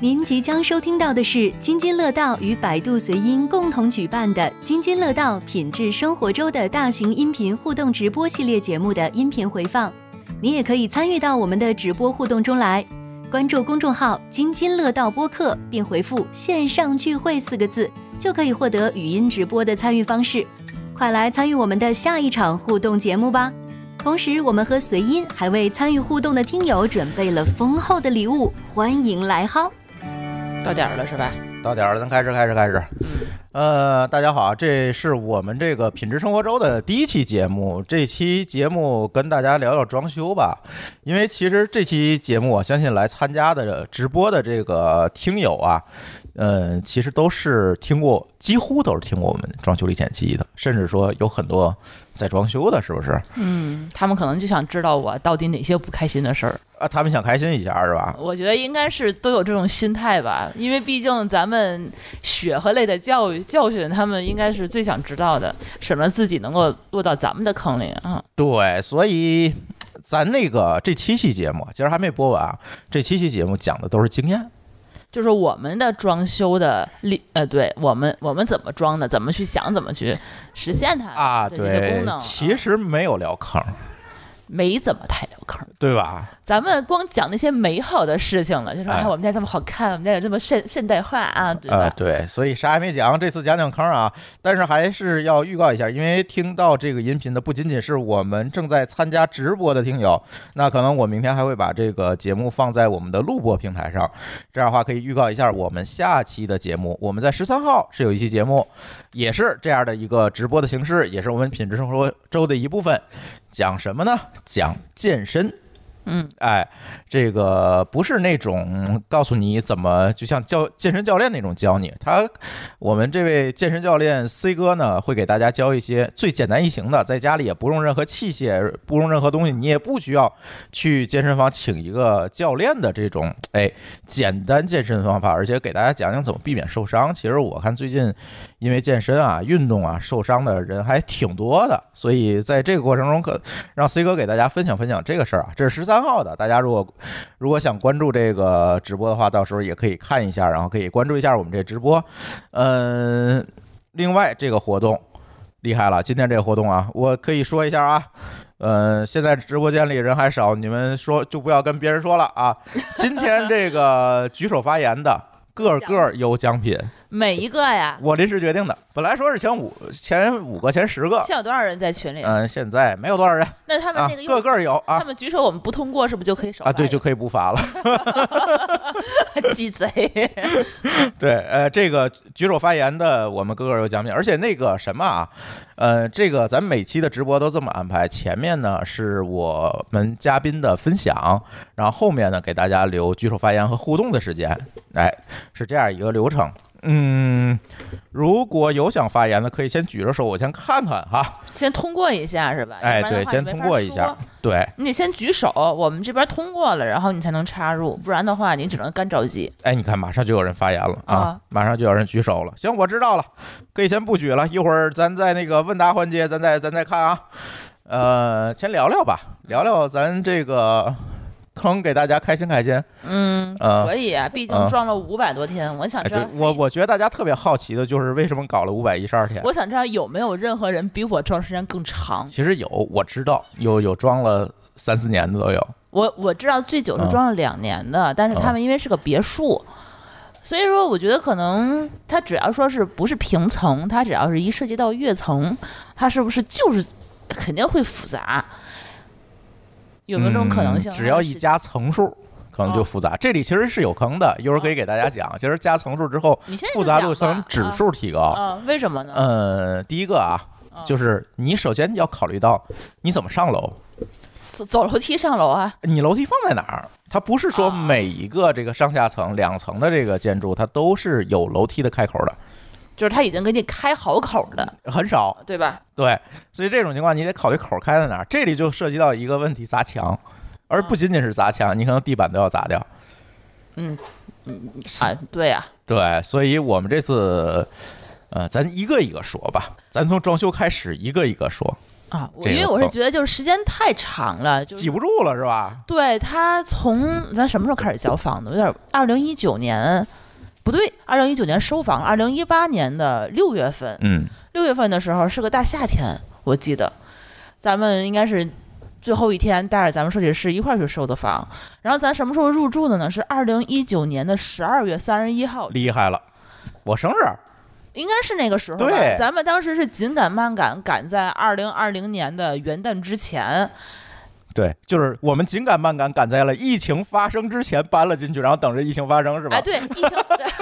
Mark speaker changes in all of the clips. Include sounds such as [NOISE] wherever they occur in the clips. Speaker 1: 您即将收听到的是津津乐道与百度随音共同举办的“津津乐道品质生活周”的大型音频互动直播系列节目的音频回放。您也可以参与到我们的直播互动中来，关注公众号“津津乐道播客”并回复“线上聚会”四个字，就可以获得语音直播的参与方式。快来参与我们的下一场互动节目吧！同时，我们和随音还为参与互动的听友准备了丰厚的礼物，欢迎来薅！
Speaker 2: 到点儿了是吧？嗯
Speaker 3: 到点儿了，咱开始，开始，开始。呃，大家好，这是我们这个品质生活周的第一期节目。这期节目跟大家聊聊装修吧，因为其实这期节目，我相信来参加的直播的这个听友啊，呃，其实都是听过，几乎都是听过我们《装修历险记》的，甚至说有很多在装修的，是不是？
Speaker 2: 嗯，他们可能就想知道我到底哪些不开心的事儿。
Speaker 3: 啊，他们想开心一下是吧？
Speaker 2: 我觉得应该是都有这种心态吧，因为毕竟咱们血和泪的教育教训，他们应该是最想知道的，什么自己能够落到咱们的坑里啊。
Speaker 3: 对，所以咱那个这七期节目，其实还没播完啊，这七期节目讲的都是经验。
Speaker 2: 就是我们的装修的力，呃，对我们我们怎么装的，怎么去想，怎么去实现它
Speaker 3: 啊，
Speaker 2: 对这些功能，
Speaker 3: 其实没有聊坑，
Speaker 2: 没怎么太聊坑。
Speaker 3: 对吧？
Speaker 2: 咱们光讲那些美好的事情了，就说
Speaker 3: 哎
Speaker 2: 哎，我们家这么好看，我们家有这么现现代化啊，对吧？
Speaker 3: 呃，对，所以啥也没讲，这次讲讲坑啊，但是还是要预告一下，因为听到这个音频的不仅仅是我们正在参加直播的听友，那可能我明天还会把这个节目放在我们的录播平台上，这样的话可以预告一下我们下期的节目。我们在十三号是有一期节目，也是这样的一个直播的形式，也是我们品质生活周的一部分，讲什么呢？讲健身。
Speaker 2: 嗯，
Speaker 3: 哎，这个不是那种告诉你怎么，就像教健身教练那种教你。他，我们这位健身教练 C 哥呢，会给大家教一些最简单易行的，在家里也不用任何器械，不用任何东西，你也不需要去健身房请一个教练的这种，哎，简单健身方法，而且给大家讲讲怎么避免受伤。其实我看最近因为健身啊、运动啊受伤的人还挺多的，所以在这个过程中可让 C 哥给大家分享分享这个事儿啊。这是十三号的，大家如果如果想关注这个直播的话，到时候也可以看一下，然后可以关注一下我们这直播。嗯，另外这个活动厉害了，今天这个活动啊，我可以说一下啊。嗯，现在直播间里人还少，你们说就不要跟别人说了啊。今天这个举手发言的，个个有奖品，
Speaker 2: 每一个呀，
Speaker 3: 我临时决定的。本来说是前五、前五个、前十个
Speaker 2: 现，在有多少人在群里？
Speaker 3: 嗯，现在没有多少人
Speaker 2: 哎那他们
Speaker 3: 啊
Speaker 2: 那个，用
Speaker 3: 个个有啊
Speaker 2: 他们举手我们不通过，是不是就可以手
Speaker 3: 啊，对，
Speaker 2: 发
Speaker 3: 就可以
Speaker 2: [LAUGHS]
Speaker 3: 不发了。
Speaker 2: 言 [LAUGHS] 鸡贼。
Speaker 3: 对，呃，这个举手发言的，我们个个有奖品，而且那个什么啊，呃，这个咱每期的直播都这么安排，前面呢是我们嘉宾的分享，然后后面呢给大家留举手发言和互动的时间，哎，是这样一个流程。嗯，如果有想发言的，可以先举着手，我先看看哈。
Speaker 2: 先通过一下是吧？
Speaker 3: 哎，
Speaker 2: 要不然的
Speaker 3: 对，
Speaker 2: 话
Speaker 3: 先
Speaker 2: 你没
Speaker 3: 通
Speaker 2: 法
Speaker 3: 过一
Speaker 2: 说
Speaker 3: 下，，对，
Speaker 2: 你得先举手，我们这边通过了，然后你才能插入，不然的话你只能干着急。
Speaker 3: 哎，你看，马上就有人发言了啊，
Speaker 2: 啊
Speaker 3: 马上就有人举手了。行，我知道了，可以先不举了，一会儿咱在那个问答环节，咱再咱再看啊。呃，先聊聊吧，聊聊咱这个坑，给大家开心开心。
Speaker 2: 嗯，
Speaker 3: 呃，
Speaker 2: 可以啊，毕
Speaker 3: 啊
Speaker 2: 竟装了五百多天，我想
Speaker 3: 哎，
Speaker 2: 知
Speaker 3: 对
Speaker 2: 道，
Speaker 3: 我我觉得大家特别好奇的就是为什么搞了五百一十二天。
Speaker 2: 我想知道有没有任何人比我装时间更长。
Speaker 3: 其实有，我知道有有装了三四年的都有。
Speaker 2: 我我知道最久是
Speaker 3: 嗯
Speaker 2: 装了两年的，但是他们因为是个别墅，所以说我觉得可能它只要说是不是平层，它只要是一涉及到跃层，它是不是就是肯定会复杂？有没有这种可能性？
Speaker 3: 嗯只要一
Speaker 2: 加，
Speaker 3: 加层数。可能就
Speaker 2: 哦
Speaker 3: 复杂，这里其实是有坑的，一会儿可以给大家讲。其实加层数之后
Speaker 2: 你现在，就
Speaker 3: 复杂
Speaker 2: 讲
Speaker 3: 度
Speaker 2: 吧
Speaker 3: 呈指
Speaker 2: 啊
Speaker 3: 数提高。
Speaker 2: 啊，为什么呢？
Speaker 3: 呃，第一个啊，
Speaker 2: 嗯
Speaker 3: 就是你首先要考虑到你怎么上楼，
Speaker 2: 走走楼梯上楼啊，
Speaker 3: 你楼梯放在哪儿。它不是说
Speaker 2: 啊
Speaker 3: 每一个这个上下层、两层的这个建筑，它都是有楼梯的开口的，
Speaker 2: 就是他已经给你开好口了，
Speaker 3: 很少。
Speaker 2: 对吧？
Speaker 3: 对，所以这种情况你得考虑口开在哪儿。这里就涉及到一个问题，砸墙，而不仅仅是砸墙，你可能地板都要砸掉。
Speaker 2: 嗯啊，对啊，
Speaker 3: 对，所以我们这次，呃，咱一个一个说吧，咱从装修开始，一个一个说。
Speaker 2: 啊，我
Speaker 3: 这
Speaker 2: 因
Speaker 3: 个
Speaker 2: 为我是
Speaker 3: 更
Speaker 2: 觉得就是时间太长了，就
Speaker 3: 记不住了是吧？
Speaker 2: 对他从咱什么时候开始交房的？有点二零一九年，不对，二零一九年收房，二零一八年的六月份，
Speaker 3: 嗯，
Speaker 2: 六月份的时候是个大夏天，我记得，咱们应该是最后一天带着咱们设计师一块儿去收的房，然后咱什么时候入住的呢？是二零一九年的十二月三十一号，
Speaker 3: 厉害了，我生日，
Speaker 2: 应该是那个时候吧。
Speaker 3: 对
Speaker 2: 咱们当时是紧赶慢赶，赶在二零二零年的元旦之前。
Speaker 3: 对，就是我们紧赶慢赶，赶在了疫情发生之前搬了进去，然后等着疫情发生是吧？
Speaker 2: 哎，对，疫情，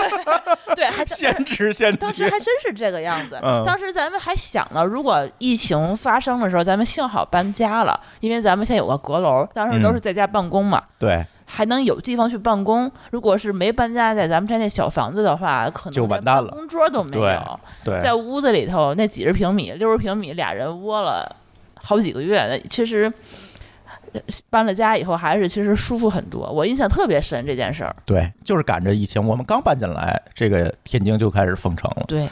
Speaker 3: [LAUGHS]
Speaker 2: 对，还当
Speaker 3: 先知先
Speaker 2: 当时
Speaker 3: 觉。
Speaker 2: 还真是这个样子。
Speaker 3: [LAUGHS] 嗯
Speaker 2: 当时咱们还想了，如果疫情发生的时候，咱们幸好搬家了，因为咱们现在有个阁楼，当时都
Speaker 3: 嗯
Speaker 2: 是在家办公嘛。
Speaker 3: 对，
Speaker 2: 还能有地方去办公。如果是没搬家，在咱们家那小房子的话，可能
Speaker 3: 就
Speaker 2: 连
Speaker 3: 完蛋了
Speaker 2: 办公桌都没有，
Speaker 3: 对，
Speaker 2: 在屋子里头那几十平米、六十平米，俩人窝了好几个月。那其实呃搬了家以后，还是其实舒服很多。我印象特别深这件事儿。
Speaker 3: 对，就是赶着疫情，我们刚搬进来，这个天津就开始封城了。
Speaker 2: 对，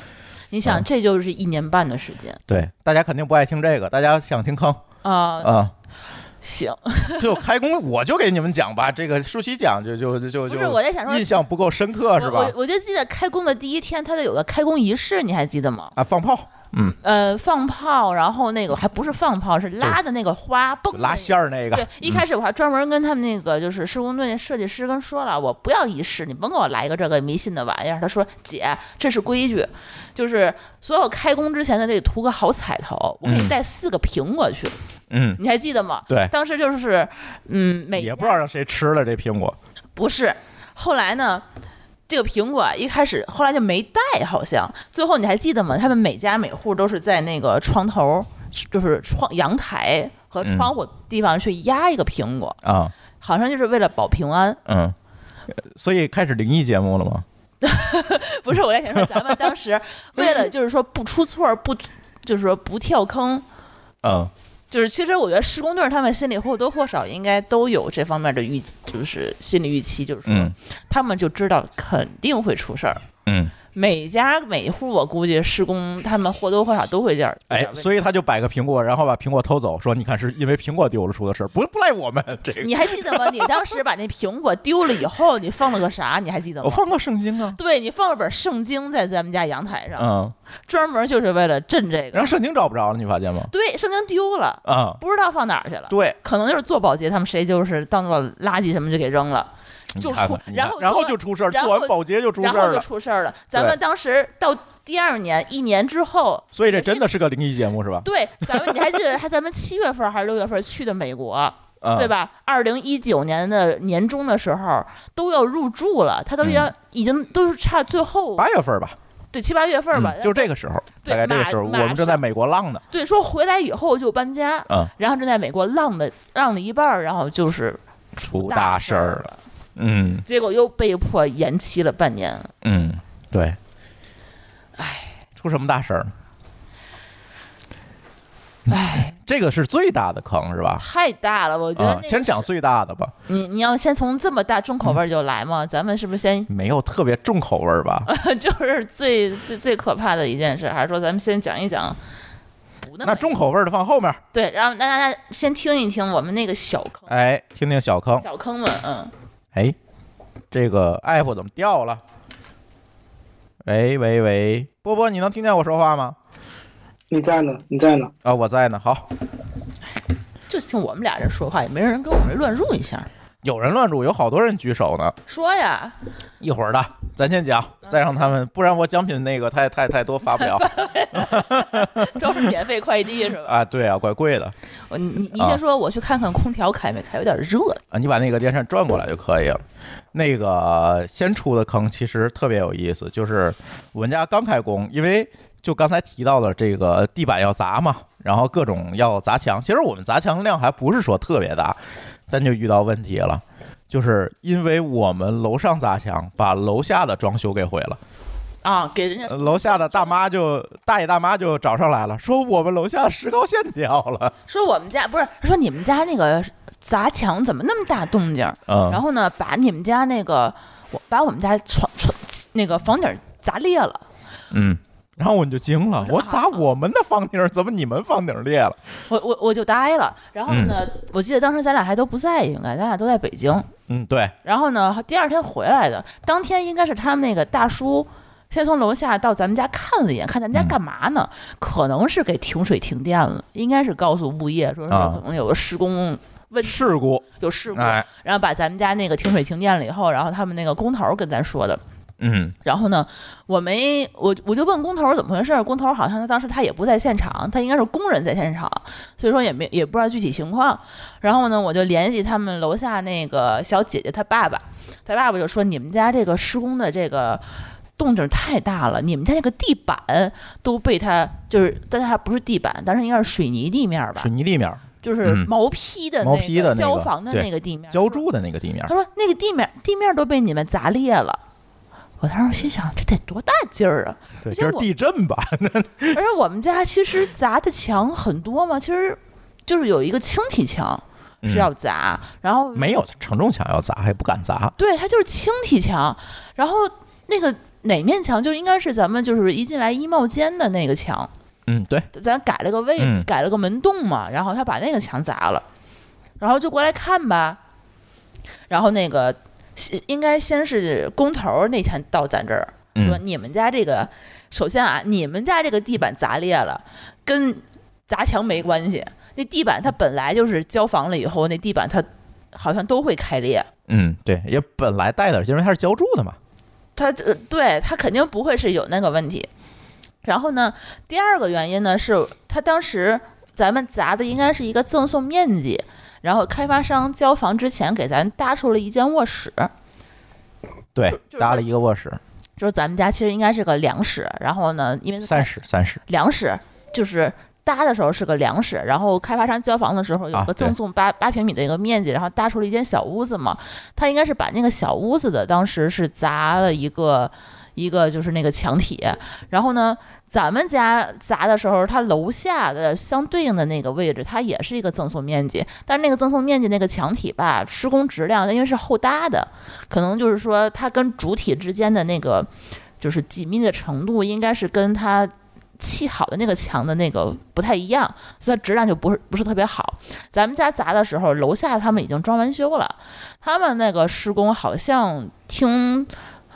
Speaker 2: 你想，
Speaker 3: 嗯
Speaker 2: 这就是一年半的时间
Speaker 3: 对，大家肯定不爱听这个，大家想听坑
Speaker 2: 啊、
Speaker 3: 啊、 [LAUGHS]
Speaker 2: 行，
Speaker 3: 就开工我就给你们讲吧，这个舒淇讲就就就就
Speaker 2: 不是我
Speaker 3: 就
Speaker 2: 在想说
Speaker 3: 印，象不够深刻是
Speaker 2: 我
Speaker 3: 吧
Speaker 2: 我？我就记得开工的第一天，他得有个开工仪式，你还记得吗？
Speaker 3: 啊，放炮，嗯，
Speaker 2: 呃，放炮，然后那个还不是放炮，是拉的那个花，蹦的那
Speaker 3: 拉
Speaker 2: 个
Speaker 3: 线儿那
Speaker 2: 对
Speaker 3: 个，，嗯
Speaker 2: 一开始我还专门跟他们那个就是施工队那设计师跟说了，我不要仪式，你甭给我来一个这个迷信的玩意儿。他说姐，这是规矩，就是所有开工之前的得图个好彩头，我给你
Speaker 3: 嗯
Speaker 2: 带四个苹果去，
Speaker 3: 嗯，
Speaker 2: 你还记得吗？
Speaker 3: 对，
Speaker 2: 当时就是，嗯，每
Speaker 3: 也不
Speaker 2: 家
Speaker 3: 知道让谁吃了这苹果，
Speaker 2: 不是，后来呢？这个苹果啊一开始，后来就没带，好像最后你还记得吗？他们每家每户都是在那个窗头，就是窗阳台和
Speaker 3: 嗯
Speaker 2: 窗户地方去压一个苹果，
Speaker 3: 啊，
Speaker 2: 好像就是为了保平安。 [LAUGHS]
Speaker 3: 嗯，所以开始灵异节目了吗？
Speaker 2: 不是我在想说，咱们当
Speaker 3: [LAUGHS]
Speaker 2: 时为了就是说不出错儿，不就是说不跳坑，
Speaker 3: 嗯，
Speaker 2: 就是其实我觉得施工队儿他们心里或多或少应该都有这方面的预，就是心理预期，就是说、
Speaker 3: 嗯
Speaker 2: 他们就知道肯定会出事儿。
Speaker 3: 嗯，
Speaker 2: 每家每户，我估计施工他们或多或少都会这样。
Speaker 3: 哎，所以他就摆个苹果，然后把苹果偷走，说你看是因为苹果丢了出的事儿，不不赖我们这个。
Speaker 2: 你还记得吗？你当时把那苹果丢了以后，你放了个啥？你还记得
Speaker 3: 我
Speaker 2: 吗？
Speaker 3: 放过圣经啊，
Speaker 2: 对你放了本圣经在咱们家阳台上，
Speaker 3: 嗯，
Speaker 2: 专门就是为了镇这
Speaker 3: 然
Speaker 2: 个。
Speaker 3: 后圣经找不着了，你发现吗？
Speaker 2: 对，圣经丢了，
Speaker 3: 啊、
Speaker 2: 不知道放哪儿去了。
Speaker 3: 对，
Speaker 2: 可能就是做保洁，他们谁就是当做垃圾什么就给扔了，
Speaker 3: 你
Speaker 2: 就
Speaker 3: 看
Speaker 2: 出
Speaker 3: 看你
Speaker 2: 然
Speaker 3: 看
Speaker 2: 后
Speaker 3: 然后
Speaker 2: 做
Speaker 3: 就出事儿，
Speaker 2: 然
Speaker 3: 做完
Speaker 2: 后
Speaker 3: 保洁就出事
Speaker 2: 然后
Speaker 3: 儿
Speaker 2: 就
Speaker 3: 了，
Speaker 2: 出事儿了。咱们当时到第二年一年之后，
Speaker 3: 所以这真的是个灵异节目是吧？
Speaker 2: 对，咱们你还记得还咱们七月份还是六月份去的美国，
Speaker 3: 嗯，
Speaker 2: 对？吧？二零一九年的年中的时候都要入住了，他都要、已经都是差最后
Speaker 3: 嗯八月份吧，
Speaker 2: 对七八月份吧，
Speaker 3: 嗯就这个时候，
Speaker 2: 对
Speaker 3: 大概这个
Speaker 2: 马
Speaker 3: 时候，我
Speaker 2: 马
Speaker 3: 们正在美国浪呢，
Speaker 2: 对说回来以后就搬家，
Speaker 3: 嗯，
Speaker 2: 然后正在美国浪的浪了一半儿，然后就是
Speaker 3: 出
Speaker 2: 大
Speaker 3: 事
Speaker 2: 儿
Speaker 3: 儿了，嗯
Speaker 2: 结果又被迫延期了半年。
Speaker 3: 嗯，对，哎，出什么大事儿？
Speaker 2: 唉，
Speaker 3: 这个是最大的坑是吧？
Speaker 2: 太大了，我觉得、
Speaker 3: 啊、先讲，最大的吧，
Speaker 2: 你你要先从这么大重口味儿就来嘛，咱们是不是先 [LAUGHS]
Speaker 3: 没有特别重口味儿吧？
Speaker 2: 啊就是最最最可怕的一件事，还是说咱们先讲一讲不那么
Speaker 3: 那重口味儿的放后面儿，
Speaker 2: 对，然后大家先听一听我们那个小坑
Speaker 3: 哎，听听小坑，
Speaker 2: 小坑们，嗯，
Speaker 3: 哎，这个 app 怎么掉了？喂喂喂，波波，你能听见我说话吗？
Speaker 4: 你在呢，你在呢。
Speaker 3: 啊，我在呢。好，
Speaker 2: 就听我们俩人说话，也没人跟我们这乱入一下，
Speaker 3: 有人乱入，有好多人举手呢。
Speaker 2: 说呀，
Speaker 3: [LAUGHS] 一会儿的，咱先讲，
Speaker 2: 嗯
Speaker 3: 再让他们，不然我奖品那个太太太多
Speaker 2: [LAUGHS]
Speaker 3: 发不了
Speaker 2: 都是免费快递是吧？
Speaker 3: 啊。对啊，怪贵的
Speaker 2: 我哦你你你
Speaker 3: 啊
Speaker 2: 先说，我去看看空调开没开，有点热。
Speaker 3: 啊。你把那个电扇转过来就可以了。那个先出的坑其实特别有意思，就是我们家刚开工，因为就刚才提到的这个地板要砸嘛，然后各种要砸墙。其实我们砸墙量还不是说特别大，但就遇到问题了，就是因为我们楼上砸墙，把楼下的装修给毁了。
Speaker 2: 啊，给人家
Speaker 3: 呃楼下的大妈就大爷大妈就找上来了，说我们楼下石膏线掉了。
Speaker 2: 说我们家不是说你们家那个砸墙怎么那么大动静儿？然
Speaker 3: 嗯，
Speaker 2: 后呢，把你们家那个我把我们家床床那个房顶儿砸裂了。
Speaker 3: 嗯，然后我就惊了，我
Speaker 2: 啊
Speaker 3: 咋我们的房顶儿怎么你们房顶儿裂了？
Speaker 2: 我我我就呆了。然后呢，我记得当时咱俩还都不在，应该咱俩都在北京。
Speaker 3: 嗯，对，
Speaker 2: 然后呢，第二天回来的，当天应该是他们那个大叔先从楼下到咱们家看了一眼，看咱们家干嘛呢？可能是给停水停电了，应该是告诉物业说是
Speaker 3: 啊
Speaker 2: 可能有个施工问题，
Speaker 3: 事故，
Speaker 2: 有事故，
Speaker 3: 哎，
Speaker 2: 然后把咱们家那个停水停电了以后，然后他们那个工头儿跟咱说的。
Speaker 3: 嗯
Speaker 2: 然后呢，我没我我就问工头儿怎么回事儿，工头儿好像他当时他也不在现场，他应该是工人在现场，所以说也没也不知道具体情况。然后呢，我就联系他们楼下那个小姐姐她爸爸，她爸爸就说你们家这个施工的这个。动静儿太大了，你们家那个地板都被它就是，但它不是地板，但是应该是水泥地面儿吧
Speaker 3: 水，泥地面儿，
Speaker 2: 就是
Speaker 3: 嗯
Speaker 2: 毛坯的
Speaker 3: 毛坯
Speaker 2: 那
Speaker 3: 的
Speaker 2: 个
Speaker 3: 那
Speaker 2: 胶
Speaker 3: 个
Speaker 2: 房的
Speaker 3: 对
Speaker 2: 那个地面儿，
Speaker 3: 浇筑的那个地面儿
Speaker 2: 他，说那个地面地面都被你们砸裂了。我当时心想，这得多大劲儿啊！
Speaker 3: 对，
Speaker 2: 而且
Speaker 3: 就是
Speaker 2: 我
Speaker 3: 地震嗯吧？
Speaker 2: [LAUGHS] 嗯而且我们家其实砸的墙很多嘛，其实就是有一个轻体墙
Speaker 3: 嗯
Speaker 2: 是要砸，然后
Speaker 3: 没有承重墙要砸，还不敢砸，
Speaker 2: 对，它就是轻体墙，然后那个哪面墙就应该是咱们就是一进来衣帽间的那个墙，
Speaker 3: 嗯，对，
Speaker 2: 咱改了个位置，
Speaker 3: 嗯
Speaker 2: 改了个门洞嘛，然后他把那个墙砸了，然后就过来看吧，然后那个先应该先是工头儿那天到咱这儿说、
Speaker 3: 嗯，
Speaker 2: 你们家这个，首先啊，你们家这个地板砸裂了，跟砸墙没关系，那地板它本来就是交房了以后，那地板它好像都会开裂。
Speaker 3: 嗯，对，也本来带的，因为它是浇筑的嘛，
Speaker 2: 它呃，对它肯定不会是有那个问题。然后呢，第二个原因呢是，他当时咱们砸的应该是一个赠送面积，然后开发商交房之前给咱搭出了一间卧室，
Speaker 3: 对
Speaker 2: 就，就是
Speaker 3: 搭
Speaker 2: 它
Speaker 3: 了一个卧室，
Speaker 2: 就是咱们家其实应该是个两室，然后呢，因为
Speaker 3: 三室，三室，
Speaker 2: 粮食，就是搭的时候是个粮食，然后开发商交房的时候有
Speaker 3: 啊
Speaker 2: 个
Speaker 3: 对
Speaker 2: 赠送八八平米的一个面积，然后搭出了一间小屋子嘛。他应该是把那个小屋子的当时是砸了一个一个就是那个墙体，然后呢，咱们家砸的时候，它楼下的相对应的那个位置，它也是一个赠送面积，但是那个赠送面积那个墙体吧，施工质量因为是后搭的，可能就是说它跟主体之间的那个就是紧密的程度，应该是跟它砌好的那个墙的那个不太一样，所以它质量就不是不是特别好。咱们家砸的时候，楼下他们已经装完修了，他们那个施工好像听。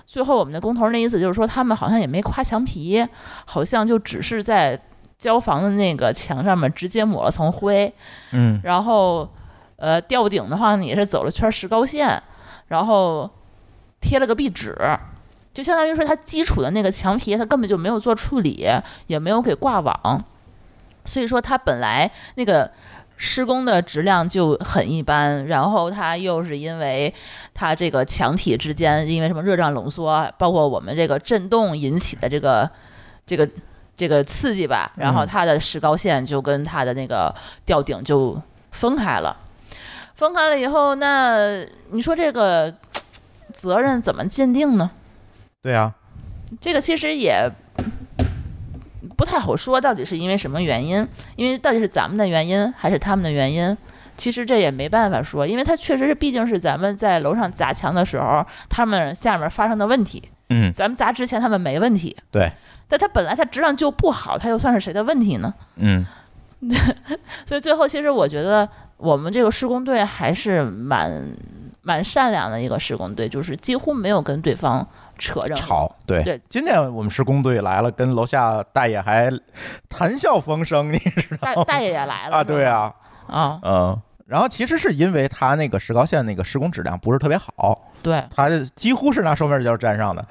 Speaker 2: 最后我们的工头那意思就是说，他们好像也没夸墙皮，好像就只是在交房的那个墙上面直接抹了层灰，
Speaker 3: 嗯，
Speaker 2: 然后呃吊顶的话呢也是走了圈石膏线，然后贴了个壁纸，就相当于说它基础的那个墙皮它根本就没有做处理，也没有给挂网，所以说它本来那个。施工的质量就很一般，然后它又是因为它这个墙体之间因为什么热胀冷缩，包括我们这个震动引起的这个这个这个刺激吧，然后
Speaker 3: 嗯
Speaker 2: 它的石膏线就跟它的那个吊顶就分开了。分开了以后，那你说这个责任怎么鉴定呢？
Speaker 3: 对啊，
Speaker 2: 这个其实也不太好说，到底是因为什么原因？因为到底是咱们的原因还是他们的原因？其实这也没办法说，因为它确实是，毕竟是咱们在楼上砸墙的时候，他们下面发生的问题。
Speaker 3: 嗯，
Speaker 2: 咱们砸之前他们没问题，
Speaker 3: 对，
Speaker 2: 但它本来它质量就不好，它又算是谁的问题呢？
Speaker 3: 嗯，
Speaker 2: 所以最后，其实我觉得我们这个施工队还是蛮蛮善良的一个施工队，就是几乎没有跟对方扯任何。
Speaker 3: 吵，对
Speaker 2: 对
Speaker 3: 今天我们施工队来了，跟楼下大爷还谈笑风生，你知
Speaker 2: 大
Speaker 3: 道吗？
Speaker 2: 大爷也来了
Speaker 3: [LAUGHS] 啊，对啊，
Speaker 2: 啊，
Speaker 3: 嗯。然后其实是因为他那个石膏线那个施工质量不是特别好，
Speaker 2: 对，
Speaker 3: 他几乎是拿双面胶粘上的，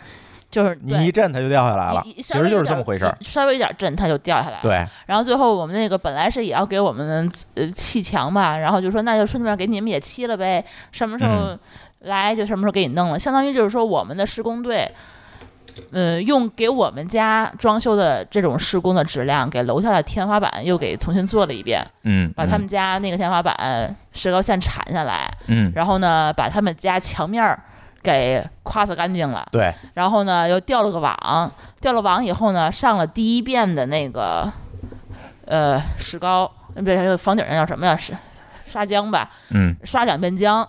Speaker 2: 就是
Speaker 3: 你
Speaker 2: 对
Speaker 3: 一震它就掉下来了，
Speaker 2: 一一
Speaker 3: 其
Speaker 2: 稍微
Speaker 3: 实就
Speaker 2: 有
Speaker 3: 是这
Speaker 2: 点
Speaker 3: 么回事儿。
Speaker 2: 一稍微有点震它就掉下来了。
Speaker 3: 对，
Speaker 2: 然后最后我们那个本来是也要给我们呃砌墙嘛，然后就说那就顺便给你们也砌了呗，什么时候
Speaker 3: 嗯
Speaker 2: 来就什么时候给你弄了，相当于就是说我们的施工队，呃，用给我们家装修的这种施工的质量，给楼下的天花板又给重新做了一遍，
Speaker 3: 嗯，
Speaker 2: 把他们家那个天花板石膏线铲下来，
Speaker 3: 嗯，嗯，
Speaker 2: 然后呢把他们家墙面儿给夸死干净了。
Speaker 3: 对，
Speaker 2: 然后呢又掉了个网，掉了网以后呢，上了第一遍的那个呃石膏，呃不是房顶儿那叫什么呀？是刷浆吧，
Speaker 3: 嗯
Speaker 2: 刷两遍浆，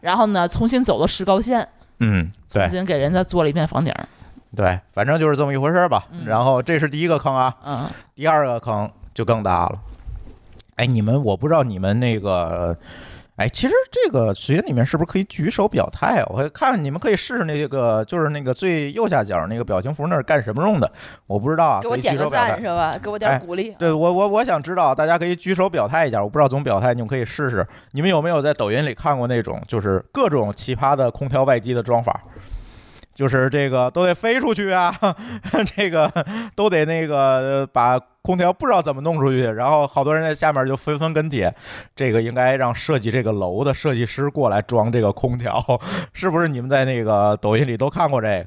Speaker 2: 然后呢重新走了石膏线，
Speaker 3: 嗯，
Speaker 2: 重
Speaker 3: 对，啊
Speaker 2: 新给人家做了一遍房顶儿。
Speaker 3: 对，反正就是这么一回事儿吧。
Speaker 2: 嗯
Speaker 3: 然后这是第一个坑啊，
Speaker 2: 嗯，
Speaker 3: 第二个坑就更大了。哎，你们我不知道你们那个，哎，其实这个群里面是不是可以举手表态啊？我看你们可以试试那个，就是那个最右下角那个表情符那是干什么用的？我不知道啊，
Speaker 5: 给
Speaker 3: 可
Speaker 5: 我
Speaker 3: 以举
Speaker 5: 点
Speaker 3: 手
Speaker 5: 个
Speaker 3: 表
Speaker 5: 赞
Speaker 3: 态
Speaker 5: 是。吧？给我
Speaker 3: 哎
Speaker 5: 点鼓励。啊
Speaker 3: 对我我我想知道，啊大家可以举手表态一下。我不知道怎么表态，你们可以试试。你们有没有在抖音里看过那种就是各种奇葩的空调外机的装法？就是这个都得飞出去啊， [LAUGHS] 这个都得那个呃把空调不知道怎么弄出去，然后好多人在下面就纷纷跟帖，这个应该让设计这个楼的设计师过来装这个空调， [LAUGHS] 是不是？你们在那个抖音里都看过这个？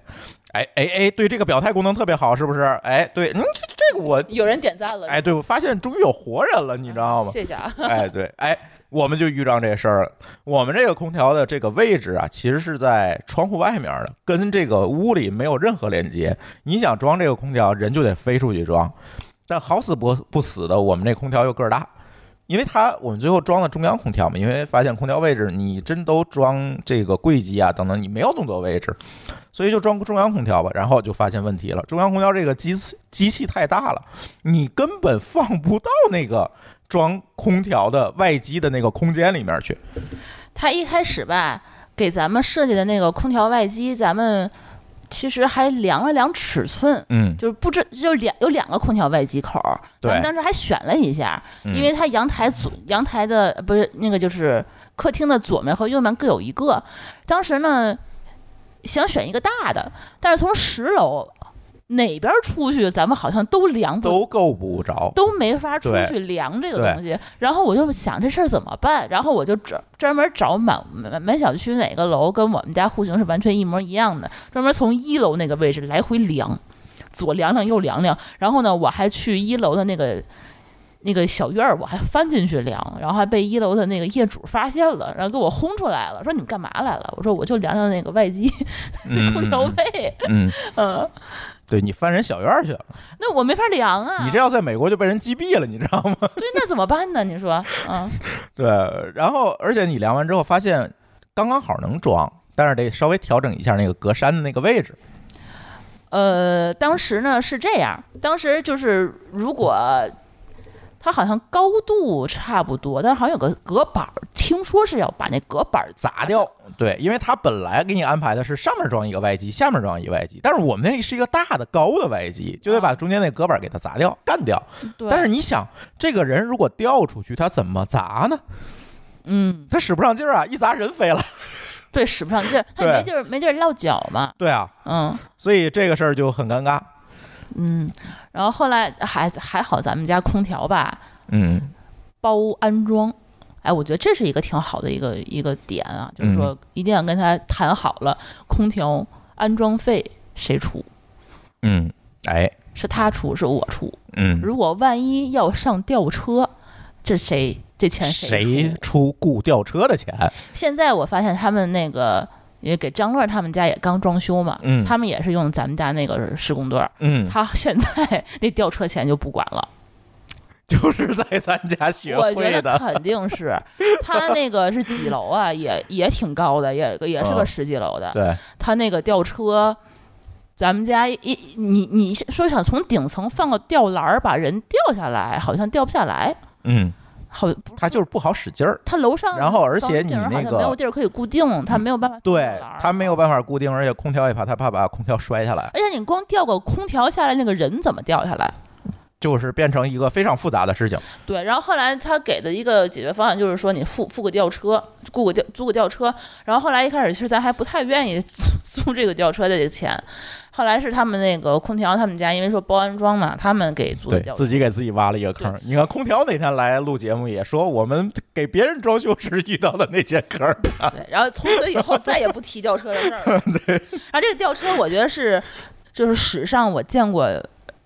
Speaker 3: 哎哎哎，对这个表态功能特别好，是不是？哎，对，嗯，这这个我
Speaker 2: 有人点赞了，
Speaker 3: 哎，对，我发现终于有活人了，你知道吗？
Speaker 2: 谢谢啊，
Speaker 3: 哎，对，哎，我们就遇上这事儿了。我们这个空调的这个位置啊，其实是在窗户外面的，跟这个屋里没有任何连接。你想装这个空调，人就得飞出去装。但好死不不死的，我们这空调又个儿大，因为它我们最后装的中央空调嘛，因为发现空调位置你真都装这个柜机啊等等，你没有那么多位置，所以就装中央空调吧。然后就发现问题了，中央空调这个机器机器太大了，你根本放不到那个装空调的外机的那个空间里面去。
Speaker 2: [LAUGHS] 嗯他一开始吧，给咱们设计的那个空调外机，咱们其实还量了量尺寸，
Speaker 3: 嗯，
Speaker 2: 就是不知就两有两个空调外机口，咱
Speaker 3: 对
Speaker 2: 们当时还选了一下，
Speaker 3: 嗯
Speaker 2: 因为它阳台左阳台的呃不是那个就是客厅的左面和右面各有一个，当时呢想选一个大的，但是从十楼哪边出去，咱们好像都量不
Speaker 3: 都够不着。
Speaker 2: 都没法出
Speaker 3: 对
Speaker 2: 去量这
Speaker 3: 对
Speaker 2: 个东西。然后我就想这事儿怎么办？然后我就专专门找满满满小区哪个楼跟我们家户型是完全一模一样的，专门从一楼那个位置来回量，左量量右量量。然后呢，我还去一楼的那个。那个小院儿，我还翻进去量，然后还被一楼的那个业主发现了，然后给我轰出来了，说你们干嘛来了？我说我就量量那个外机 [LAUGHS]
Speaker 3: 嗯
Speaker 2: 空调位，
Speaker 3: 嗯，
Speaker 2: 嗯，
Speaker 3: 对你翻人小院儿去了，
Speaker 2: 那我没法量啊。
Speaker 3: 你这要在美国就被人击毙了，你知道吗？ [LAUGHS]
Speaker 2: 对，那怎么办呢？你说，嗯，
Speaker 3: 对，然后而且你量完之后发现刚刚好能装，但是得稍微调整一下那个格栅的那个位置。
Speaker 2: 呃，当时呢是这样，当时就是如果它好像高度差不多，但是好像有个隔板儿，听说是要把那隔板儿
Speaker 3: 砸掉，对，因为它本来给你安排的是上面装一个外机，下面装一个外机，但是我们那是一个大的高的外机，就得把中间那隔板给它砸掉、干掉。
Speaker 2: 哦对，
Speaker 3: 但是你想，这个人如果掉出去，他怎么砸呢？
Speaker 2: 嗯，
Speaker 3: 他使不上劲儿啊，一砸人飞了。
Speaker 2: 对，使不上劲儿，它也没地
Speaker 3: 对
Speaker 2: 儿没地儿落脚嘛，
Speaker 3: [LAUGHS] 对啊，
Speaker 2: 嗯
Speaker 3: 所以这个事儿就很尴尬。
Speaker 2: 嗯，然后后来还还好，咱们家空调吧
Speaker 3: 嗯
Speaker 2: 包安装。哎，我觉得这是一个挺好的一个一个点啊，就是
Speaker 3: 嗯
Speaker 2: 说一定要跟他谈好了，空调安装费谁出，
Speaker 3: 嗯，哎
Speaker 2: 是他出是我出，
Speaker 3: 嗯，
Speaker 2: 如果万一要上吊车，这谁这钱
Speaker 3: 谁
Speaker 2: 出？
Speaker 3: 出雇吊车的钱？ [LAUGHS]
Speaker 2: 现在我发现他们那个也给张乐他们家也刚装修嘛，
Speaker 3: 嗯
Speaker 2: 他们也是用咱们家那个施工队儿，
Speaker 3: 嗯，
Speaker 2: 他现在那吊车钱就不管了。
Speaker 3: 就是在咱家学
Speaker 2: 我觉
Speaker 3: 会
Speaker 2: 得
Speaker 3: 的。
Speaker 2: 肯定
Speaker 3: [LAUGHS]
Speaker 2: 是他那个是几楼啊，也也挺高的，也也是
Speaker 3: 嗯
Speaker 2: 个十几楼的。
Speaker 3: 对，
Speaker 2: 他那个吊车。咱们家一一你你说想从顶层放个吊篮儿把人吊下来，好像吊不下来，
Speaker 3: 嗯，
Speaker 2: 好
Speaker 3: 他就是不好使劲儿。
Speaker 2: 它楼上，
Speaker 3: 然后而且你
Speaker 2: 顶上好
Speaker 3: 那
Speaker 2: 像
Speaker 3: 个
Speaker 2: 没有地儿可以固定，它没有办法吊
Speaker 3: 对
Speaker 2: 篮儿，
Speaker 3: 他没有办法固定，而且空调也怕他怕把空调摔下来，
Speaker 2: 而且你光吊个空调下来，那个人怎么吊下来？
Speaker 3: 就是变成一个非常复杂的事情。
Speaker 2: 对，然后后来他给的一个解决方案就是说，你付付个吊车，雇个吊租个吊车。然后后来一开始是咱还不太愿意 [LAUGHS] 租租这个吊车的这个钱，后来是他们那个空调他们家，因为说包安装嘛，他们给租的
Speaker 3: 对
Speaker 2: 吊车
Speaker 3: 自。己给自己挖了一个坑。你看空调那天来录节目也说，我们给别人装修时遇到的那些坑儿。
Speaker 2: 对，然后从此以后再也不提吊车的事儿
Speaker 3: [LAUGHS]
Speaker 2: 了。对，然后这个吊车，我觉得是就是史上我见过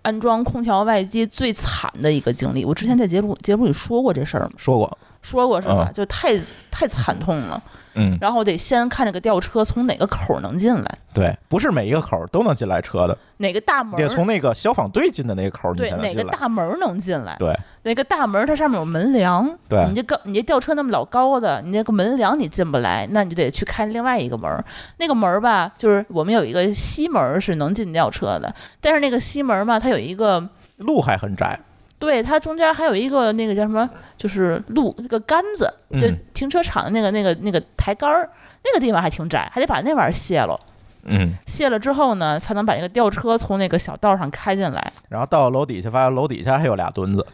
Speaker 2: 安装空调外机最惨的一个经历。我之前在节目节目里说过这事儿嘛，
Speaker 3: 说过，
Speaker 2: 说过是吧？
Speaker 3: 嗯
Speaker 2: 就太太惨痛了。
Speaker 3: 嗯，
Speaker 2: 然后我得先看这个吊车从哪个口儿能进来，
Speaker 3: 对，不是每一个口儿都能进来车的，
Speaker 2: 哪个大门
Speaker 3: 得
Speaker 2: 儿，
Speaker 3: 从那个消防队进的那个口儿你
Speaker 2: 对
Speaker 3: 才能
Speaker 2: 哪
Speaker 3: 进
Speaker 2: 个
Speaker 3: 来。
Speaker 2: 大门儿能进来，
Speaker 3: 对，
Speaker 2: 哪个大门儿它上面有门梁，
Speaker 3: 对
Speaker 2: 你这高你这吊车那么老高的，你那个门梁你进不来，那你就得去开另外一个门儿。那个门儿吧，就是我们有一个西门儿是能进吊车的，但是那个西门儿嘛，它有一个。
Speaker 3: 路还很窄，
Speaker 2: 对，它中间还有一个那个叫什么，就是路那个杆子，就
Speaker 3: 嗯
Speaker 2: 停车场那个那个那个台杆儿，那个地方还挺窄，还得把那玩意儿卸了。
Speaker 3: 嗯，
Speaker 2: 卸了之后呢，才能把那个吊车从那个小道上开进来。
Speaker 3: 然后到楼底下，发现楼底下还有俩墩子，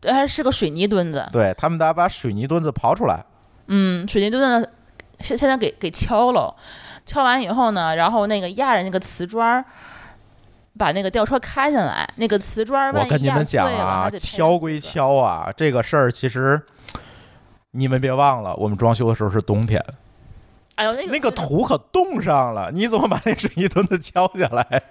Speaker 2: 对，还是个水泥墩子，
Speaker 3: 对他们得把水泥墩子刨出来，
Speaker 2: 嗯，水泥墩子现现在给给敲了，敲完以后呢，然后那个压着那个瓷砖儿，把那个吊车开进来，那个瓷砖儿
Speaker 3: 我
Speaker 2: 万
Speaker 3: 跟
Speaker 2: 一
Speaker 3: 你
Speaker 2: 压
Speaker 3: 们
Speaker 2: 碎了，
Speaker 3: 讲
Speaker 2: 还
Speaker 3: 啊，
Speaker 2: 得拆
Speaker 3: 敲归
Speaker 2: 四个，
Speaker 3: 敲啊，这个事儿其实你们别忘了，我们装修的时候是冬天，
Speaker 2: 哎呦，那个
Speaker 3: 那个
Speaker 2: 瓷
Speaker 3: 土可冻上了，你怎么把那水泥墩子敲下来？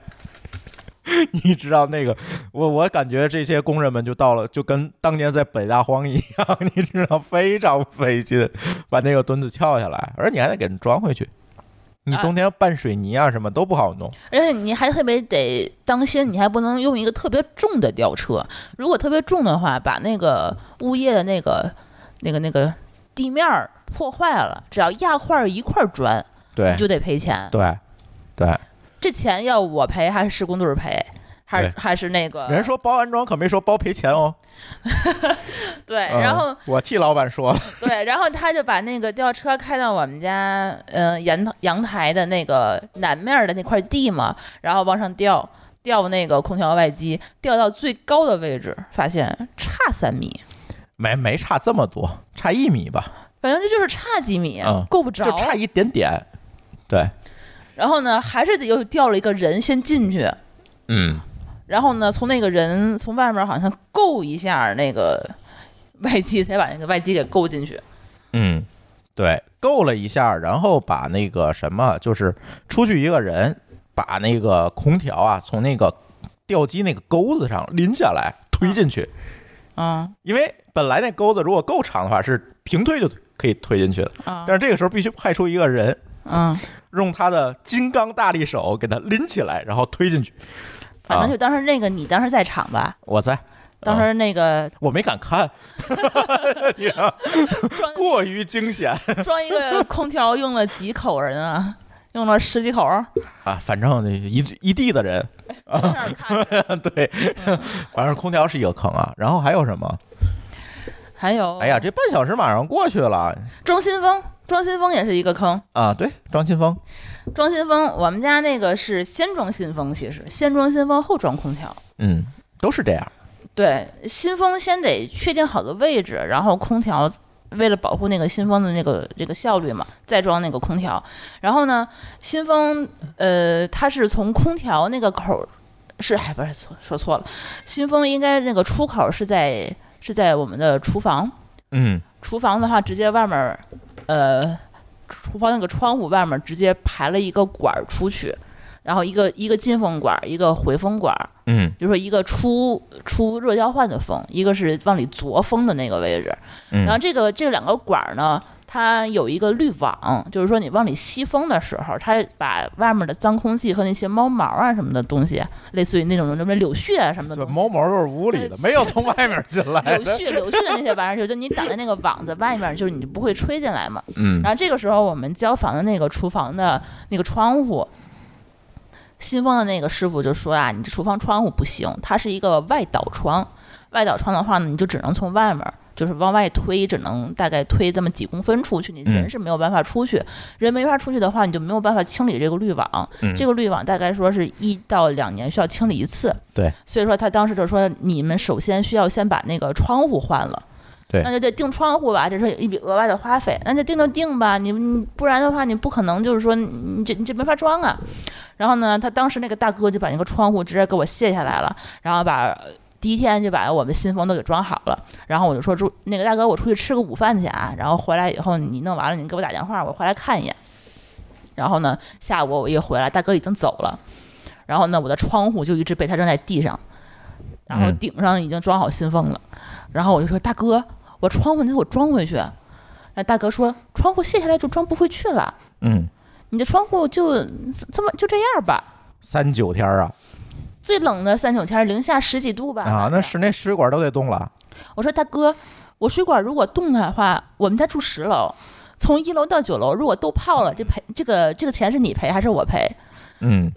Speaker 3: [LAUGHS] 你知道那个，我我感觉这些工人们就到了，就跟当年在北大荒一样， [LAUGHS] 你知道非常费劲把那个墩子撬下来，而你还得给人装回去。你
Speaker 2: 啊
Speaker 3: 冬天拌水泥啊什么都不好弄，
Speaker 2: 而且你还特别得当心，你还不能用一个特别重的吊车。如果特别重的话，把那个物业的那个、那个、那个地面儿破坏了，只要压块儿一块儿砖，
Speaker 3: 对
Speaker 2: 你就得赔钱。
Speaker 3: 对对。
Speaker 2: 这钱要我赔还是施工队儿赔？还是
Speaker 3: 对
Speaker 2: 还是那个
Speaker 3: 人说包安装可没说包赔钱哦。
Speaker 2: [LAUGHS] 对，然后、
Speaker 3: 嗯我替老板说了，
Speaker 2: 对，然后他就把那个吊车开到我们家嗯、呃阳阳台的那个南面儿的那块地嘛，然后往上吊吊那个空调外机，吊到最高的位置，发现差三米，
Speaker 3: 没没差这么多，差一米吧，
Speaker 2: 反正这就是差几米，
Speaker 3: 嗯
Speaker 2: 够不着
Speaker 3: 就。差一点点。对，
Speaker 2: 然后呢，还是得又吊了一个人先进去，
Speaker 3: 嗯，
Speaker 2: 然后呢，从那个人从外面好像够一下那个外机，才把那个外机给够进去。
Speaker 3: 嗯，对，够了一下，然后把那个什么，就是出去一个人，把那个空调啊从那个吊机那个钩子上拎下来推进去，
Speaker 2: 嗯
Speaker 3: 因为本来那钩子如果够长的话是平推就可以推进去的，
Speaker 2: 啊
Speaker 3: 但是这个时候必须派出一个人。
Speaker 2: 嗯，
Speaker 3: 用他的金刚大力手给他拎起来，然后推进去。
Speaker 2: 反正
Speaker 3: 啊
Speaker 2: 就当时那个你当时在场吧，
Speaker 3: 我在，
Speaker 2: 当时那个
Speaker 3: 我没敢看， [LAUGHS]
Speaker 2: [LAUGHS]
Speaker 3: 你知道，
Speaker 2: 装
Speaker 3: 过于惊险
Speaker 2: 装一个空调用了几口人啊？用了十几口儿，
Speaker 3: 啊！反正一一地的人，啊
Speaker 2: 在那儿看着
Speaker 3: [LAUGHS] 对，
Speaker 2: [LAUGHS]
Speaker 3: 反正空调是一个坑啊。然后还有什么？
Speaker 2: 还有，
Speaker 3: 哎呀，，这半小时马上过去了
Speaker 2: 庄新峰，庄新峰也是一个坑。
Speaker 3: 啊！对，张清峰，
Speaker 2: 装新风，我们家那个是先装新风，其实先装新风后装空调。
Speaker 3: 嗯，都是这样。
Speaker 2: 对，新风先得确定好的位置，然后空调为了保护那个新风的那个这个效率嘛，再装那个空调。然后呢，新风呃，它是从空调那个口儿是， [LAUGHS] 哎，不是错说错了，新风应该那个出口是在是在我们的厨房，
Speaker 3: 嗯，
Speaker 2: 厨房的话直接外面儿呃，厨房那个窗户外面儿直接排了一个管儿出去。然后一个一个进风管儿，一个回风管儿，
Speaker 3: 嗯
Speaker 2: 比如说一个出出热交换的风，一个是往里凿风的那个位置。
Speaker 3: 嗯
Speaker 2: 然后这个这两个管儿呢，它有一个滤网，就是说你往里吸风的时候，它把外面的脏空气和那些猫毛啊什么的东西，类似于那种什么柳絮啊什么的
Speaker 3: 这
Speaker 2: 东西。
Speaker 3: 某某都是屋里的，没有从外面进来
Speaker 2: 柳
Speaker 3: 的。
Speaker 2: 絮、柳絮的那些玩意儿，就你挡在那个网子外面，就是你就不会吹进来嘛。
Speaker 3: 嗯
Speaker 2: 然后这个时候，我们交房的那个厨房的那个窗户，新风的那个师傅就说啊，你这厨房窗户不行，它是一个外倒窗，外倒窗的话呢，你就只能从外面儿。就是往外推，只能大概推这么几公分出去，你人
Speaker 3: 嗯
Speaker 2: 是没有办法出去。人没法出去的话，你就没有办法清理这个滤网。
Speaker 3: 嗯
Speaker 2: 这个滤网大概说是一到两年需要清理一次。
Speaker 3: 对，
Speaker 2: 所以说他当时就说，你们首先需要先把那个窗户换了。
Speaker 3: 对
Speaker 2: 那就得定窗户吧，这是一笔额外的花费，那就定就定吧，你你不然的话，你不可能就是说你你这你这没法装啊。然后呢，他当时那个大哥就把那个窗户直接给我卸下来了，然后把第一天就把我们新风都给装好了。然后我就说出那个大哥，我出去吃个午饭去啊，然后回来以后你弄完了，你给我打电话，我回来看一眼。然后呢，下午我一回来，大哥已经走了。然后呢，我的窗户就一直被他扔在地上，然后
Speaker 3: 嗯
Speaker 2: 顶上已经装好新风了。然后我就说大哥，我窗户你得给我装回去。”那大哥说：“窗户卸下来就装不回去了，
Speaker 3: 嗯，
Speaker 2: 你的窗户就这么就这样吧。
Speaker 3: 三九天儿啊
Speaker 2: 最冷的三九天儿零下十几度吧。
Speaker 3: 啊，那室内水管都得冻了，
Speaker 2: 我说大哥，我水管如果冻的话，我们家住十楼，从一楼到九楼如果都泡了，这赔这个这个钱是你赔还是我赔？
Speaker 3: 嗯，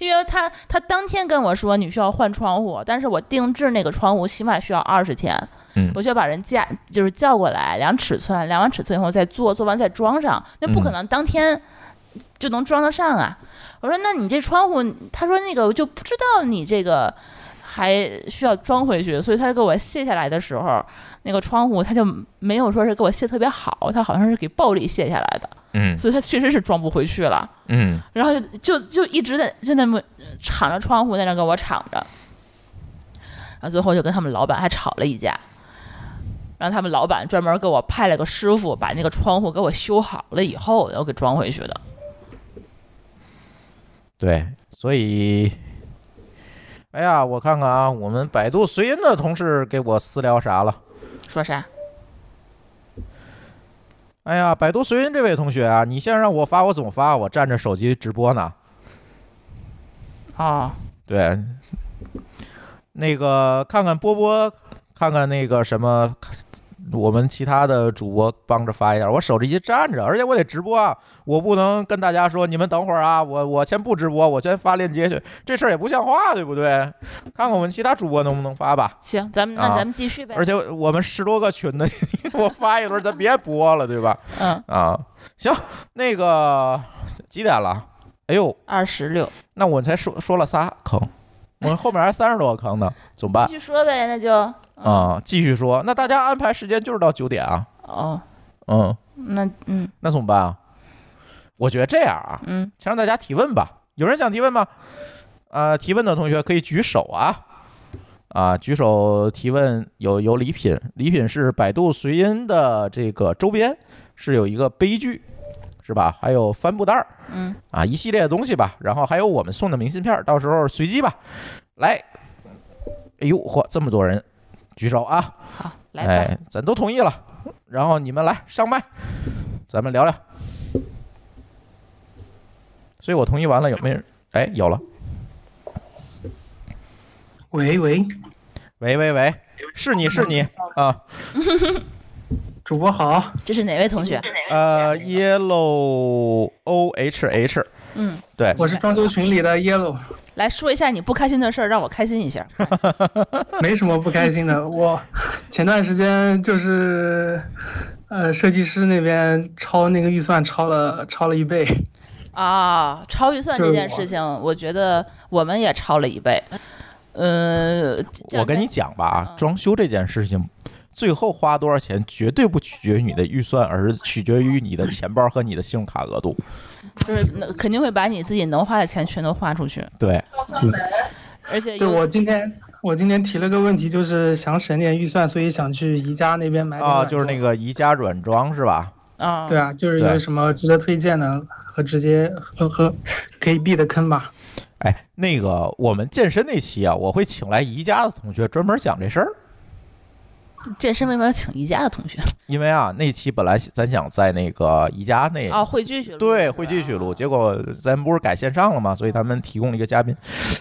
Speaker 2: 因为他他当天跟我说你需要换窗户，但是我定制那个窗户起码需要二十天，
Speaker 3: 嗯
Speaker 2: 我需要把人架就是叫过来量尺寸，量完尺寸以后再做，做完再装上，那不可
Speaker 3: 嗯
Speaker 2: 能当天就能装得上啊。我说那你这窗户，他说那个我就不知道你这个还需要装回去，所以他给我卸下来的时候，那个窗户他就没有说是给我卸特别好，他好像是给暴力卸下来的，
Speaker 3: 嗯
Speaker 2: 所以他确实是装不回去了。
Speaker 3: 嗯，
Speaker 2: 然后就就一直在就那么敞着窗户在那给我敞着，然后最后就跟他们老板还吵了一架，然后他们老板专门给我派了个师傅把那个窗户给我修好了以后，然后给装回去的。
Speaker 3: 对，所以。哎呀，我看看啊，我们百度随音的同事给我私聊啥了？
Speaker 2: 说啥？
Speaker 3: 哎呀，百度随音这位同学啊，你现在让我发，我怎么发？我站着手机直播呢。
Speaker 2: 哦，
Speaker 3: 对，那个看看波波，看看那个什么，我们其他的主播帮着发一下。我手机站着，而且我得直播啊，我不能跟大家说你们等会儿啊，我我先不直播，我先发链接去，这事儿也不像话，对不对？看看我们其他主播能不能发吧。
Speaker 2: 行，咱们那
Speaker 3: 啊
Speaker 2: 咱们继续呗。
Speaker 3: 而且我们十多个群的， [LAUGHS] 你给我发一轮，咱别播了，对吧？
Speaker 2: 嗯，
Speaker 3: 啊，行，那个几点了？哎呦，
Speaker 2: 二十六，
Speaker 3: 那我才说说了仨坑，我后面还三十多个坑呢，怎么
Speaker 2: [LAUGHS]
Speaker 3: 办
Speaker 2: 继续说呗，那就
Speaker 3: 啊、继续说，那大家安排时间就是到九点啊，
Speaker 2: 哦，
Speaker 3: 嗯，
Speaker 2: 那嗯
Speaker 3: 那怎么办啊？我觉得这样啊，
Speaker 2: 嗯，
Speaker 3: 先让大家提问吧，有人想提问吗？呃，提问的同学可以举手啊，啊，举手提问有有礼品，礼品是百度随音的这个周边，是有一个杯具，是吧？还有帆布袋儿，
Speaker 2: 嗯，
Speaker 3: 啊，一系列的东西吧，然后还有我们送的明信片儿，到时候随机吧。来，哎呦嚯，这么多人举手啊！
Speaker 2: 好，来吧。
Speaker 3: 哎，咱都同意了，然后你们来上麦，咱们聊聊。所以我同意完了，有没有人？哎，有了，
Speaker 4: 喂喂，
Speaker 3: 喂喂喂，是你是你啊，
Speaker 4: [LAUGHS] 主播好，
Speaker 2: 这是哪位同学？
Speaker 3: 呃，yellow o h h，
Speaker 2: 嗯，
Speaker 3: 对，
Speaker 4: 我是装修群里的 yellow，
Speaker 2: 来说一下你不开心的事儿，让我开心一
Speaker 3: [LAUGHS]
Speaker 2: 下。
Speaker 4: 没什么不开心的。我前段时间就是，呃，设计师那边超那个预算超了超了一倍，
Speaker 2: 啊，超预算
Speaker 4: 这
Speaker 2: 这
Speaker 4: 是
Speaker 2: 件
Speaker 4: 我
Speaker 2: 事情，我觉得我们也超了一倍。嗯，这
Speaker 3: 我跟你讲吧，啊装修这件事情，最后花多少钱绝对不取决于你的预算，而是取决于你的钱包和你的信用卡额度。
Speaker 2: 就是那肯定会把你自己能花的钱全都花出去，
Speaker 3: 对，
Speaker 2: 而且
Speaker 4: 对
Speaker 2: 有
Speaker 4: 我今天我今天提了个问题，就是想省点预算，所以想去宜家那边买点
Speaker 3: 啊，
Speaker 4: 软
Speaker 3: 就是
Speaker 4: 装
Speaker 3: 那个宜家软装是吧？
Speaker 2: 啊，
Speaker 4: 对，啊，就是
Speaker 3: 对
Speaker 4: 有什么值得推荐的嗯和直接和和可以避的坑吧。
Speaker 3: 哎，那个我们健身那期啊，我会请来宜家的同学专门讲这事儿，
Speaker 2: 健身为什么要请宜家的同学？
Speaker 3: 因为啊，那期本来咱想在那个宜家那。
Speaker 2: 啊，汇聚去录
Speaker 3: 对，
Speaker 2: 是吧
Speaker 3: 会继续录。结果咱不是改线上了吗？所以他们提供了一个嘉宾。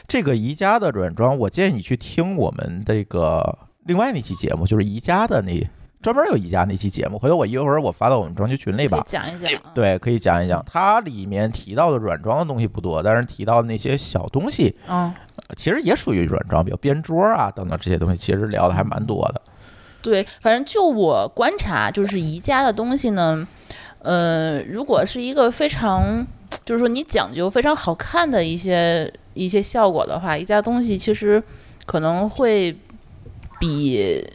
Speaker 3: 这个宜家的软装，我建议你去听我们这个另外那期节目，就是宜家的那专门有宜家那期节目。回头我一会儿我发到我们装修群里
Speaker 2: 可以
Speaker 3: 吧。
Speaker 2: 讲一讲啊，
Speaker 3: 对，可以讲一讲。它里面提到的软装的东西不多，但是提到那些小东西，
Speaker 2: 嗯，
Speaker 3: 呃其实也属于软装，比如边桌啊等等这些东西，其实聊的还蛮多的。
Speaker 2: 对，反正就我观察，就是宜家的东西呢，呃，如果是一个非常，就是说你讲究非常好看的一些一些效果的话，宜家东西其实可能会比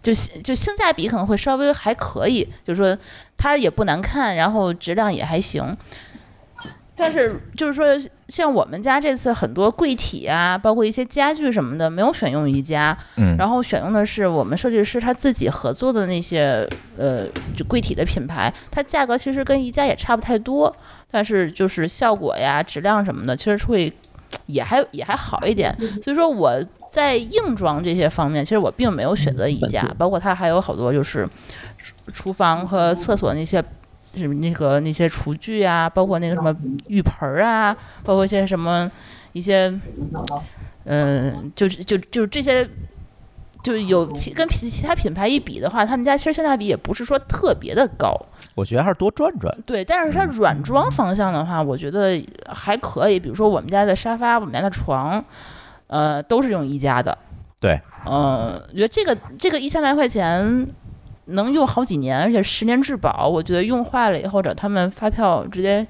Speaker 2: 就性就性价比可能会稍微还可以，就是说它也不难看，然后质量也还行。但是就是说，像我们家这次很多柜体啊，包括一些家具什么的，没有选用宜家，
Speaker 3: 嗯
Speaker 2: 然后选用的是我们设计师他自己合作的那些呃就柜体的品牌，它价格其实跟宜家也差不太多，但是就是效果呀、质量什么的，其实会。也还也还好一点。所以说我在硬装这些方面，其实我并没有选择宜家，包括它还有好多就是厨厨房和厕所那些。什么那个那些厨具啊，包括那个什么浴盆儿啊，包括一些什么一些，嗯、就是就就是这些，就有其跟其其他品牌一比的话，他们家其实性价比也不是说特别的高。
Speaker 3: 我觉得还是多转转。
Speaker 2: 对，但是它软装方向的话，我觉得还可以。比如说我们家的沙发，我们家的床，呃，都是用宜家的。
Speaker 3: 对，
Speaker 2: 呃，我觉得这个这个一千来块钱能用好几年，而且十年质保，我觉得用坏了以后找他们发票直接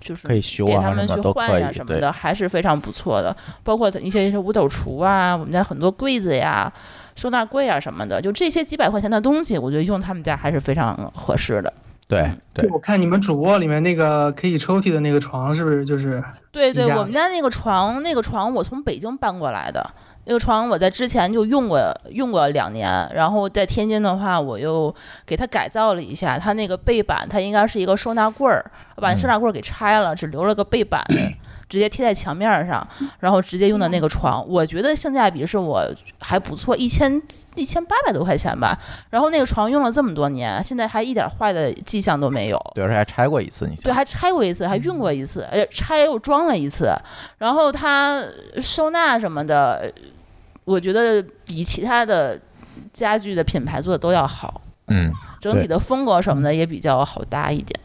Speaker 2: 就是
Speaker 3: 可以修
Speaker 2: 给
Speaker 3: 啊
Speaker 2: 他
Speaker 3: 什
Speaker 2: 们去
Speaker 3: 么都可
Speaker 2: 换呀
Speaker 3: 以。
Speaker 2: 什么
Speaker 3: 对，
Speaker 2: 的，还是非常不错的。包括一些一些五斗橱啊，我们家很多柜子呀、收纳柜啊什么的，就这些几百块钱的东西，我觉得用他们家还是非常合适的。嗯
Speaker 3: 对对，
Speaker 4: 我看你们主卧里面那个可以抽屉的那个床，是不是就是
Speaker 2: 对对，
Speaker 4: 宜家
Speaker 2: 我们家那个床，那个床我从北京搬过来的。那个床我在之前就用过，用过两年。然后在天津的话，我又给它改造了一下。它那个背板，它应该是一个收纳柜儿，我把那收纳柜儿给拆了，只留了个背板，直接贴在墙面儿上，然后直接用的那个床。我觉得性价比是我还不错，一千一千八百多块钱吧。然后那个床用了这么多年，现在还一点坏的迹象都没有。
Speaker 3: 对，而且还拆过一次，你
Speaker 2: 对，
Speaker 3: 想，
Speaker 2: 还拆过一次，还运过一次，而且拆又装了一次。然后它收纳什么的，我觉得比其他的家具的品牌做的都要好，
Speaker 3: 嗯。
Speaker 2: 整体
Speaker 3: 对
Speaker 2: 的风格什么的也比较好搭一点。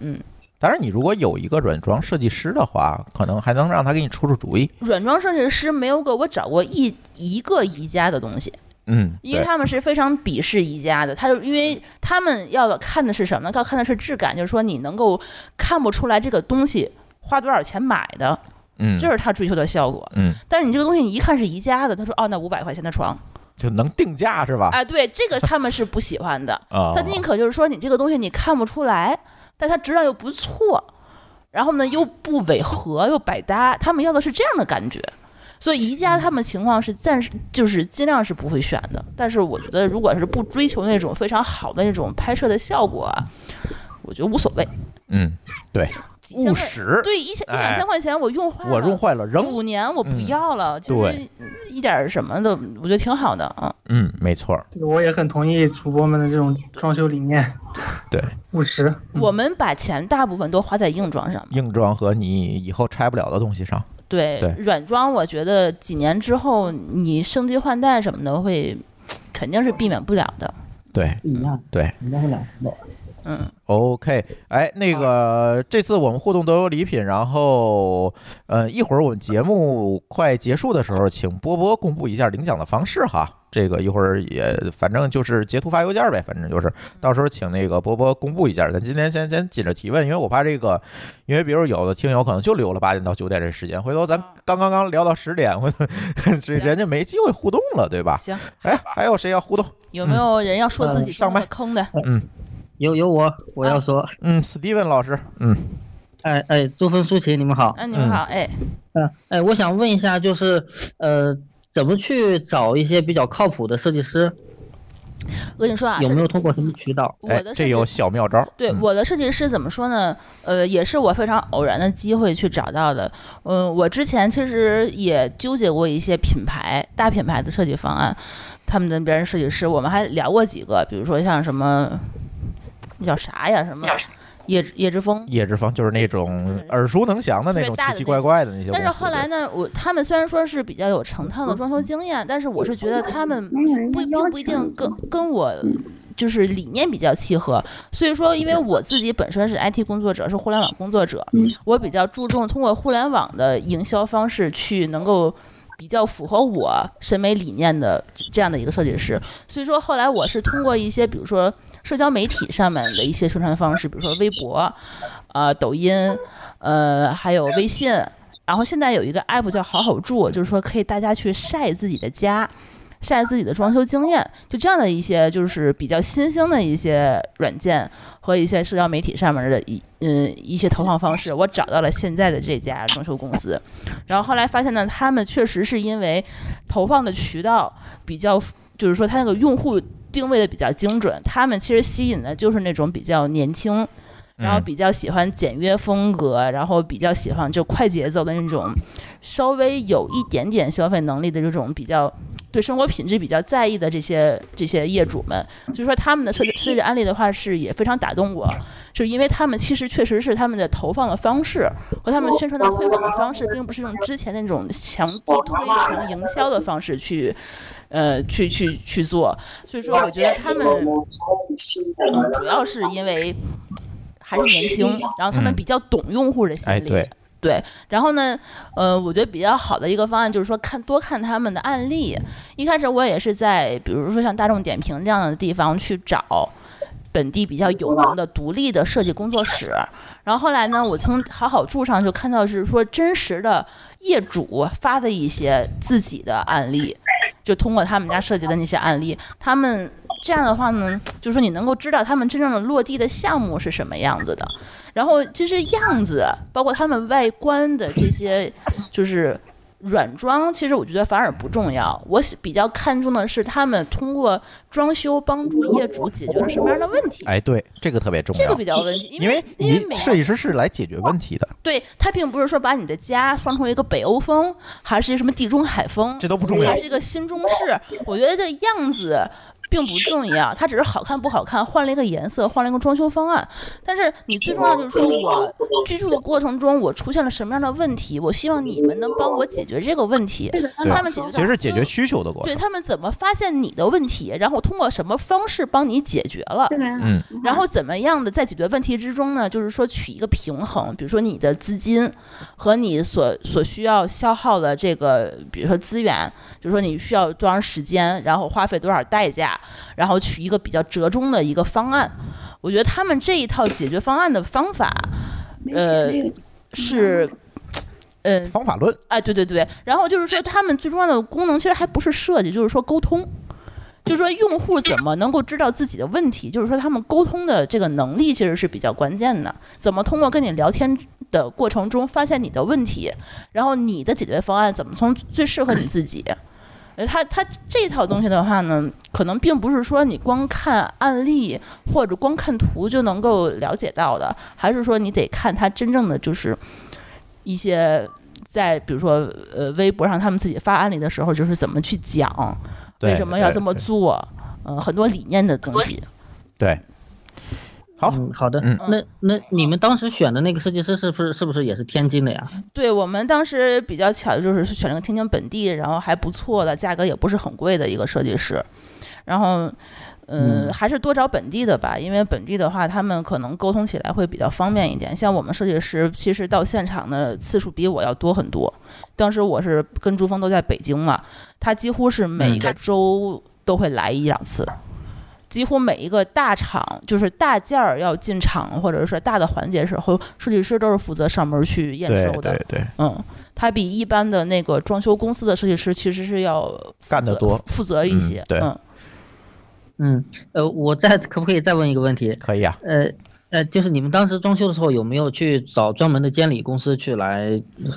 Speaker 2: 嗯
Speaker 3: 当然，你如果有一个软装设计师的话，可能还能让他给你出出主意。
Speaker 2: 软装设计师没有给我找过一一个宜家的东西，
Speaker 3: 嗯，
Speaker 2: 因为
Speaker 3: 对
Speaker 2: 他们是非常鄙视宜家的，他就因为他们要看的是什么呢？要看的是质感，就是说你能够看不出来这个东西花多少钱买的，
Speaker 3: 嗯，
Speaker 2: 这是他追求的效果。
Speaker 3: 嗯，
Speaker 2: 但是你这个东西你一看是宜家的，他说哦，那五百块钱的床，
Speaker 3: 就能定价是吧？
Speaker 2: 哎，对，这个他们是不喜欢
Speaker 3: [LAUGHS]
Speaker 2: 的，
Speaker 3: 啊
Speaker 2: 他宁可就是说你这个东西你看不出来，但它质量又不错，然后呢又不违和又百搭，他们要的是这样的感觉。所以宜家
Speaker 3: 嗯
Speaker 2: 他们情况是暂时就是尽量是不会选的，但是我觉得如果是不追求那种非常好的那种拍摄的效果啊，我觉得无所谓，
Speaker 3: 嗯，对，
Speaker 2: 几千
Speaker 3: 务
Speaker 2: 块
Speaker 3: 实。
Speaker 2: 对一千一两
Speaker 3: 哎
Speaker 2: 千块钱我用坏了，
Speaker 3: 我用坏了扔，
Speaker 2: 五年我不
Speaker 3: 嗯
Speaker 2: 要了，其
Speaker 3: 对
Speaker 2: 实一点儿什么的，我觉得挺好的啊。
Speaker 3: 嗯，没错儿，
Speaker 4: 对我也很同意主播们的这种装修理念，
Speaker 3: 对，
Speaker 4: 务实。
Speaker 2: 我们把钱大部分都花在硬装上嘛，
Speaker 3: 硬装和你以后拆不了的东西上，
Speaker 2: 对
Speaker 3: 对
Speaker 2: 软装，我觉得几年之后你升级换代什么的会，肯定是避免不了的。
Speaker 3: 对
Speaker 5: 不一样，
Speaker 3: 对
Speaker 5: 人家会两头走。
Speaker 2: 嗯，
Speaker 3: ，OK，哎，那个这次我们互动都有礼品，然后呃，一会儿我们节目快结束的时候，请波波公布一下领奖的方式哈。这个一会儿也反正就是截图发邮件呗，反正就是到时候请那个波波公布一下。咱今天先先紧着提问，因为我怕这个，因为比如有的听友可能就留了八点到九点这时间，回头咱刚刚刚聊到十点，回头 [LAUGHS] 这人家没机会互动了，对吧？
Speaker 2: 行，
Speaker 3: 哎，还有谁要互动？
Speaker 2: 有没有人要说自己
Speaker 3: 嗯上麦
Speaker 2: 被坑的？
Speaker 5: 有有我，我
Speaker 2: 啊
Speaker 5: 要说，
Speaker 3: 嗯，Steven 老师，嗯，
Speaker 5: 哎哎，朱峰、舒淇，你们好。
Speaker 2: 哎，你们好，哎，
Speaker 5: 嗯，哎，我想问一下，就是呃，怎么去找一些比较靠谱的设计师？
Speaker 2: 我跟你说啊，
Speaker 5: 有没有通过什么渠道？
Speaker 2: 我
Speaker 3: 哎
Speaker 2: 的，设
Speaker 3: 这
Speaker 2: 计
Speaker 3: 有小妙招。
Speaker 2: 对，
Speaker 3: 嗯
Speaker 2: 我的设计师怎么说呢？呃，也是我非常偶然的机会去找到的。嗯、我之前其实也纠结过一些品牌、大品牌的设计方案，他们的别人设计师，我们还聊过几个，比如说像什么，那叫啥呀？什么叶叶之风。
Speaker 3: 叶之方就是那种耳熟能详的那
Speaker 2: 特别嗯
Speaker 3: 种
Speaker 2: 大
Speaker 3: 奇
Speaker 2: 的
Speaker 3: 奇怪怪的那些公
Speaker 2: 但
Speaker 3: 司。嗯
Speaker 2: 是后来呢，我他们虽然说是比较有成套的装修经验，但是我是觉得他们
Speaker 6: 没有人
Speaker 2: 不
Speaker 6: 家
Speaker 2: 并
Speaker 6: 要
Speaker 2: 不一
Speaker 6: 求嗯
Speaker 2: 定
Speaker 6: 你
Speaker 2: 跟跟我就是理念比较契合，所以说因为我自己本身是 IT 工作者，是互联网工作者，
Speaker 6: 嗯
Speaker 2: 我比较注重通过互联网的营销方式去能够。比较符合我审美理念的这样的一个设计师，所以说后来我是通过一些，比如说社交媒体上面的一些宣传方式，比如说微博、呃抖音、呃还有微信，然后现在有一个 app 叫好好住，就是说可以大家去晒自己的家，晒自己的装修经验，就这样的一些就是比较新兴的一些软件和一些社交媒体上面的一嗯一些投放方式，我找到了现在的这家装修公司，然后后来发现呢，他们确实是因为投放的渠道比较，就是说他那个用户定位的比较精准，他们其实吸引的就是那种比较年轻。然后
Speaker 3: 嗯
Speaker 2: 比较喜欢简约风格，然后比较喜欢就快节奏的那种稍微有一点点消费能力的这种比较对生活品质比较在意的这些这些业主们，所以说他们的设计设计案例的话是也非常打动我，就因为他们其实确实是他们的投放的方式和他们宣传的推广的方式，并不是用之前那种强力推行营销的方式去。呃，去去去做，所以说我觉得他们，嗯，主要是因为还是年轻，然后他们
Speaker 3: 嗯
Speaker 2: 比较懂用户的心
Speaker 3: 哎
Speaker 2: 理，
Speaker 3: 对
Speaker 2: 对，然后呢，呃，我觉得比较好的一个方案就是说看多看他们的案例。一开始我也是在比如说像大众点评这样的地方去找本地比较有名的独立的设计工作室，然后后来呢，我从好好住上就看到是说真实的业主发的一些自己的案例，就通过他们家设计的那些案例，他们这样的话呢，就是说你能够知道他们真正的落地的项目是什么样子的。然后其实样子，包括他们外观的这些，就是软装，其实我觉得反而不重要。我喜比较看重的是他们通过装修帮助业主解决了什么样的问题，
Speaker 3: 哎对，这个特别重
Speaker 2: 这个
Speaker 3: 要
Speaker 2: 比，较有问题，
Speaker 3: 因为
Speaker 2: 因为每
Speaker 3: 你
Speaker 2: 个
Speaker 3: 设计师是来解决问题的，
Speaker 2: 对它并不是说把你的家装成一个北欧风，还是一个什么地中海风，
Speaker 3: 这都不重要
Speaker 2: 还是一个新中式。我觉得这样子并不重要，它只是好看不好看，换了一个颜色，换了一个装修方案。但是你最重要就是说我居住的过程中，我出现了什么样的问题，我希望你们能帮我解决这个问题，让他们解决到
Speaker 3: 其实是解决
Speaker 2: 思
Speaker 3: 需求的过
Speaker 2: 对
Speaker 3: 程。
Speaker 2: 他们怎么发现你的问题，然后通过什么方式帮你解决了。
Speaker 3: 嗯，
Speaker 2: 然后怎么样的在解决问题之中呢？就是说取一个平衡，比如说你的资金和你所所需要消耗的这个，比如说资源，就是说你需要多长时间，然后花费多少代价，然后取一个比较折中的一个方案。我觉得他们这一套解决方案的方法，呃，是，呃，
Speaker 3: 方法论，
Speaker 2: 哎，对对对，然后就是说，他们最重要的功能其实还不是设计，就是说沟通，就是说用户怎么能够知道自己的问题，就是说他们沟通的这个能力其实是比较关键的。怎么通过跟你聊天的过程中发现你的问题，然后你的解决方案怎么从最适合你自己。呃，他他这套东西的话呢，可能并不是说你光看案例或者光看图就能够了解到的，还是说你得看他真正的就是一些在比如说呃微博上他们自己发案例的时候，就是怎么去讲，
Speaker 3: 对
Speaker 2: 为什么要
Speaker 3: 对
Speaker 2: 这么
Speaker 3: 对
Speaker 2: 做，呃，很多理念的东西。
Speaker 3: 对，好，
Speaker 5: 嗯，好的。
Speaker 3: 嗯
Speaker 5: 那那你们当时选的那个设计师是不是是不是也是天津的呀？
Speaker 2: 对我们当时比较巧，就是选了个天津本地，然后还不错的，价格也不是很贵的一个设计师。然后，呃，还是多找本地的吧，因为本地的话，他们可能沟通起来会比较方便一点。像我们设计师，其实到现场的次数比我要多很多。当时我是跟朱峰都在北京嘛，他几乎是每
Speaker 5: 嗯
Speaker 2: 个周都会来一两次。几乎每一个大厂，就是大件儿要进场，或者是大的环节时候，设计师都是负责上门去验
Speaker 3: 对
Speaker 2: 收的。
Speaker 3: 对对，
Speaker 2: 嗯，他比一般的那个装修公司的设计师其实是要负
Speaker 3: 干得
Speaker 2: 责
Speaker 3: 多
Speaker 2: 负责一
Speaker 3: 嗯
Speaker 2: 些。
Speaker 3: 对
Speaker 2: 嗯
Speaker 5: 嗯，呃，我再可不可以再问一个问题？
Speaker 3: 可以啊。
Speaker 5: 呃呃，就是你们当时装修的时候有没有去找专门的监理公司去来呃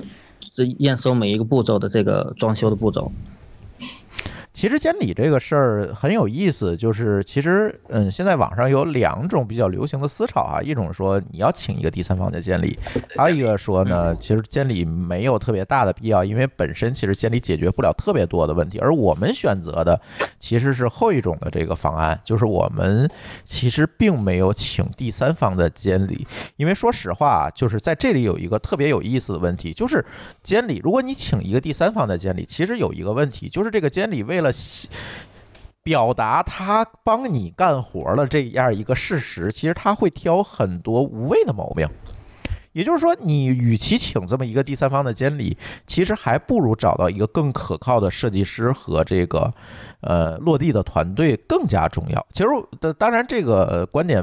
Speaker 5: 这验收每一个步骤的这个装修的步骤？
Speaker 3: 其实监理这个事儿很有意思，就是其实嗯，现在网上有两种比较流行的思潮啊，一种说你要请一个第三方的监理，还有一个说呢，其实监理嗯没有特别大的必要，因为本身其实监理解决不了特别多的问题，而我们选择的其实是后一种的这个方案，就是我们其实并没有请第三方的监理，因为说实话，就是在这里有一个特别有意思的问题，就是监理，如果你请一个第三方的监理，其实有一个问题，就是这个监理为了洗表达他帮你干活了这样一个事实，其实他会挑很多无谓的毛病。也就是说，你与其请这么一个第三方的监理，其实还不如找到一个更可靠的设计师和这个呃落地的团队更加重要。其实我，当当然这个呃观点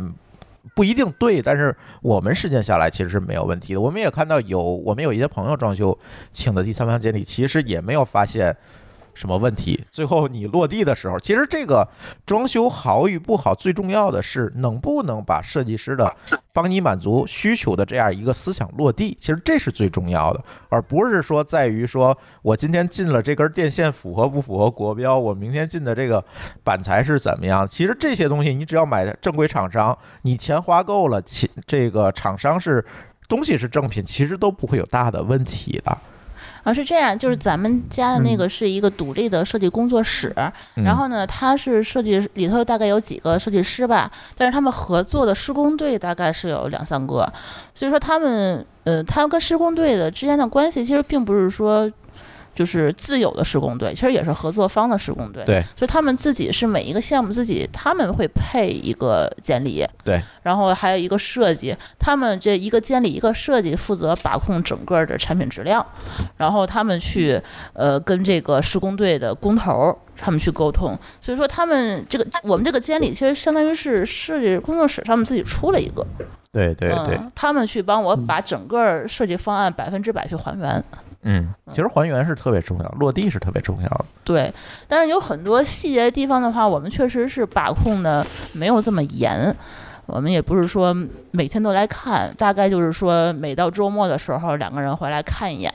Speaker 3: 不一定对，但是我们实践下来其实是没有问题的。我们也看到有我们有一些朋友装修请的第三方监理，其实也没有发现什么问题。最后你落地的时候，其实这个装修好与不好，最重要的是能不能把设计师的帮你满足需求的这样一个思想落地，其实这是最重要的，而不是说在于说我今天进了这根电线符合不符合国标，我明天进的这个板材是怎么样。其实这些东西你只要买的正规厂商，你钱花够了，其这个厂商是东西是正品，其实都不会有大的问题的。
Speaker 2: 啊，是这样，就是咱们家的那个是一个独立的设计工作室，
Speaker 3: 嗯
Speaker 2: 然后呢，它是设计里头大概有几个设计师吧，但是他们合作的施工队大概是有两三个，所以说他们呃，他们跟施工队的之间的关系其实并不是说。就是自有的施工队，其实也是合作方的施工队，
Speaker 3: 对，
Speaker 2: 所以他们自己是每一个项目自己，他们会配一个监理，
Speaker 3: 对，
Speaker 2: 然后还有一个设计，他们这一个监理一个设计负责把控整个的产品质量，然后他们去呃跟这个施工队的工头儿他们去沟通，所以说他们这个我们这个监理其实相当于是设计工作室他们自己出了一个，
Speaker 3: 对对对，
Speaker 2: 嗯，他们去帮我把整个设计方案百分之百去还原，
Speaker 3: 嗯，其实还原是特别重要，落地是特别重要的。
Speaker 2: 对，但是有很多细节的地方的话，我们确实是把控的没有这么严。我们也不是说每天都来看，大概就是说每到周末的时候，两个人回来看一眼。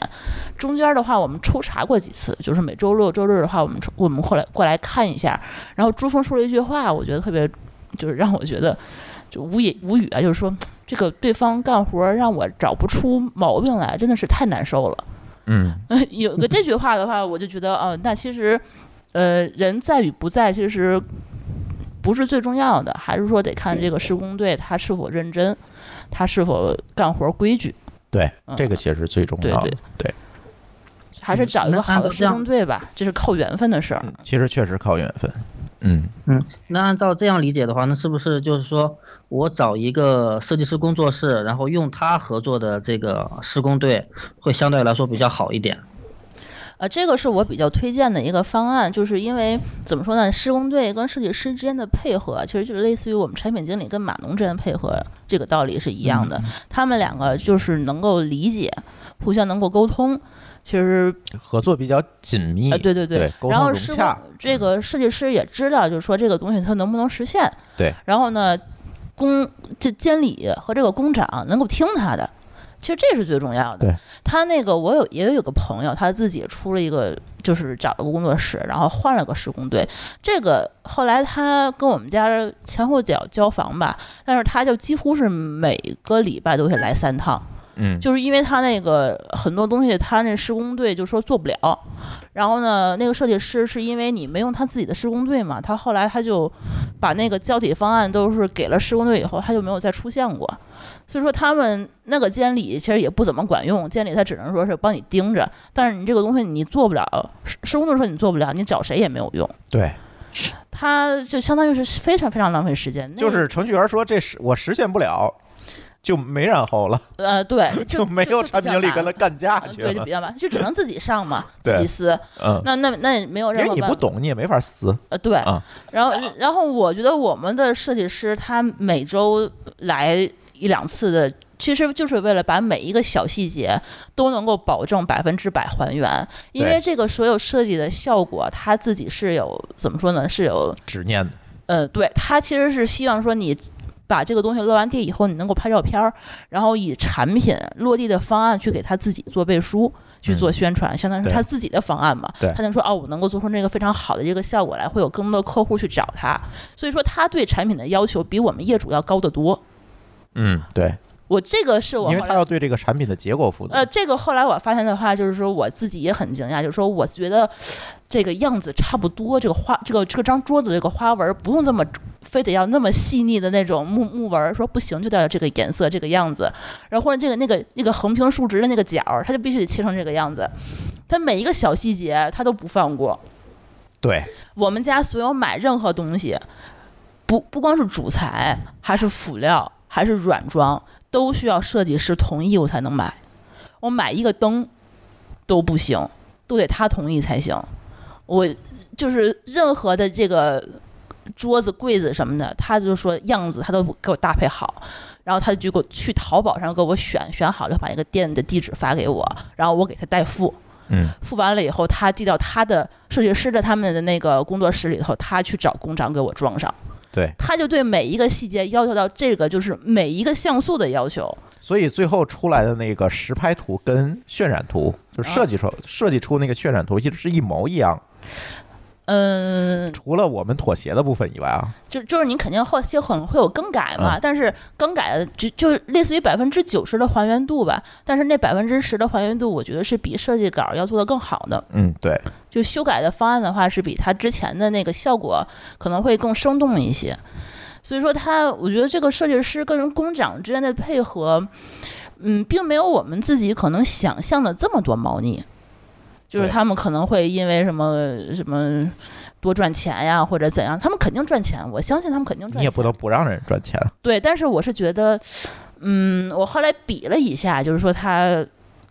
Speaker 2: 中间的话，我们抽查过几次，就是每周六、周日的话，我们抽我们后来过来看一下。然后朱峰说了一句话，我觉得特别，就是让我觉得就无语无语啊，就是说这个对方干活儿让我找不出毛病来，真的是太难受了。
Speaker 3: 嗯，
Speaker 2: [LAUGHS] 有个这句话的话，我就觉得哦，那其实，呃，人在与不在，其实不是最重要的，还是说得看这个施工队他是否认真，他是否干活规矩，
Speaker 3: 对，
Speaker 2: 嗯
Speaker 3: 这个其实最重要的
Speaker 2: 对。
Speaker 3: 对，
Speaker 2: 还是找一个好的施工队吧，这是靠缘分的事儿。
Speaker 3: 其实确实靠缘分。嗯，
Speaker 5: 那按照这样理解的话，那是不是就是说我找一个设计师工作室，然后用他合作的这个施工队，会相对来说比较好一点？
Speaker 2: 呃，这个是我比较推荐的一个方案，就是因为怎么说呢，施工队跟设计师之间的配合，其实就是类似于我们产品经理跟码农之间的配合，这个道理是一样的。他们两个就是能够理解，互相能够沟通，其实
Speaker 3: 合作比较紧密
Speaker 2: 啊，，对对
Speaker 3: 对，沟
Speaker 2: 然
Speaker 3: 通
Speaker 2: 后
Speaker 3: 融
Speaker 2: 施
Speaker 3: 洽，嗯
Speaker 2: 工这个设计师也知道，就是说这个东西它能不能实现。
Speaker 3: 对。
Speaker 2: 然后呢，工这监理和这个工长能够听他的，其实这是最重要的。
Speaker 3: 对。
Speaker 2: 他那个我有也有个朋友，他自己出了一个，就是找了个工作室，然后换了个施工队。这个后来他跟我们家前后脚交房吧，但是他就几乎是每个礼拜都会来三趟。
Speaker 3: 嗯，
Speaker 2: 就是因为他那个很多东西，他那施工队就说做不了，然后呢，那个设计师是因为你没用他自己的施工队嘛，他后来他就把那个胶体方案都是给了施工队以后，他就没有再出现过，所以说他们那个监理其实也不怎么管用，监理他只能说是帮你盯着，但是你这个东西你做不了，施施工队说你做不了，你找谁也没有用，
Speaker 3: 对，
Speaker 2: 他就相当于是非常非常浪费时间，那
Speaker 3: 就是程序员说这是我实现不了，就没然后了，
Speaker 2: 呃对，
Speaker 3: 就没有
Speaker 2: 比
Speaker 3: 产品
Speaker 2: 较
Speaker 3: 经理
Speaker 2: 麻
Speaker 3: 跟他干架
Speaker 2: 烦
Speaker 3: 去
Speaker 2: 对，就
Speaker 3: 了
Speaker 2: 比。较麻烦，就只能自己上嘛，
Speaker 3: 对
Speaker 2: 自己撕。
Speaker 3: 嗯，
Speaker 2: 那那那也没有
Speaker 3: [LAUGHS] 因
Speaker 2: 任
Speaker 3: 为
Speaker 2: 何
Speaker 3: 你
Speaker 2: 办
Speaker 3: 不
Speaker 2: 法，
Speaker 3: 懂，你也没法撕。
Speaker 2: 呃，对
Speaker 3: 啊。
Speaker 2: 然后然后我觉得我们的设计师他每周来一两次的，其实就是为了把每一个小细节都能够保证百分之百还原，因为
Speaker 3: 对
Speaker 2: 这个所有设计的效果他自己是有怎么说呢？是有
Speaker 3: 执念的，
Speaker 2: 呃，对他其实是希望说你。把这个东西落完地以后，你能够拍照片儿，然后以产品落地的方案去给他自己做背书，去做宣传，相当于是
Speaker 3: 嗯对
Speaker 2: 他自己的方案嘛
Speaker 3: 对。
Speaker 2: 他能说哦，我能够做出那个非常好的这个效果来，会有更多的客户去找他。所以说，他对产品的要求比我们业主要高得多。
Speaker 3: 嗯，对，
Speaker 2: 我这个是我
Speaker 3: 因为
Speaker 2: 后
Speaker 3: 他
Speaker 2: 来
Speaker 3: 要对这个产品的结果
Speaker 2: [LAUGHS]
Speaker 3: 负责。
Speaker 2: 呃，这个后来我发现的话，就是说我自己也很惊讶，就是说我觉得这个样子差不多，这个花这个这个张桌子这个花纹不用这么。非得要那么细腻的那种木木纹儿，说不行就得要这个颜色这个样子，然后或者这个那个那个横平竖直的那个角儿，它就必须得切成这个样子。它每一个小细节它都不放过。
Speaker 3: 对，
Speaker 2: 我们家所有买任何东西，不不光是主材，还是辅料，还是软装，都需要设计师同意我才能买。我买一个灯都不行，都得他同意才行。我就是任何的这个桌子、柜子什么的，他就说样子他都给我搭配好，然后他就给我去淘宝上给我选，选好了把那个店的地址发给我，然后我给他代付。
Speaker 3: 嗯，
Speaker 2: 付完了以后，他寄到他的设计师的他们的那个工作室里头，他去找工长给我装上。
Speaker 3: 对，
Speaker 2: 他就对每一个细节要求到这个，就是每一个像素的要求。
Speaker 3: 所以最后出来的那个实拍图
Speaker 2: 啊
Speaker 3: 跟渲染图，就设计出设计出那个渲染图，其实是一模一样。
Speaker 2: 嗯，
Speaker 3: 除了我们妥协的部分以外啊，
Speaker 2: 就就是你肯定后期很会有更改嘛，但是更改的就就类似于百分之九十的还原度吧，但是那百分之十的还原度，我觉得是比设计稿要做的更好的。
Speaker 3: 嗯，对，
Speaker 2: 就修改的方案的话，是比它之前的那个效果可能会更生动一些。所以说它，我觉得这个设计师跟工长之间的配合，嗯，并没有我们自己可能想象的这么多猫腻。就是
Speaker 3: 对
Speaker 2: 他们可能会因为什么什么多赚钱呀，或者怎样，他们肯定赚钱，我相信他们肯定赚
Speaker 3: 你也不
Speaker 2: 钱。
Speaker 3: 能不让人赚钱。
Speaker 2: 对，但是我是觉得，嗯，我后来比了一下，就是说他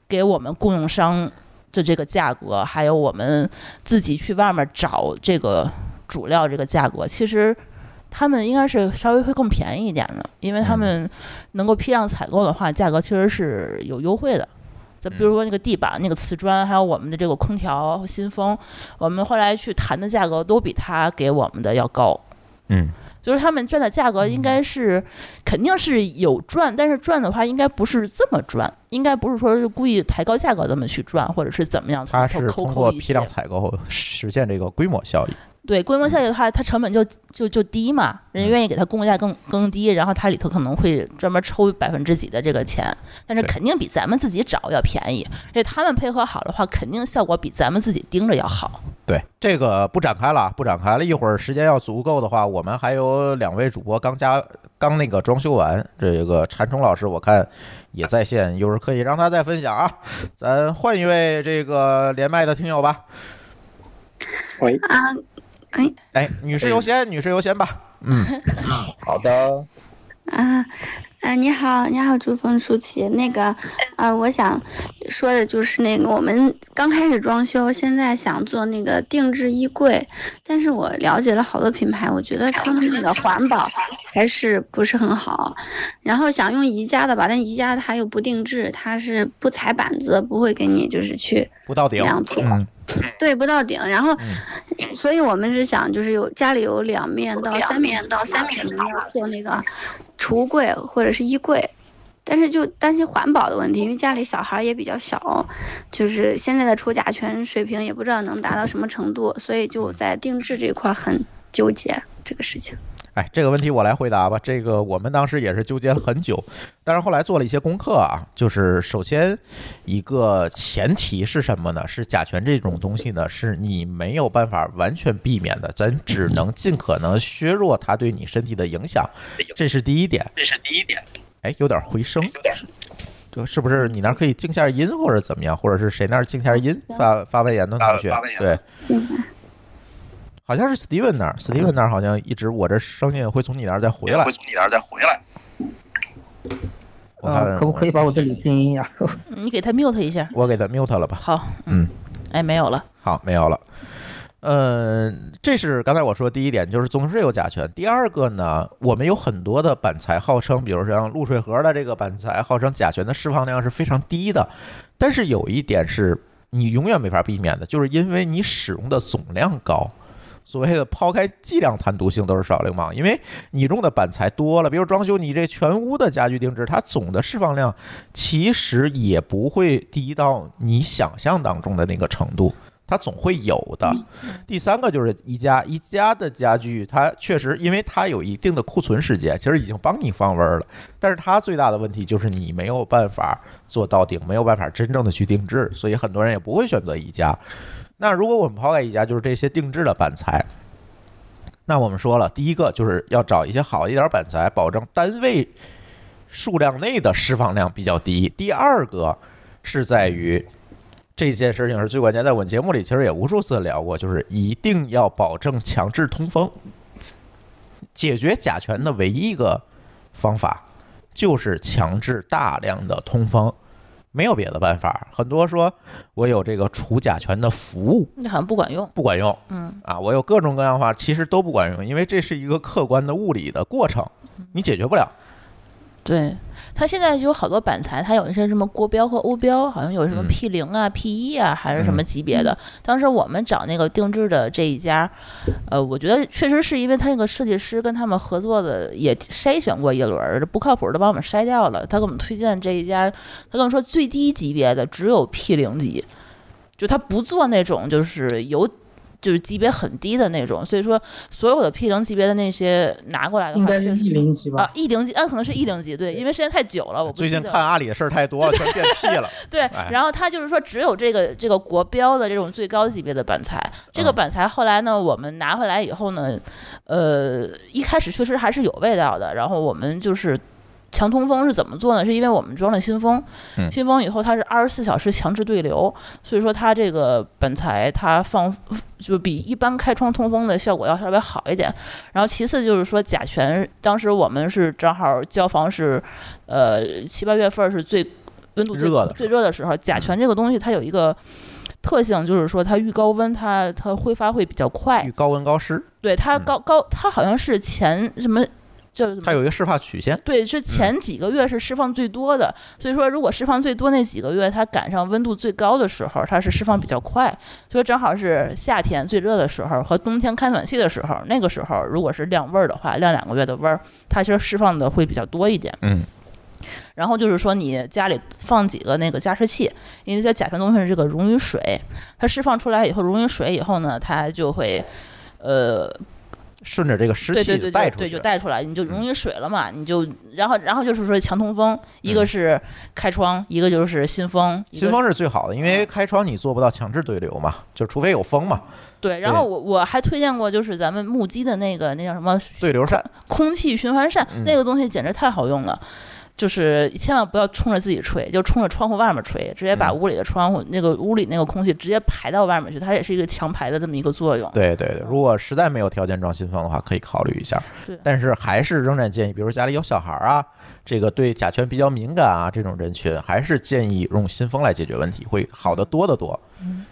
Speaker 2: 给我们供应商的这个价格，还有我们自己去外面找这个主料这个价格，其实。他们应该是稍微会更便宜一点的，因为他们能够批量采购的话，价格其实是有优惠的。咱比如说那个地板、那个瓷砖，还有我们的这个空调和新风，我们后来去谈的价格都比他给我们的要高。
Speaker 3: 嗯，
Speaker 2: 就是他们赚的价格应该是、肯定是有赚，但是赚的话应该不是这么赚，应该不是说是故意抬高价格这么去赚，或者是怎么样从
Speaker 3: 它
Speaker 2: 头
Speaker 3: 是
Speaker 2: 抠
Speaker 3: 通
Speaker 2: 抠
Speaker 3: 过
Speaker 2: 一
Speaker 3: 批
Speaker 2: 些。
Speaker 3: 量采购实现这个规模效益。
Speaker 2: 对规模
Speaker 3: 嗯
Speaker 2: 效益的话，它成本就就就低嘛，人家愿意给它供应价更更低，然后它里头可能会专门抽百分之几的这个钱，但是
Speaker 3: 对
Speaker 2: 肯定比咱们自己找要便宜，而且他们配合好的话，肯定效果比咱们自己盯着要好。
Speaker 3: 对，这个不展开了，不展开了。一会儿时间要足够的话，我们还有两位主播刚加刚那个装修完，这个禅冲老师我看也在线，一会儿可以让他再分享啊。咱换一位这个连麦的听友吧。
Speaker 6: 喂，
Speaker 3: 哎，女士优先，女士优先吧。嗯
Speaker 6: [LAUGHS] 好的，
Speaker 7: 啊，啊，你好，你好，朱峰、舒淇。那个，呃，我想说的就是那个，我们刚开始装修，现在想做那个定制衣柜，但是我了解了好多品牌，我觉得他们那个环保还是不是很好。然后想用宜家的吧，但宜家它又不定制，它是不踩板子，不会给你就是去
Speaker 3: 不到顶
Speaker 7: 那样，做
Speaker 3: 嗯，
Speaker 7: 对不到顶。然后， [CLEARS THROAT] 所以我们是想就是有家里有两面到三面
Speaker 6: 两面到三面
Speaker 7: 墙我们要做那个储物柜或者是衣柜。但是就担心环保的问题，因为家里小孩儿也比较小，就是现在的除甲醛水平也不知道能达到什么程度，所以就在定制这一块儿很纠结这个事情。
Speaker 3: 哎，这个问题我来回答吧。这个我们当时也是纠结了很久，但是后来做了一些功课啊。就是首先一个前提是什么呢？是甲醛这种东西呢，是你没有办法完全避免的，咱只能尽可能削弱它对你身体的影响，这是第一点。
Speaker 6: 这是第一点，
Speaker 3: 哎，有点回声，
Speaker 6: 有点
Speaker 3: 对是不是？你那儿可以静下音，或者怎么样？或者是谁那儿静下音发发外言的同学
Speaker 6: 发发言？
Speaker 3: 对
Speaker 7: 嗯，
Speaker 3: 好像是 Steven 那儿，Steven 那儿好像一直我这声音会从你那儿再回来
Speaker 6: 回。从你那儿再回来。
Speaker 3: 我看、
Speaker 5: 啊，可不可以把我这里静音啊？
Speaker 2: 嗯你给他 mute 一下，
Speaker 3: [LAUGHS] 我给他 mute 了吧？
Speaker 2: 好，
Speaker 3: 嗯，
Speaker 2: 哎，没有了。
Speaker 3: 好，没有了。嗯，这是刚才我说的第一点，就是总是有甲醛。第二个呢，我们有很多的板材号称，比如说像露水河的这个板材号称甲醛的释放量是非常低的，但是有一点是你永远没法避免的，就是因为你使用的总量高。所谓的抛开剂量单独性都是耍流氓，因为你用的板材多了，比如装修你这全屋的家居定制，它总的释放量其实也不会低到你想象当中的那个程度，它总会有的。第三个就是宜家，宜家的家具它确实因为它有一定的库存时间，其实已经帮你放味儿了，但是它最大的问题就是你没有办法做到顶，没有办法真正的去定制，所以很多人也不会选择宜家。那如果我们抛开宜家，就是这些定制的板材。那我们说了，第一个就是要找一些好一点儿板材，保证单位数量内的释放量比较低。第二个是在于这件事情是最关键，在我节目里其实也无数次聊过，就是一定要保证强制通风。解决甲醛的唯一一个方法就是强制大量的通风，没有别的办法。很多说我有这个除甲醛的服务，
Speaker 2: 那好像不管用。
Speaker 3: 不管用。
Speaker 2: 嗯，
Speaker 3: 啊，我有各种各样的方法，其实都不管用，因为这是一个客观的物理的过程，你解决不了。
Speaker 2: 嗯对，它现在有好多板材，它有一些什么国标和欧标，好像有什么
Speaker 3: 嗯
Speaker 2: P 零啊、P 一啊，还是什么
Speaker 3: 嗯
Speaker 2: 级别的。当时我们找那个定制的这一家，呃，我觉得确实是因为他那个设计师跟他们合作的也筛选过一轮儿，不靠谱的把我们筛掉了。他给我们推荐这一家，他跟我说最低级别的只有 P 零级，就他不做那种就是有。就是级别很低的那种，所以说所有的 P 零级别的那些拿过来的话，
Speaker 4: 应该是
Speaker 2: 确实
Speaker 4: 一零级吧
Speaker 2: 啊，一零级，嗯，可能是一零级，对，因为时间太久了，我不
Speaker 3: 最
Speaker 2: 记
Speaker 3: 近
Speaker 2: 得
Speaker 3: 看
Speaker 2: 了
Speaker 3: 阿里的事儿太多了，全变 P 了。
Speaker 2: 对
Speaker 3: 哎，
Speaker 2: 然后他就是说，只有这个这个国标的这种最高级别的板材，这
Speaker 3: 嗯
Speaker 2: 个板材后来呢，我们拿回来以后呢，呃，一开始确实还是有味道的。然后我们就是强通风是怎么做呢？是因为我们装了新风，
Speaker 3: 嗯
Speaker 2: 新风以后它是二十四小时强制对流，所以说它这个板材它放就比一般开窗通风的效果要稍微好一点。然后其次就是说甲醛，当时我们是正好交房是，呃七八月份是最温度最
Speaker 3: 热的嗯
Speaker 2: 最热的时候，甲醛这个东西它有一个。特性就是说，它遇高温它，它挥发会比较快
Speaker 3: 遇。高温高湿，嗯
Speaker 2: 对，它高高，它好像是前什么，就是
Speaker 3: 它有一个释放曲线。
Speaker 2: 对，是
Speaker 3: 嗯
Speaker 2: 前几个月是释放最多的，所以说如果释放最多那几个月，它赶上温度最高的时候，它是释放比较快，所以正好是夏天最热的时候和冬天开暖气的时候，那个时候如果是晾味儿的话，晾两个月的味儿，它其实释放的会比较多一点。
Speaker 3: 嗯，
Speaker 2: 然后就是说，你家里放几个那个加湿器，因为在甲醛东西是这个溶于水，它释放出来以后，溶于水以后呢，它就会，呃，
Speaker 3: 顺着这个湿
Speaker 2: 对
Speaker 3: 气
Speaker 2: 对
Speaker 3: 就
Speaker 2: 对
Speaker 3: 带
Speaker 2: 对
Speaker 3: 出
Speaker 2: 对，
Speaker 3: 去
Speaker 2: 就
Speaker 3: 了。嗯
Speaker 2: 带出来，你就溶于水了嘛，你就然后然后就是说强通风，一个是开窗，一个就是新风，一个嗯
Speaker 3: 新风是最好的，因为开窗你做不到强制对流嘛，就除非有风嘛，
Speaker 2: 对，然后我我还推荐过就是咱们木基的那个那叫什么
Speaker 3: 对流扇。
Speaker 2: 空气循环扇，
Speaker 3: 嗯
Speaker 2: 那个东西简直太好用了。就是千万不要冲着自己吹，就冲着窗户外面吹，直接把
Speaker 3: 嗯
Speaker 2: 屋里的窗户、那个屋里那个空气直接排到外面去，它也是一个强排的这么一个作用。
Speaker 3: 对对对，如果实在没有条件装新风的话，可以考虑一下
Speaker 2: 嗯对。
Speaker 3: 但是还是仍然建议，比如家里有小孩儿啊，这个对甲醛比较敏感啊，这种人群，还是建议用新风来解决问题，会好得多得多。
Speaker 2: 对嗯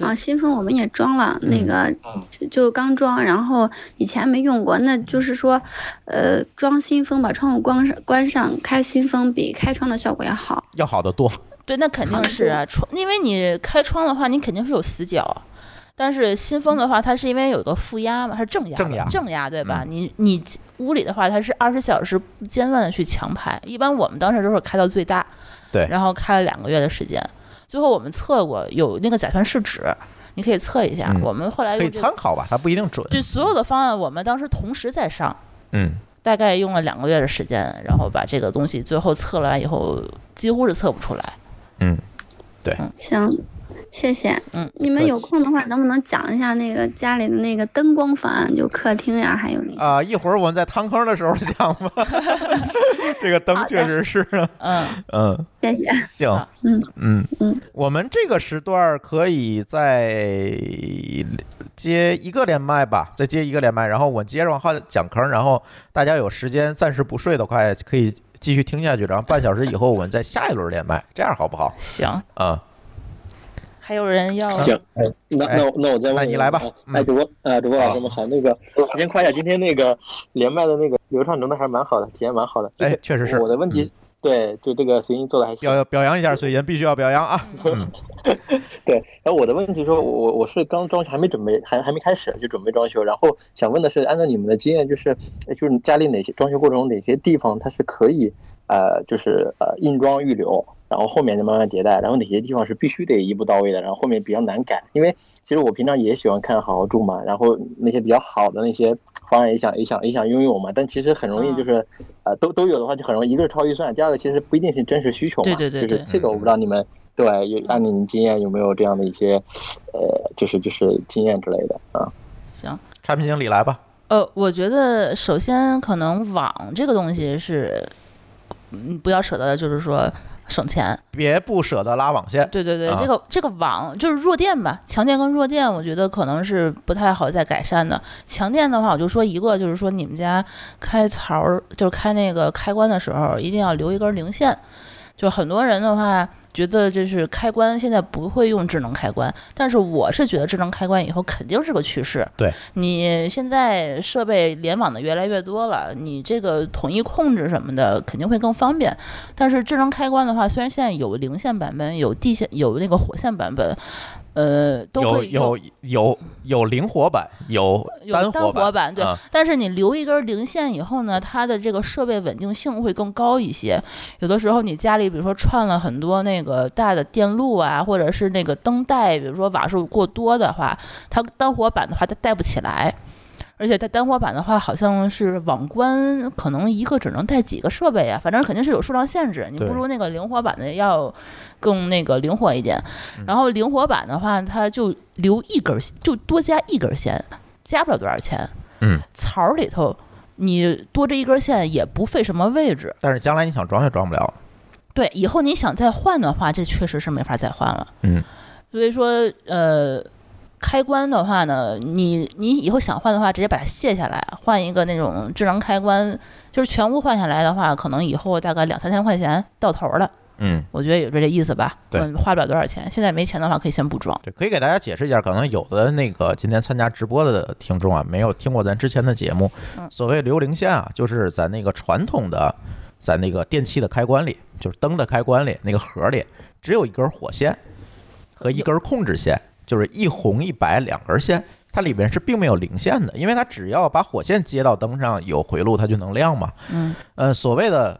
Speaker 7: 啊，新风我们也装了，那个
Speaker 3: 嗯
Speaker 7: 就就刚装，然后以前没用过，那就是说，呃，装新风把窗户关上，关上，开新风比开窗的效果要好。
Speaker 3: 要好得多，
Speaker 2: 对，那肯定是啊，窗，因为你开窗的话，你肯定是有死角。啊但是新风的话，它是因为有一个负压嘛，它是正压吧，
Speaker 3: 正压嗯
Speaker 2: 正压对吧？你你屋里的话，它是二十小时不间断的去强排，一般我们当时都是开到最大，
Speaker 3: 对
Speaker 2: 然后开了两个月的时间，最后我们测过有那个甲醛试纸，你可以测一下。
Speaker 3: 嗯
Speaker 2: 我们后来
Speaker 3: 可以
Speaker 2: 用这
Speaker 3: 参
Speaker 2: 个，
Speaker 3: 考吧，它不一定准。
Speaker 2: 对所有的方案，我们当时同时在上，
Speaker 3: 嗯，
Speaker 2: 大概用了两个月的时间，然后把这个东西最后测了完以后，几乎是测不出来。
Speaker 3: 嗯
Speaker 7: 行，谢谢。
Speaker 2: 嗯，
Speaker 7: 你们
Speaker 3: 客
Speaker 7: 有
Speaker 3: 气
Speaker 7: 空的话，能不能讲一下那个家里的那个灯光方案，就客厅呀，还有那个
Speaker 3: 啊、一会儿我们在汤坑的时候
Speaker 2: [LAUGHS]
Speaker 3: 讲吧。这个灯确实是，
Speaker 2: 嗯。
Speaker 3: 嗯，
Speaker 7: 谢谢。
Speaker 3: 行，
Speaker 7: 嗯
Speaker 3: 嗯
Speaker 7: 嗯，
Speaker 3: 我们这个时段儿可以再接一个连麦吧，再接一个连麦，然后我接着往后讲坑，然后大家有时间暂时不睡的话，可以继续听下去，然后半小时以后我们再下一轮连麦，这样好不好？
Speaker 2: 行，
Speaker 3: 啊、
Speaker 2: 还有人要
Speaker 6: 行，哎，那
Speaker 3: 哎
Speaker 6: 那我那我再问
Speaker 3: 那
Speaker 6: 一
Speaker 3: 你
Speaker 6: 个
Speaker 3: 来吧
Speaker 6: 啊
Speaker 3: 嗯
Speaker 6: 哎，主播，呃，主播
Speaker 3: 好
Speaker 6: 老师们好，那个我先夸一下今天那个连麦的那个流畅程度还是蛮好的，体验蛮好的。
Speaker 3: 哎，确实是
Speaker 6: 我的问题，对，就这个随音做的还行。
Speaker 3: 表表扬一下水银，必须要表扬啊！
Speaker 6: [LAUGHS] 对，然后我的问题说，我我我是刚装修，还没准备，还还没开始就准备装修，然后想问的是，按照你们的经验，就是呃就是家里哪些装修过程中哪些地方它是可以呃就是呃硬装预留，然后后面再慢慢迭代，然后哪些地方是必须得一步到位的，然后后面比较难改，因为其实我平常也喜欢看好好住嘛，然后那些比较好的那些方案也想也想也想拥有嘛，但其实很容易
Speaker 2: 嗯
Speaker 6: 就是呃都都有的话就很容易，一个是超预算，第二个其实不一定是真实需求嘛，
Speaker 2: 对对对
Speaker 6: 就
Speaker 2: 对
Speaker 6: 是这
Speaker 3: 嗯
Speaker 6: 个我不知道你们。对，有按你们经验有没有这样的一些，呃，就是就是经验之类的啊？
Speaker 2: 行。
Speaker 3: 产品经理来吧，
Speaker 2: 呃，我觉得首先可能网这个东西是，嗯，不要舍得就是说省钱。
Speaker 3: 别不舍得拉网线。
Speaker 2: 对对对，
Speaker 3: 啊
Speaker 2: 这个这个网就是弱电吧，强电跟弱电，我觉得可能是不太好再改善的。强电的话，我就说一个，就是说你们家开槽儿，就是开那个开关的时候，一定要留一根零线。就很多人的话，觉得这是开关，现在不会用智能开关，但是我是觉得智能开关以后肯定是个趋势。
Speaker 3: 对，
Speaker 2: 你现在设备联网的越来越多了，你这个统一控制什么的肯定会更方便。但是智能开关的话，虽然现在有零线版本、有地线、有那个火线版本，呃，都
Speaker 3: 有
Speaker 2: 会
Speaker 3: 有有有灵活版，有
Speaker 2: 有
Speaker 3: 单
Speaker 2: 活
Speaker 3: 版，
Speaker 2: 版，对。
Speaker 3: 啊嗯
Speaker 2: 但是你留一根零线以后呢，它的这个设备稳定性会更高一些。有的时候你家里比如说串了很多那个大的电路啊，或者是那个灯带，比如说瓦数过多的话，它单活板的话它带不起来。而且它单活板的话，好像是网关可能一个只能带几个设备啊，反正肯定是有数量限制。你
Speaker 3: 对
Speaker 2: 不如那个灵活版的要更那个灵活一点。
Speaker 3: 嗯
Speaker 2: 然后灵活版的话，它就留一根儿，就多加一根儿线，加不了多少钱。
Speaker 3: 嗯，
Speaker 2: 槽儿里头你多这一根线也不费什么位置。
Speaker 3: 但是将来你想装也装不了。
Speaker 2: 对，以后你想再换的话，这确实是没法再换了。
Speaker 3: 嗯，
Speaker 2: 所以说呃，开关的话呢，你你以后想换的话，直接把它卸下来，换一个那种智能开关，就是全屋换下来的话，可能以后大概两三千块钱到头了。
Speaker 3: 嗯，
Speaker 2: 我觉得也就这意思吧，
Speaker 3: 对嗯
Speaker 2: 嗯，花不了多少钱。现在没钱的话，可以先不装。
Speaker 3: 对，可以给大家解释一下，可能有的那个今天参加直播的听众啊，没有听过咱之前的节目。
Speaker 2: 嗯
Speaker 3: 所谓流零线啊，就是咱那个传统的，咱那个电器的开关里，就是灯的开关里那个盒里，只有一根火线和一根控制线，就是一红一白两根线。它里边是并没有零线的，因为它只要把火线接到灯上有回路，它就能亮嘛。
Speaker 2: 嗯，
Speaker 3: 呃，所谓的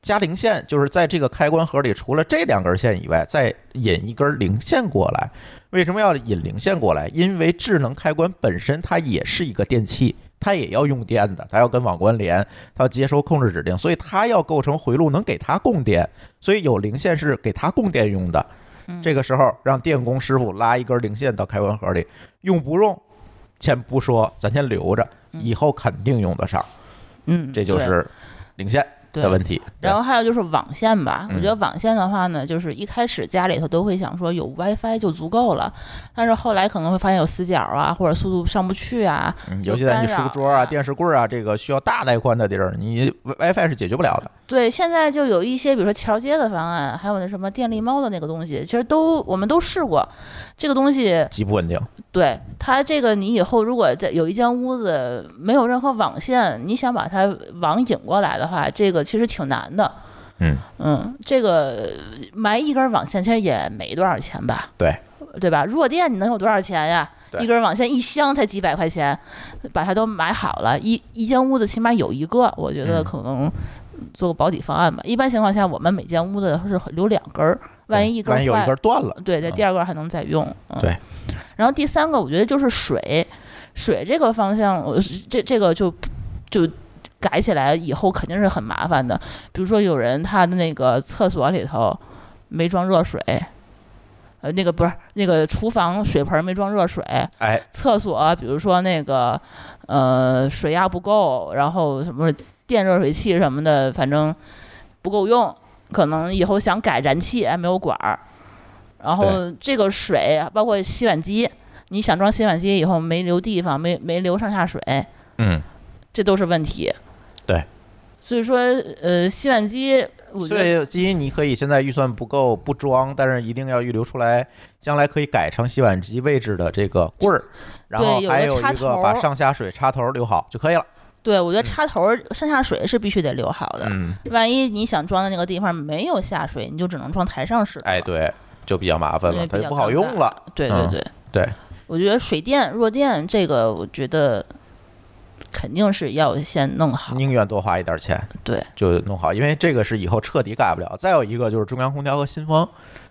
Speaker 3: 加零线，就是在这个开关盒里，除了这两根线以外，再引一根零线过来。为什么要引零线过来？因为智能开关本身它也是一个电器，它也要用电的，它要跟网关连，它要接收控制指令，所以它要构成回路能给它供电，所以有零线是给它供电用的。
Speaker 2: 嗯
Speaker 3: 这个时候让电工师傅拉一根零线到开关盒里，用不用，先不说，咱先留着，以后肯定用得上。
Speaker 2: 嗯，
Speaker 3: 这就
Speaker 2: 对
Speaker 3: 是零线的问题。
Speaker 2: 然后还有就是网线吧，
Speaker 3: 嗯
Speaker 2: 我觉得网线的话呢，就是一开始家里头都会想说有 WiFi 就足够了，但是后来可能会发现有死角啊，或者速度上不去啊，
Speaker 3: 嗯，
Speaker 2: 有
Speaker 3: 尤其在你
Speaker 2: 干扰
Speaker 3: 书桌啊、
Speaker 2: 啊
Speaker 3: 电视柜啊这个需要大带宽的地儿，你 Wi- WiFi 是解决不了的。
Speaker 2: 对，现在就有一些，比如说桥接的方案，还有那什么电力猫的那个东西，其实都我们都试过。这个东西，
Speaker 3: 极不稳定，
Speaker 2: 对它这个，你以后如果在有一间屋子没有任何网线，你想把它网引过来的话，这个其实挺难的。
Speaker 3: 嗯
Speaker 2: 嗯，这个埋一根网线其实也没多少钱吧？
Speaker 3: 对，
Speaker 2: 对吧？弱电你能有多少钱呀？
Speaker 3: 对
Speaker 2: 一根网线一箱才几百块钱，把它都买好了，一一间屋子起码有一个，我觉得
Speaker 3: 嗯
Speaker 2: 可能做个保底方案吧。一般情况下，我们每间屋子是留两根儿，万一一根儿
Speaker 3: 万一有一
Speaker 2: 坏
Speaker 3: 根，断了，
Speaker 2: 对，在
Speaker 3: 嗯
Speaker 2: 第二个还能再用。嗯、
Speaker 3: 对。
Speaker 2: 然后第三个，我觉得就是水，水这个方向，我是这这个就就改起来以后肯定是很麻烦的。比如说有人他的那个厕所里头没装热水，呃，那个不是那个厨房水盆没装热水，
Speaker 3: 哎，
Speaker 2: 厕所比如说那个呃水压不够，然后什么电热水器什么的，反正不够用，可能以后想改燃气哎没有管儿，然后这个水包括洗碗机，你想装洗碗机以后没留地方，没没留上下水，
Speaker 3: 嗯，
Speaker 2: 这都是问题。
Speaker 3: 对，
Speaker 2: 所以说呃洗碗机我觉
Speaker 3: 所
Speaker 2: 得
Speaker 3: 以基于你可以现在预算不够不装，但是一定要预留出来，将来可以改成洗碗机位置的这个棍儿，然后
Speaker 2: 对有
Speaker 3: 还
Speaker 2: 个
Speaker 3: 有
Speaker 2: 插
Speaker 3: 一个
Speaker 2: 头
Speaker 3: 把上下水插头留好就可以了。
Speaker 2: 对我觉得插头儿上下水是必须得留好的，
Speaker 3: 嗯，
Speaker 2: 万一你想装的那个地方没有下水，你就只能装台上式。
Speaker 3: 哎，对，就比较麻烦了，
Speaker 2: 对比
Speaker 3: 它就
Speaker 2: 较
Speaker 3: 不好
Speaker 2: 尴
Speaker 3: 用
Speaker 2: 尬
Speaker 3: 了。
Speaker 2: 对
Speaker 3: 嗯
Speaker 2: 对对，
Speaker 3: 对，
Speaker 2: 我觉得水电、弱电这个，我觉得肯定是要先弄好。
Speaker 3: 宁愿多花一点钱，
Speaker 2: 对，
Speaker 3: 就弄好，因为这个是以后彻底改不了。再有一个就是中央空调和新风，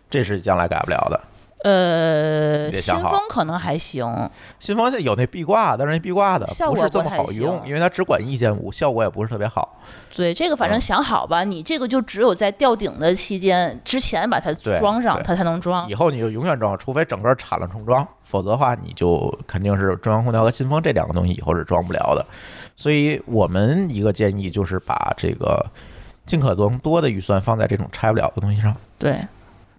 Speaker 3: 这是将来改不了的。
Speaker 2: 呃
Speaker 3: 你，得
Speaker 2: 新
Speaker 3: 想好
Speaker 2: 风可能还行，
Speaker 3: 新风现有那壁挂，但是那壁挂的
Speaker 2: 嗯效
Speaker 3: 不
Speaker 2: 果
Speaker 3: 是这
Speaker 2: 不
Speaker 3: 么
Speaker 2: 太
Speaker 3: 好用，
Speaker 2: 行
Speaker 3: 因为它只管一间屋，效果也不是特别好。
Speaker 2: 对这个反正
Speaker 3: 嗯
Speaker 2: 想好吧，你这个就只有在吊顶的期间之前把它
Speaker 3: 对
Speaker 2: 装上，
Speaker 3: 对
Speaker 2: 它才能装
Speaker 3: 以。后你就永远装，除非整个产了重装，否则的话你就肯定是中央空调和新风这两个东西以后是装不了的。所以我们一个建议就是把这个尽可能多的预算放在这种拆不了的东西上。
Speaker 2: 对，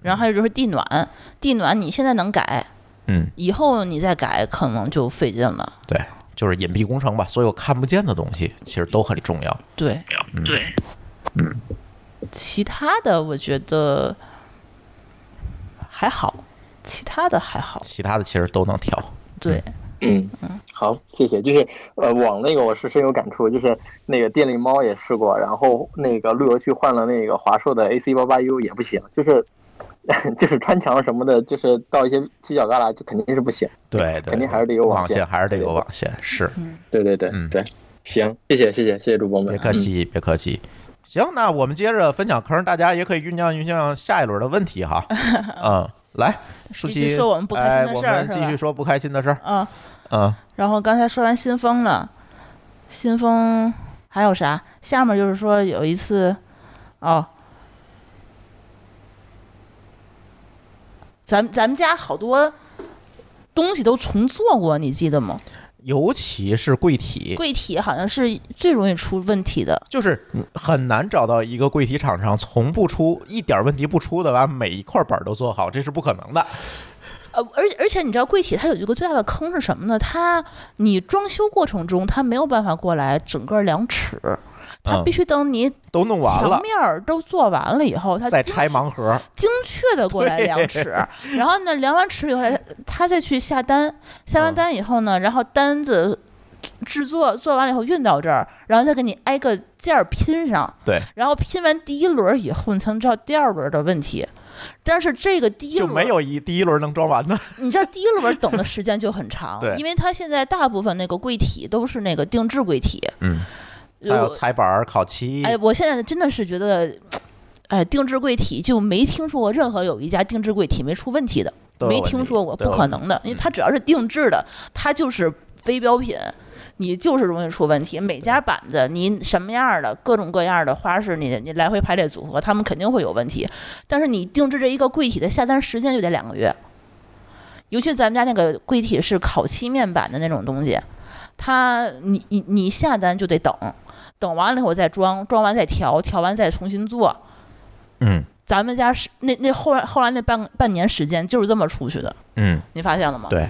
Speaker 2: 然后还有就是地暖，地暖你现在能改，
Speaker 3: 嗯，
Speaker 2: 以后你再改可能就费劲了。
Speaker 3: 对，就是隐蔽工程吧，所有看不见的东西其实都很重要。
Speaker 2: 对，对，嗯，其他的我觉得还好，其他的还好，
Speaker 3: 其他的其实都能调。
Speaker 2: 对，
Speaker 6: 嗯，好，谢谢。就是呃，网那个我是深有感触，就是那个电力猫也试过，然后那个路由器换了那个华硕的 AC 八八 U 也不行，就是 [LAUGHS] 就是穿墙什么的，就是到一些犄角旮旯，就肯定是不行。
Speaker 3: 对对，
Speaker 6: 肯定还是得有
Speaker 3: 网
Speaker 6: 线，
Speaker 3: 还是得有网线，是。
Speaker 6: 对对对
Speaker 3: 嗯
Speaker 6: 对，行，谢谢谢谢谢谢主播们，
Speaker 3: 别客
Speaker 6: 嗯
Speaker 3: 气，别客气。行，那我们接着分享坑，大家也可以酝酿酝酿下一轮的问
Speaker 2: [LAUGHS]
Speaker 3: 题哈。嗯，来，舒
Speaker 2: 继
Speaker 3: 淇，
Speaker 2: 续说我们不开心的
Speaker 3: 哎
Speaker 2: 事儿
Speaker 3: 我们
Speaker 2: 是
Speaker 3: 继续
Speaker 2: 吧
Speaker 3: 说不开心的事儿。
Speaker 2: 啊。
Speaker 3: 嗯，
Speaker 2: 然后刚才说完新风了，新风还有啥？下面就是说有一次，哦，咱咱们家好多东西都重做过，你记得吗？
Speaker 3: 尤其是柜体，
Speaker 2: 柜体好像是最容易出问题的，
Speaker 3: 就是你很难找到一个柜体厂商从不出一点问题不出的，把每一块板儿都做好，这是不可能的。
Speaker 2: 呃，而且而且你知道柜体它有一个最大的坑是什么呢？它你装修过程中它没有办法过来整个量尺，它
Speaker 3: 嗯
Speaker 2: 必须等你
Speaker 3: 都弄完
Speaker 2: 墙
Speaker 3: 了，
Speaker 2: 面儿都做完了以后，它
Speaker 3: 再
Speaker 2: 精
Speaker 3: 拆盲盒。
Speaker 2: 精确的过来量尺，然后呢量完尺以后，他他再去下单，下完
Speaker 3: 嗯
Speaker 2: 单以后呢，然后单子制作做完了以后运到这儿，然后再给你挨个件儿拼上，
Speaker 3: [LAUGHS] 对，
Speaker 2: 然后拼完第一轮以后，你才能知道第二轮的问题。但是这个第一
Speaker 3: 就
Speaker 2: 轮
Speaker 3: 没有一第一轮能装完的。
Speaker 2: 你知道第一轮等的时间就很长
Speaker 3: 对，
Speaker 2: 因为它现在大部分那个柜体都是那个定制柜体， [LAUGHS]
Speaker 3: 嗯，还有裁板儿、烤漆，
Speaker 2: 哎，我现在真的是觉得，哎，定制柜体就没听说过任何有一家定制柜体没出问题的，
Speaker 3: 都有
Speaker 2: 没
Speaker 3: 问题嗯
Speaker 2: 听说过，
Speaker 3: 都有
Speaker 2: 不可能的，因为它只要是定制的，它就是非标品。你就是容易出问题，每家板子你什么样儿的，各种各样儿的花式你，你来回排列组合，他们肯定会有问题。但是你定制这一个柜体的下单时间就得两个月，尤其咱们家那个柜体是烤漆面板的那种东西，它你你你下单就得等，等完了以后再装，装完再调，调完再重新做。
Speaker 3: 嗯
Speaker 2: 咱们家是那那后来后来那半半年时间就是这么出去的，
Speaker 3: 嗯，
Speaker 2: 你发现了吗？
Speaker 3: 对，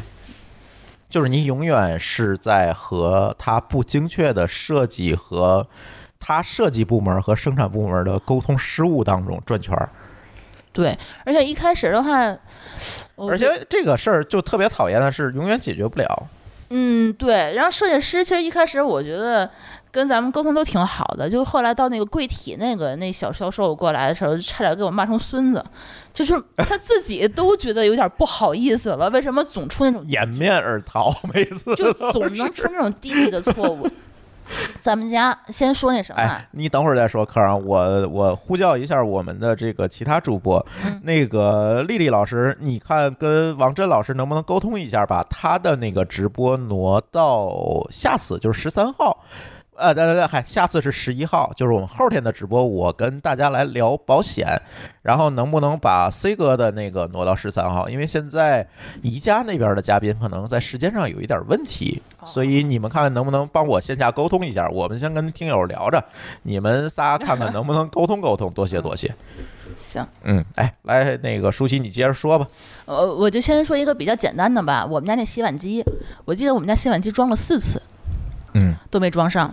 Speaker 3: 就是你永远是在和它不精确的设计和它设计部门和生产部门的沟通失误当中转圈儿，
Speaker 2: 对而且一开始的话，我
Speaker 3: 而
Speaker 2: 觉得
Speaker 3: 且这个事儿就特别讨厌的是永远解决不了。
Speaker 2: 嗯对，然后设计师其实一开始我觉得跟咱们沟通都挺好的，就后来到那个柜体那个那小销售过来的时候，差点给我骂成孙子，就是他自己都觉得有点不好意思了，为什么总出那种
Speaker 3: [LAUGHS] 掩面而逃，每次
Speaker 2: 就
Speaker 3: 都
Speaker 2: 总能出那种低级的错
Speaker 3: [LAUGHS]
Speaker 2: 误？咱们家先说那什么啊、
Speaker 3: 哎，你等会儿再说，科长，我我呼叫一下我们的这个其他主播，
Speaker 2: 嗯
Speaker 3: 那个丽丽老师，你看跟王真老师能不能沟通一下，把他的那个直播挪到下次，就是十三号。呃，对对对，嗨，下次是十一号，就是我们后天的直播，我跟大家来聊保险，然后能不能把 C 哥的那个挪到十三号？因为现在宜家那边的嘉宾可能在时间上有一点问题，
Speaker 2: 哦
Speaker 3: 所以你们看看能不能帮我线下沟通一下，我们先跟听友聊着，你们仨看看能不能沟通沟通，多谢多谢。
Speaker 2: 行。
Speaker 3: 嗯，哎，来那个舒淇，你接着说吧。
Speaker 2: 呃，我就先说一个比较简单的吧。我们家那洗碗机，我记得我们家洗碗机装了四次
Speaker 3: 嗯
Speaker 2: 都没装上。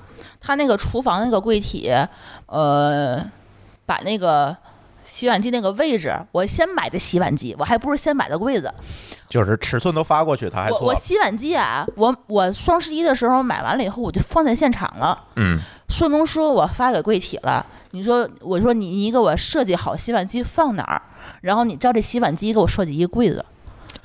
Speaker 2: 它那个厨房那个柜体，呃，把那个洗碗机那个位置，我先买的洗碗机，我还不是先买的柜子。
Speaker 3: 就是尺寸都发过去，他还
Speaker 2: 我
Speaker 3: 错
Speaker 2: 我
Speaker 3: 了。
Speaker 2: 洗碗机啊，我我双十一的时候买完了以后，我就放在现场了。
Speaker 3: 嗯，
Speaker 2: 说明书我发给柜体了。你说，我说你你给我设计好洗碗机放哪儿，然后你照这洗碗机给我设计一个柜子。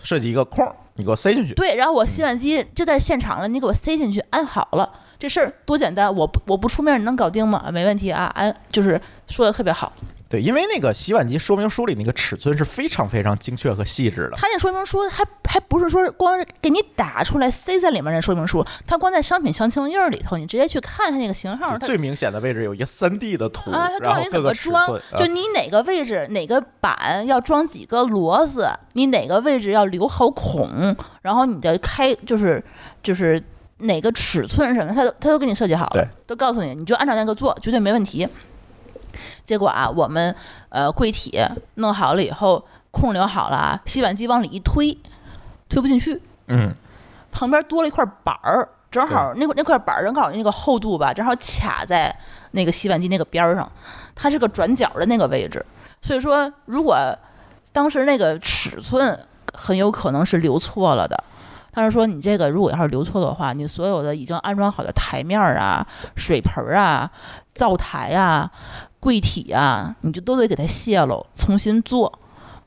Speaker 3: 设计一个空儿，你给我塞进去。
Speaker 2: 对，然后我
Speaker 3: 嗯
Speaker 2: 洗碗机就在现场了，你给我塞进去安好了，这事儿多简单，我不我不出面你能搞定吗？啊没问题啊，安就是说的特别好。
Speaker 3: 对，因为那个洗碗机说明书里那个尺寸是非常非常精确和细致的。
Speaker 2: 他那说明书还还不是说光是给你打出来塞在里面那说明书，他光在商品详情页儿里头，你直接去看它那个型号，
Speaker 3: 就
Speaker 2: 它
Speaker 3: 最明显的位置有一个三 D 的图，
Speaker 2: 啊，他
Speaker 3: 然
Speaker 2: 告诉
Speaker 3: 后
Speaker 2: 你
Speaker 3: 各
Speaker 2: 怎
Speaker 3: 个
Speaker 2: 么
Speaker 3: 尺
Speaker 2: 装
Speaker 3: 寸，，
Speaker 2: 就
Speaker 3: 啊
Speaker 2: 你哪个位置、哪个板要装几个螺丝，你哪个位置要留好孔，然后你的开就是就是哪个尺寸什么，他都他都给你设计好了
Speaker 3: 对，
Speaker 2: 都告诉你，你就按照那个做，绝对没问题。结果啊，我们呃柜体弄好了以后，空留好了啊，洗碗机往里一推，推不进去，
Speaker 3: 嗯，
Speaker 2: 旁边多了一块板儿，正好那块那块板儿正好那个厚度吧，正好卡在那个洗碗机那个边儿上，它是个转角的那个位置，所以说如果当时那个尺寸很有可能是留错了的。但是说你这个如果要是留错的话，你所有的已经安装好的台面儿啊、水盆儿啊、灶台啊、柜体啊，你就都得给它卸喽，重新做。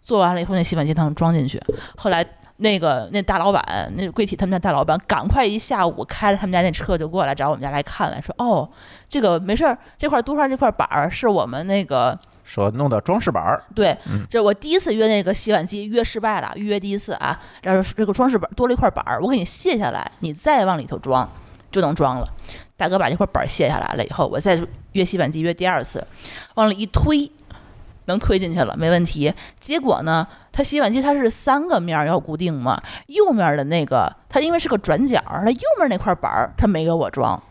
Speaker 2: 做完了以后，那洗碗机他们装进去。后来那个那大老板，那柜体他们家大老板，赶快一下午开着他们家那车就过来找我们家来看了，说哦，这个没事儿，这块多上这块板儿是我们那个
Speaker 3: 说弄的装饰板儿，嗯
Speaker 2: 对，这我第一次约那个洗碗机约失败了，预约第一次啊，然后这个装饰板多了一块板儿，我给你卸下来，你再往里头装就能装了。大哥把这块板儿卸下来了以后，我再约洗碗机约第二次，往里一推，能推进去了，没问题。结果呢，它洗碗机它是三个面儿要固定嘛，右面儿的那个它因为是个转角儿，它右面儿那块板儿它没给我装。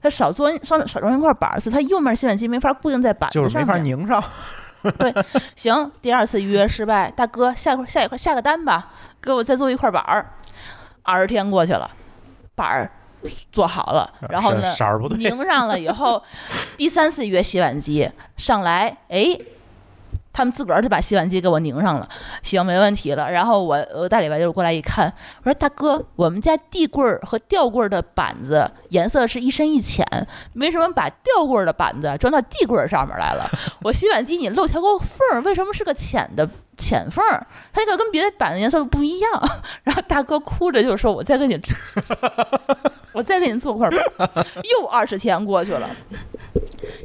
Speaker 2: 它少做少少装一块板儿，所以它右面儿洗碗机没法固定在板子
Speaker 3: 就
Speaker 2: 上
Speaker 3: 是没法
Speaker 2: 面 [LAUGHS]
Speaker 3: 拧上。
Speaker 2: 行，第二次约失败，大哥下一块下一块下个单吧，给我再做一块板儿。二十天过去了，板儿做好了，然后呢
Speaker 3: 啊色色儿不对
Speaker 2: 拧上了以后， [LAUGHS] 第三次约洗碗机上来，哎。他们自个儿就把洗碗机给我拧上了，行，没问题了。然后我我大礼拜六过来一看，我说大哥，我们家地柜儿和吊柜儿的板子颜色是一深一浅，为什么把吊柜儿的板子装到地柜儿上面来了？我洗碗机你漏条个缝儿，为什么是个浅的浅缝儿？它那个跟别的板的颜色不一样。然后大哥哭着就说：“我再给你， [LAUGHS] 我再给你做块板儿。”又二十天过去了，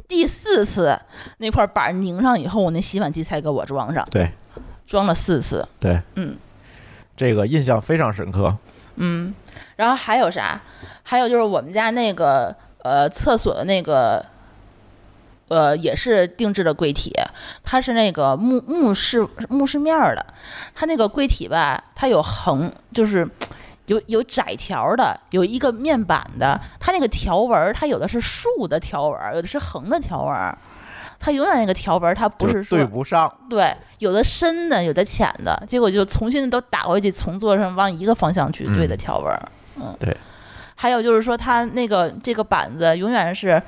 Speaker 2: 第四次那块板儿拧上以后，我那洗碗机才给我装上，
Speaker 3: 对
Speaker 2: 装了四次。
Speaker 3: 对，
Speaker 2: 嗯，
Speaker 3: 这个印象非常深刻。
Speaker 2: 嗯，然后还有啥？还有就是我们家那个呃厕所的那个呃也是定制的柜体，它是那个木木饰木饰面儿的，它那个柜体吧，它有横，就是有有窄条的，有一个面板的，它那个条纹儿，它有的是竖的条纹儿，有的是横的条纹儿。它永远那个条纹儿，它不
Speaker 3: 就是
Speaker 2: 说
Speaker 3: 对不上，
Speaker 2: 对，有的深的，有的浅的，结果就重新都打回去，从座上往一个方向去对的条纹儿。嗯，
Speaker 3: 对。
Speaker 2: 还有就是说，它那个这个板子永远是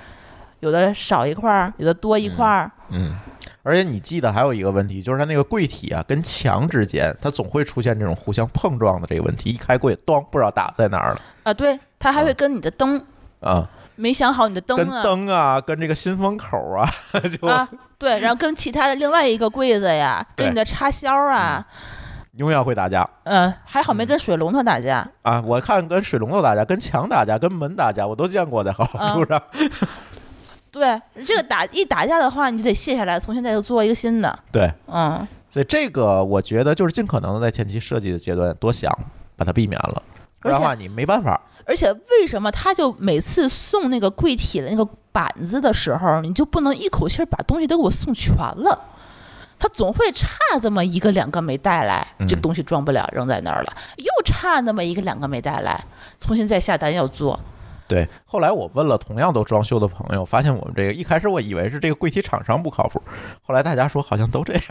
Speaker 2: 有的少一块儿，有的多一块儿。
Speaker 3: 嗯。而且你记得还有一个问题，就是它那个柜体啊跟墙之间，它总会出现这种互相碰撞的这个问题。一开柜，咣，不知道打在哪儿了
Speaker 2: 啊，对，它还会跟你的灯，
Speaker 3: 啊、
Speaker 2: 没想好你的灯
Speaker 3: 跟
Speaker 2: 啊。
Speaker 3: 灯啊，跟这个新风口啊， [LAUGHS] 就
Speaker 2: 啊，对，然后跟其他的另外一个柜子呀，跟你
Speaker 3: [LAUGHS] 对
Speaker 2: 的插销啊，
Speaker 3: 永远会打架
Speaker 2: 嗯、还好没跟水龙头打架，
Speaker 3: 啊！我看跟水龙头打架，跟墙打架，跟门打架，我都见过在好好处上。
Speaker 2: 啊对，这个打一打架的话，你就得卸下来，重新再做一个新的，
Speaker 3: [LAUGHS] 对，
Speaker 2: 嗯，
Speaker 3: 所以这个我觉得就是尽可能的在前期设计的阶段多想，把它避免了，不然的话你没办法。
Speaker 2: 而且为什么他就每次送那个柜体的那个板子的时候，你就不能一口气儿把东西都给我送全了？他总会差这么一个两个没带来，这个东西装不了，扔在那儿了；又差那么一个两个没带来，重新再下单要做。
Speaker 3: 对，后来我问了同样都装修的朋友，发现我们这个一开始我以为是这个柜体厂商不靠谱，后来大家说好像都这样。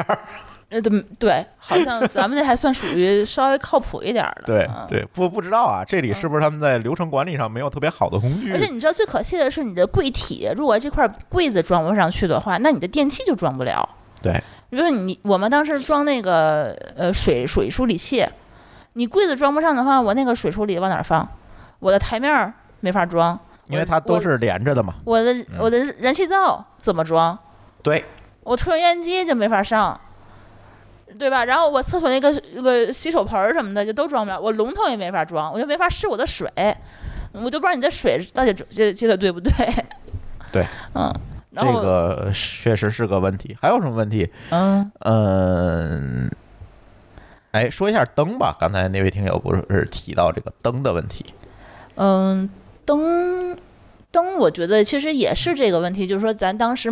Speaker 2: 呃，对对，好像咱们那还算属于稍微靠谱一点
Speaker 3: [LAUGHS]
Speaker 2: 儿的。
Speaker 3: [LAUGHS] 对
Speaker 2: 嗯
Speaker 3: 对，不不知道啊，这里是不是他们在流程管理上没有特别好的工具
Speaker 2: 而？且你知道最可惜的是，你的柜体如果这块柜子装不上去的话，那你的电器就装不了。
Speaker 3: 对，
Speaker 2: 比如说你我们当时装那个呃水水处理器，你柜子装不上的话，我那个水处理往哪儿放？我的台面儿没法装，
Speaker 3: 因为它都
Speaker 2: 我
Speaker 3: 是连着的嘛。
Speaker 2: 我的我的燃气灶怎么装？
Speaker 3: 对，
Speaker 2: 我抽油烟机就没法上，对吧？然后我厕所那个那个洗手盆儿什么的就都装不了，我龙头也没法装，我就没法试我的水，我就不知道你的水到底接接的对不对。
Speaker 3: 对，
Speaker 2: 嗯，
Speaker 3: 这
Speaker 2: 然后、
Speaker 3: 个确实是个问题。还有什么问题？
Speaker 2: 嗯，
Speaker 3: 嗯，哎，说一下灯吧。刚才那位听友不是提到这个灯的问题？
Speaker 2: 嗯，灯灯，我觉得其实也是这个问题，就是说咱当时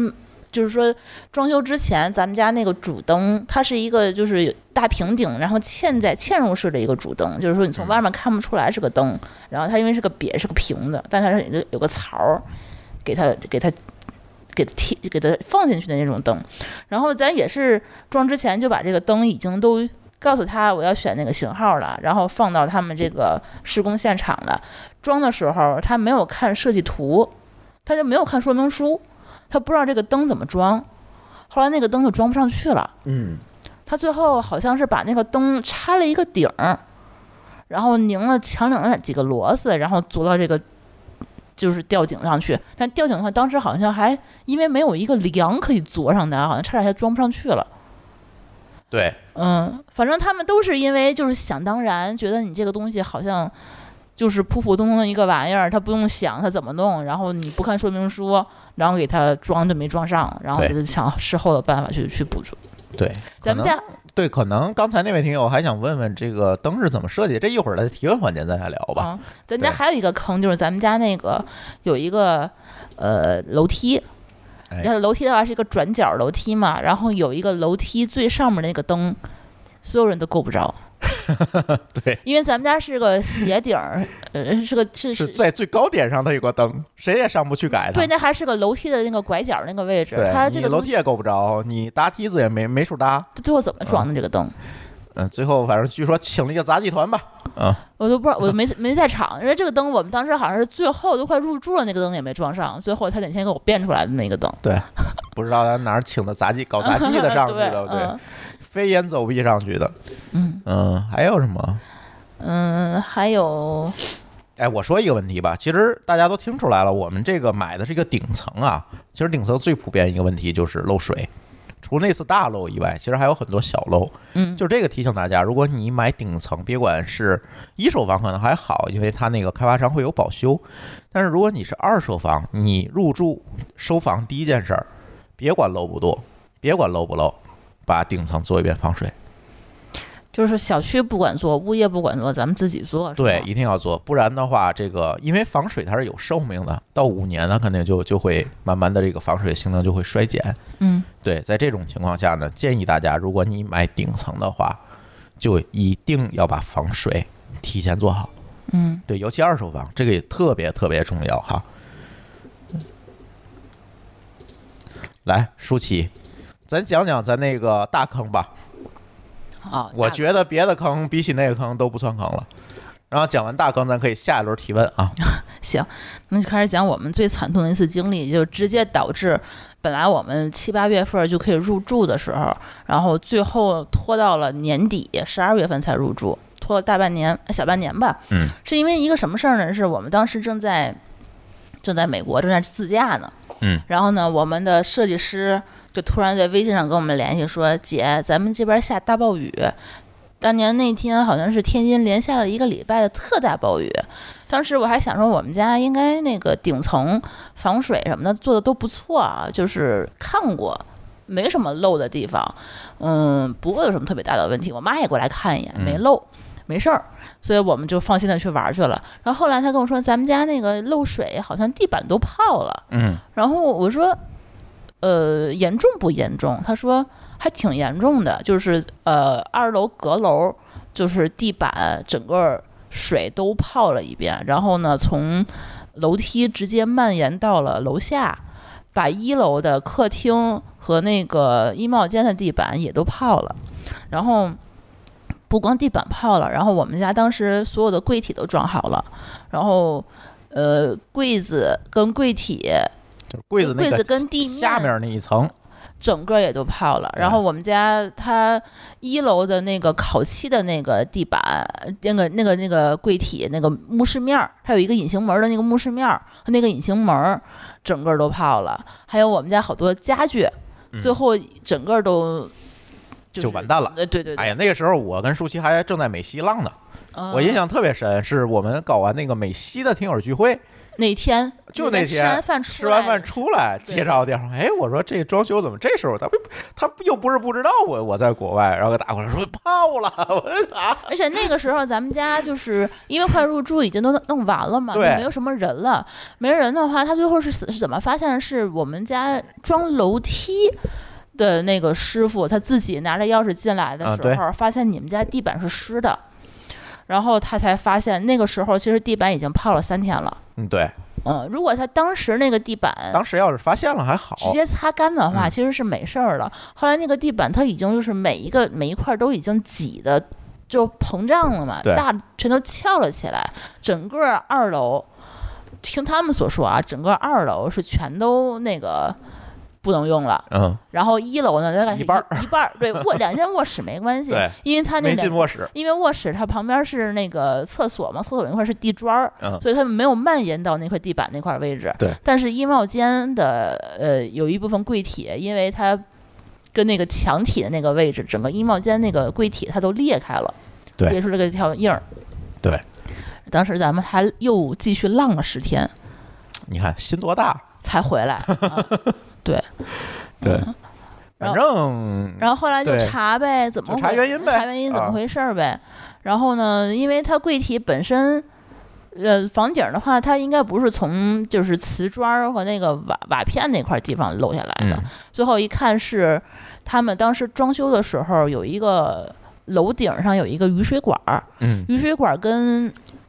Speaker 2: 就是说装修之前，咱们家那个主灯，它是一个就是有大平顶，然后嵌在嵌入式的一个主灯，就是说你从外面看不出来是个灯，然后它因为是个瘪是个平的，但它是有个有个槽儿，给它给它。给它贴，给它放进去的那种灯，然后咱也是装之前就把这个灯已经都告诉他我要选那个型号了，然后放到他们这个施工现场了。装的时候，他没有看设计图，他就没有看说明书，他不知道这个灯怎么装。后来那个灯就装不上去了，
Speaker 3: 嗯，
Speaker 2: 他最后好像是把那个灯插了一个顶儿，然后拧了墙顶上几个螺丝，然后凿到这个就是吊顶上去。但吊顶的话，当时啊好像还因为没有一个梁可以凿上它，好像差点还装不上去了。
Speaker 3: 对，
Speaker 2: 嗯，反正他们都是因为就是想当然，觉得你这个东西好像就是普普通通的一个玩意儿，他不用想他怎么弄，然后你不看说明书，然后给他装就没装上，然后
Speaker 3: 对
Speaker 2: 就想事后的办法去去补足。
Speaker 3: 对，
Speaker 2: 咱们
Speaker 3: 可能
Speaker 2: 家
Speaker 3: 对，可能刚才那位听友还想问问这个灯是怎么设计，这一会儿的提问环节咱再聊吧。
Speaker 2: 嗯，咱家
Speaker 3: 对
Speaker 2: 还有一个坑，就是咱们家那个有一个呃楼梯，
Speaker 3: 哎
Speaker 2: 要是楼梯的话是一个转角楼梯嘛，然后有一个楼梯最上面那个灯，所有人都够不着，
Speaker 3: [LAUGHS] 对，
Speaker 2: 因为咱们家是个斜顶
Speaker 3: [LAUGHS]
Speaker 2: 儿，呃，是个是
Speaker 3: 是在最高点上它有个灯，谁也上不去改它
Speaker 2: 对，。那还是个楼梯的那个拐角那个位置，它
Speaker 3: 对，
Speaker 2: 这
Speaker 3: 你
Speaker 2: 个
Speaker 3: 楼
Speaker 2: 东
Speaker 3: 梯
Speaker 2: 西
Speaker 3: 也够不着，你搭梯子也没没处搭。
Speaker 2: 它最后怎么装的这个灯，
Speaker 3: 嗯，最后反正据说请了一个杂技团吧。嗯，
Speaker 2: 我都不知道，我都没 [LAUGHS] 没在场，因为这个灯我们当时好像是最后都快入住了，那个灯也没装上，最后他哪天给我变出来的那个灯，
Speaker 3: 对，不知道咱哪儿请的杂技，搞杂技的上去
Speaker 2: [LAUGHS]
Speaker 3: 的，对，
Speaker 2: 嗯
Speaker 3: 飞檐走壁上去的。
Speaker 2: 嗯
Speaker 3: 嗯，还有什么？
Speaker 2: 嗯，还有
Speaker 3: 哎，我说一个问题吧，其实大家都听出来了，我们这个买的是一个顶层啊。其实顶层最普遍一个问题就是漏水，除了那次大漏以外，其实还有很多小漏。
Speaker 2: 嗯
Speaker 3: 就这个提醒大家，如果你买顶层，别管是一手房可能还好，因为它那个开发商会有保修。但是如果你是二手房，你入住收房第一件事儿，别管漏不多，别管漏不漏，把顶层做一遍防水。
Speaker 2: 就是小区不管做，物业不管做，咱们自己做，是
Speaker 3: 对，
Speaker 2: 吧
Speaker 3: 一定要做，不然的话，这个因为防水它是有寿命的，到五年呢，肯定就就会慢慢的这个防水性能就会衰减。
Speaker 2: 嗯，
Speaker 3: 对，在这种情况下呢，建议大家，如果你买顶层的话，就一定要把防水提前做好。
Speaker 2: 嗯，
Speaker 3: 对，尤其二手房，这个也特别特别重要哈。来，舒淇，咱讲讲咱那个大坑吧。
Speaker 2: 哦，
Speaker 3: 我
Speaker 2: 大
Speaker 3: 觉得别的坑比起那个坑都不算坑了。然后讲完大坑，咱可以下一轮提问
Speaker 2: [LAUGHS]
Speaker 3: 啊。
Speaker 2: 行，那就开始讲我们最惨痛的一次经历，就直接导致本来我们七八月份就可以入住的时候，然后最后拖到了年底十二月份才入住，拖了大半年、呃小半年吧。
Speaker 3: 嗯，
Speaker 2: 是因为一个什么事儿呢？是我们当时正在正在美国正在自驾呢。
Speaker 3: 嗯，
Speaker 2: 然后呢，我们的设计师就突然在微信上跟我们联系说：“姐，咱们这边下大暴雨。”当年那天好像是天津连下了一个礼拜的特大暴雨，当时我还想说，我们家应该那个顶层防水什么的做的都不错啊，就是看过，没什么漏的地方，嗯，不会有什么特别大的问题。我妈也过来看一眼，没漏，没事儿，所以我们就放心的去玩去了。然后后来她跟我说，咱们家那个漏水好像地板都泡了，
Speaker 3: 嗯，
Speaker 2: 然后我说，呃，严重不严重？他说还挺严重的，就是呃，二楼阁楼就是地板整个水都泡了一遍，然后呢，从楼梯直接蔓延到了楼下，把一楼的客厅和那个衣帽间的地板也都泡了，然后。不光地板泡了，然后我们家当时所有的柜体都装好了，然后，呃，柜子跟柜体，
Speaker 3: 就是柜子那
Speaker 2: 柜
Speaker 3: 个
Speaker 2: 子跟地面
Speaker 3: 下面那一层，
Speaker 2: 整个也都泡了。然后我们家它一楼的那个烤漆的那个地板，那个那个那个柜体那个木饰面儿，它有一个隐形门儿的那个木饰面儿，那个隐形门儿整个都泡了。还有我们家好多家具，最后整个都就
Speaker 3: 嗯就完蛋了
Speaker 2: 呃，对对对，
Speaker 3: 哎呀，那个时候我跟舒淇还正在美西浪呢，
Speaker 2: 嗯
Speaker 3: 我印象特别深，是我们搞完那个美西的听友聚会，
Speaker 2: 那天
Speaker 3: 就
Speaker 2: 那
Speaker 3: 那
Speaker 2: 吃完
Speaker 3: 天
Speaker 2: 饭出
Speaker 3: 吃
Speaker 2: 来
Speaker 3: 完饭出来
Speaker 2: 对
Speaker 3: 接着电话，哎，我说这装修怎么这时候？他不他又不是不知道我我在国外，然后给打过来说泡了， [LAUGHS] 我说啊，
Speaker 2: 而且那个时候咱们家就是因为快入住，已经都弄弄完了嘛，就
Speaker 3: 对
Speaker 2: 没有什么人了。没人的话，他最后是死是怎么发现？是我们家装楼梯。的那个师傅他自己拿着钥匙进来的
Speaker 3: 啊
Speaker 2: 时
Speaker 3: 对
Speaker 2: 候，发现你们家地板是湿的，然后他才发现那个时候其实地板已经泡了三天了。
Speaker 3: 嗯，对，
Speaker 2: 嗯，如果他当时那个地板
Speaker 3: 当时要是发现了还好，
Speaker 2: 直接擦干的话，
Speaker 3: 嗯
Speaker 2: 其实是没事儿的。后来那个地板它已经就是每一个每一块儿都已经挤的就膨胀了嘛，
Speaker 3: 对
Speaker 2: 大全都翘了起来，整个二楼，听他们所说啊，整个二楼是全都那个。不能用了，
Speaker 3: 嗯，
Speaker 2: 然后一楼呢，大概是
Speaker 3: 一半儿
Speaker 2: 一半儿，对卧两间卧室没关系
Speaker 3: 对，
Speaker 2: 因为它那
Speaker 3: 没
Speaker 2: 两
Speaker 3: 进卧室，
Speaker 2: 因为卧室它旁边是那个厕所嘛，厕所那块是地砖儿，
Speaker 3: 嗯
Speaker 2: 所以它们没有蔓延到那块地板那块位置。
Speaker 3: 对，
Speaker 2: 但是衣帽间的呃有一部分柜体，因为它跟那个墙体的那个位置，整个衣帽间那个柜体它都裂开了，
Speaker 3: 对
Speaker 2: 裂出了个条印儿。
Speaker 3: 对，
Speaker 2: 当时咱们还又继续浪了十天
Speaker 3: 你看心多大？
Speaker 2: 才回
Speaker 3: [LAUGHS]
Speaker 2: 来。啊、对，
Speaker 3: 对，
Speaker 2: 然
Speaker 3: 反
Speaker 2: 后
Speaker 3: 正
Speaker 2: 然后后来就
Speaker 3: 对
Speaker 2: 查呗，怎么
Speaker 3: 就查
Speaker 2: 回
Speaker 3: 原因呗
Speaker 2: 查原因怎
Speaker 3: 啊
Speaker 2: 么回事儿呗。然后呢，因为它柜体本身，呃，房顶儿的话，它应该不是从就是瓷砖儿和那个瓦瓦片那块儿地方漏下来的。
Speaker 3: 嗯
Speaker 2: 最后一看是他们当时装修的时候有一个楼顶上有一个雨水管儿，
Speaker 3: 嗯
Speaker 2: 雨水管儿跟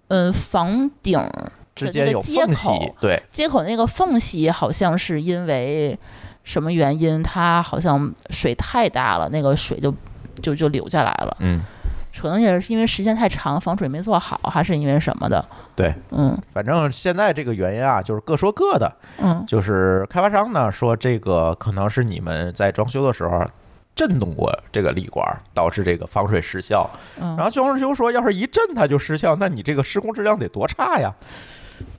Speaker 2: 嗯、呃房顶儿
Speaker 3: 之
Speaker 2: 的
Speaker 3: 间
Speaker 2: 那
Speaker 3: 有
Speaker 2: 个接
Speaker 3: 缝隙
Speaker 2: 口，
Speaker 3: 对
Speaker 2: 接口那个缝隙好像是因为什么原因，它好像水太大了，那个水就就就流下来了，
Speaker 3: 嗯。
Speaker 2: 可能也是因为时间太长，防水没做好，还是因为什么的？
Speaker 3: 对，
Speaker 2: 嗯
Speaker 3: 反正现在这个原因啊，就是各说各的。
Speaker 2: 嗯，
Speaker 3: 就是开发商呢说，这个可能是你们在装修的时候啊震动过这个立管，导致这个防水失效。
Speaker 2: 嗯
Speaker 3: 然后装修说，要是一震它就失效，那你这个施工质量得多差呀？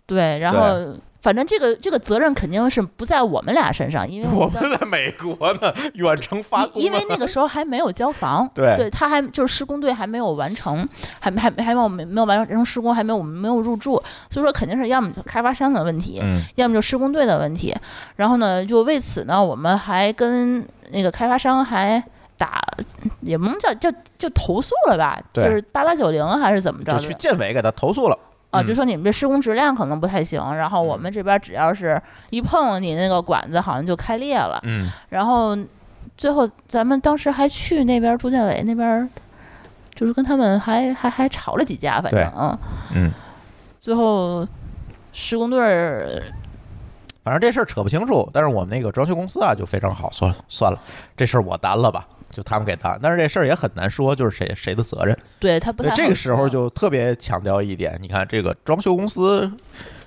Speaker 2: 对，然后。反正这个这个责任肯定是不在我们俩身上，因为
Speaker 3: [LAUGHS] 我
Speaker 2: 们
Speaker 3: 们在美国呢，远程发
Speaker 2: 因
Speaker 3: 工
Speaker 2: 因为
Speaker 3: 啊
Speaker 2: 那个时候还没有交房，
Speaker 3: [LAUGHS] 对
Speaker 2: 他还就是施工队还没有完成，还还还没有没有完成施工，还没有没有入住，所以说肯定是要么开发商的问题，
Speaker 3: 嗯
Speaker 2: 要么就施工队的问题。然后呢，就为此呢，我们还跟那个开发商还。打也不能叫叫就投诉了吧，就
Speaker 3: 对
Speaker 2: 是八八九零还是怎么着
Speaker 3: 就
Speaker 2: 的？
Speaker 3: 去建委给他投诉了。
Speaker 2: 啊，
Speaker 3: 嗯
Speaker 2: 就说你们这施工质量可能不太行，然后我们这边只要是一碰你那个管子，好像就开裂了。
Speaker 3: 嗯，
Speaker 2: 然后最后咱们当时还去那边住建委那边儿，就是跟他们还还还吵了几架，反正
Speaker 3: 对
Speaker 2: 嗯
Speaker 3: 嗯，
Speaker 2: 最后施工队儿
Speaker 3: 反正这事儿扯不清楚，但是我们那个装修公司啊就非常好，算算了，这事儿我担了吧，就他们给担。但是这事儿也很难说，就是谁谁的责任。
Speaker 2: 对他不太
Speaker 3: 对，这
Speaker 2: 好嗯
Speaker 3: 个时候
Speaker 2: 说
Speaker 3: 就特别强调一点，你看这个装修公司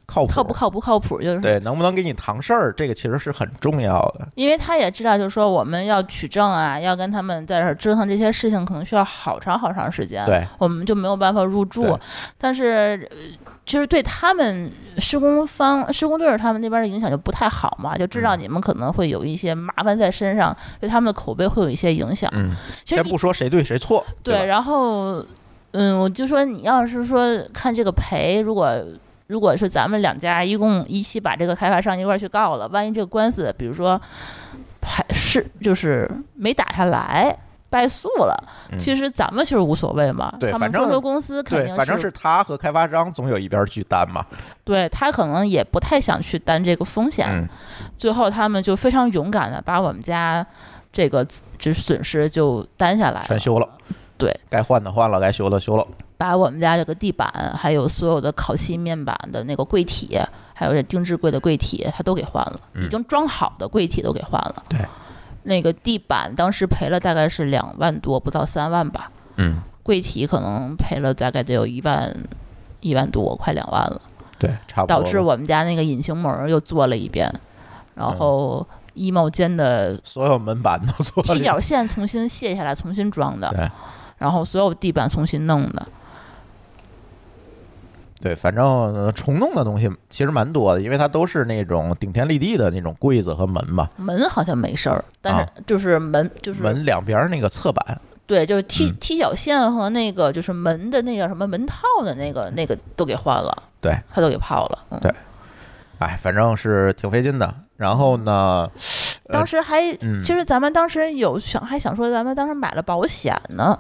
Speaker 3: 靠谱
Speaker 2: 靠不靠不靠谱，就是
Speaker 3: 对，能不能给你扛事儿，这个其实是很重要的。
Speaker 2: 因为他也知道，就是说我们要取证啊，要跟他们在这儿折腾这些事情，可能需要好长好长时间。
Speaker 3: 对，
Speaker 2: 我们就没有办法入住
Speaker 3: 对。
Speaker 2: 但是，呃其实对他们施工方、施工队儿他们那边的影响就不太好嘛，就知
Speaker 3: 嗯
Speaker 2: 道你们可能会有一些麻烦在身上，对他们的口碑会有一些影响。
Speaker 3: 嗯，
Speaker 2: 其实
Speaker 3: 先
Speaker 2: 一
Speaker 3: 不说谁对谁错，对
Speaker 2: 对，
Speaker 3: 吧，
Speaker 2: 然后，嗯，我就说你要是说看这个赔，如果如果是咱们两家一共一起把这个开发商一块儿去告了，万一这个官司，比如说还是就是没打下来。败诉了，
Speaker 3: 嗯
Speaker 2: 其实咱们其实无所谓嘛。
Speaker 3: 对
Speaker 2: 他们
Speaker 3: 反正
Speaker 2: 装修公司肯定
Speaker 3: 对，反正是他和开发商总有一边儿去担嘛。
Speaker 2: 对他可能也不太想去担这个风险。
Speaker 3: 嗯，
Speaker 2: 最后他们就非常勇敢的把我们家这个就是损失就担下来了
Speaker 3: 全修了，
Speaker 2: 嗯对，
Speaker 3: 该换的换了，该修的修了。
Speaker 2: 把我们家这个地板，还有所有的烤漆面板的那个柜体，还有这定制柜的柜体，它都给换了，
Speaker 3: 嗯
Speaker 2: 已经装好的柜体都给换了。
Speaker 3: 对，
Speaker 2: 那个地板当时赔了大概是两万多，不到三万吧。
Speaker 3: 嗯，
Speaker 2: 柜体可能赔了大概得有一万，一万多，快两万了。
Speaker 3: 对，差不多
Speaker 2: 导
Speaker 3: 了。
Speaker 2: 致我们家那个隐形门儿又做了一遍，然后衣帽间的
Speaker 3: 嗯所有门板都做
Speaker 2: 踢
Speaker 3: 了。
Speaker 2: 脚线重新卸下来，重新装
Speaker 3: 对
Speaker 2: 的，然后所有地板重新弄的。
Speaker 3: 对，反正呃重弄的东西其实蛮多的，因为它都是那种顶天立地的那种柜子和门嘛，
Speaker 2: 门好像没事儿，但
Speaker 3: 啊
Speaker 2: 是就是门就是
Speaker 3: 门两边儿那个侧板，
Speaker 2: 对，就是踢
Speaker 3: 嗯
Speaker 2: 踢脚线和那个就是门的那个什么门套的那个那个都给换了，
Speaker 3: 对，
Speaker 2: 他都给泡了。嗯
Speaker 3: 对哎，反正是挺费劲的。然后呢，
Speaker 2: 当时还
Speaker 3: 嗯
Speaker 2: 其实咱们当时有想还想说咱们当时买了保险呢，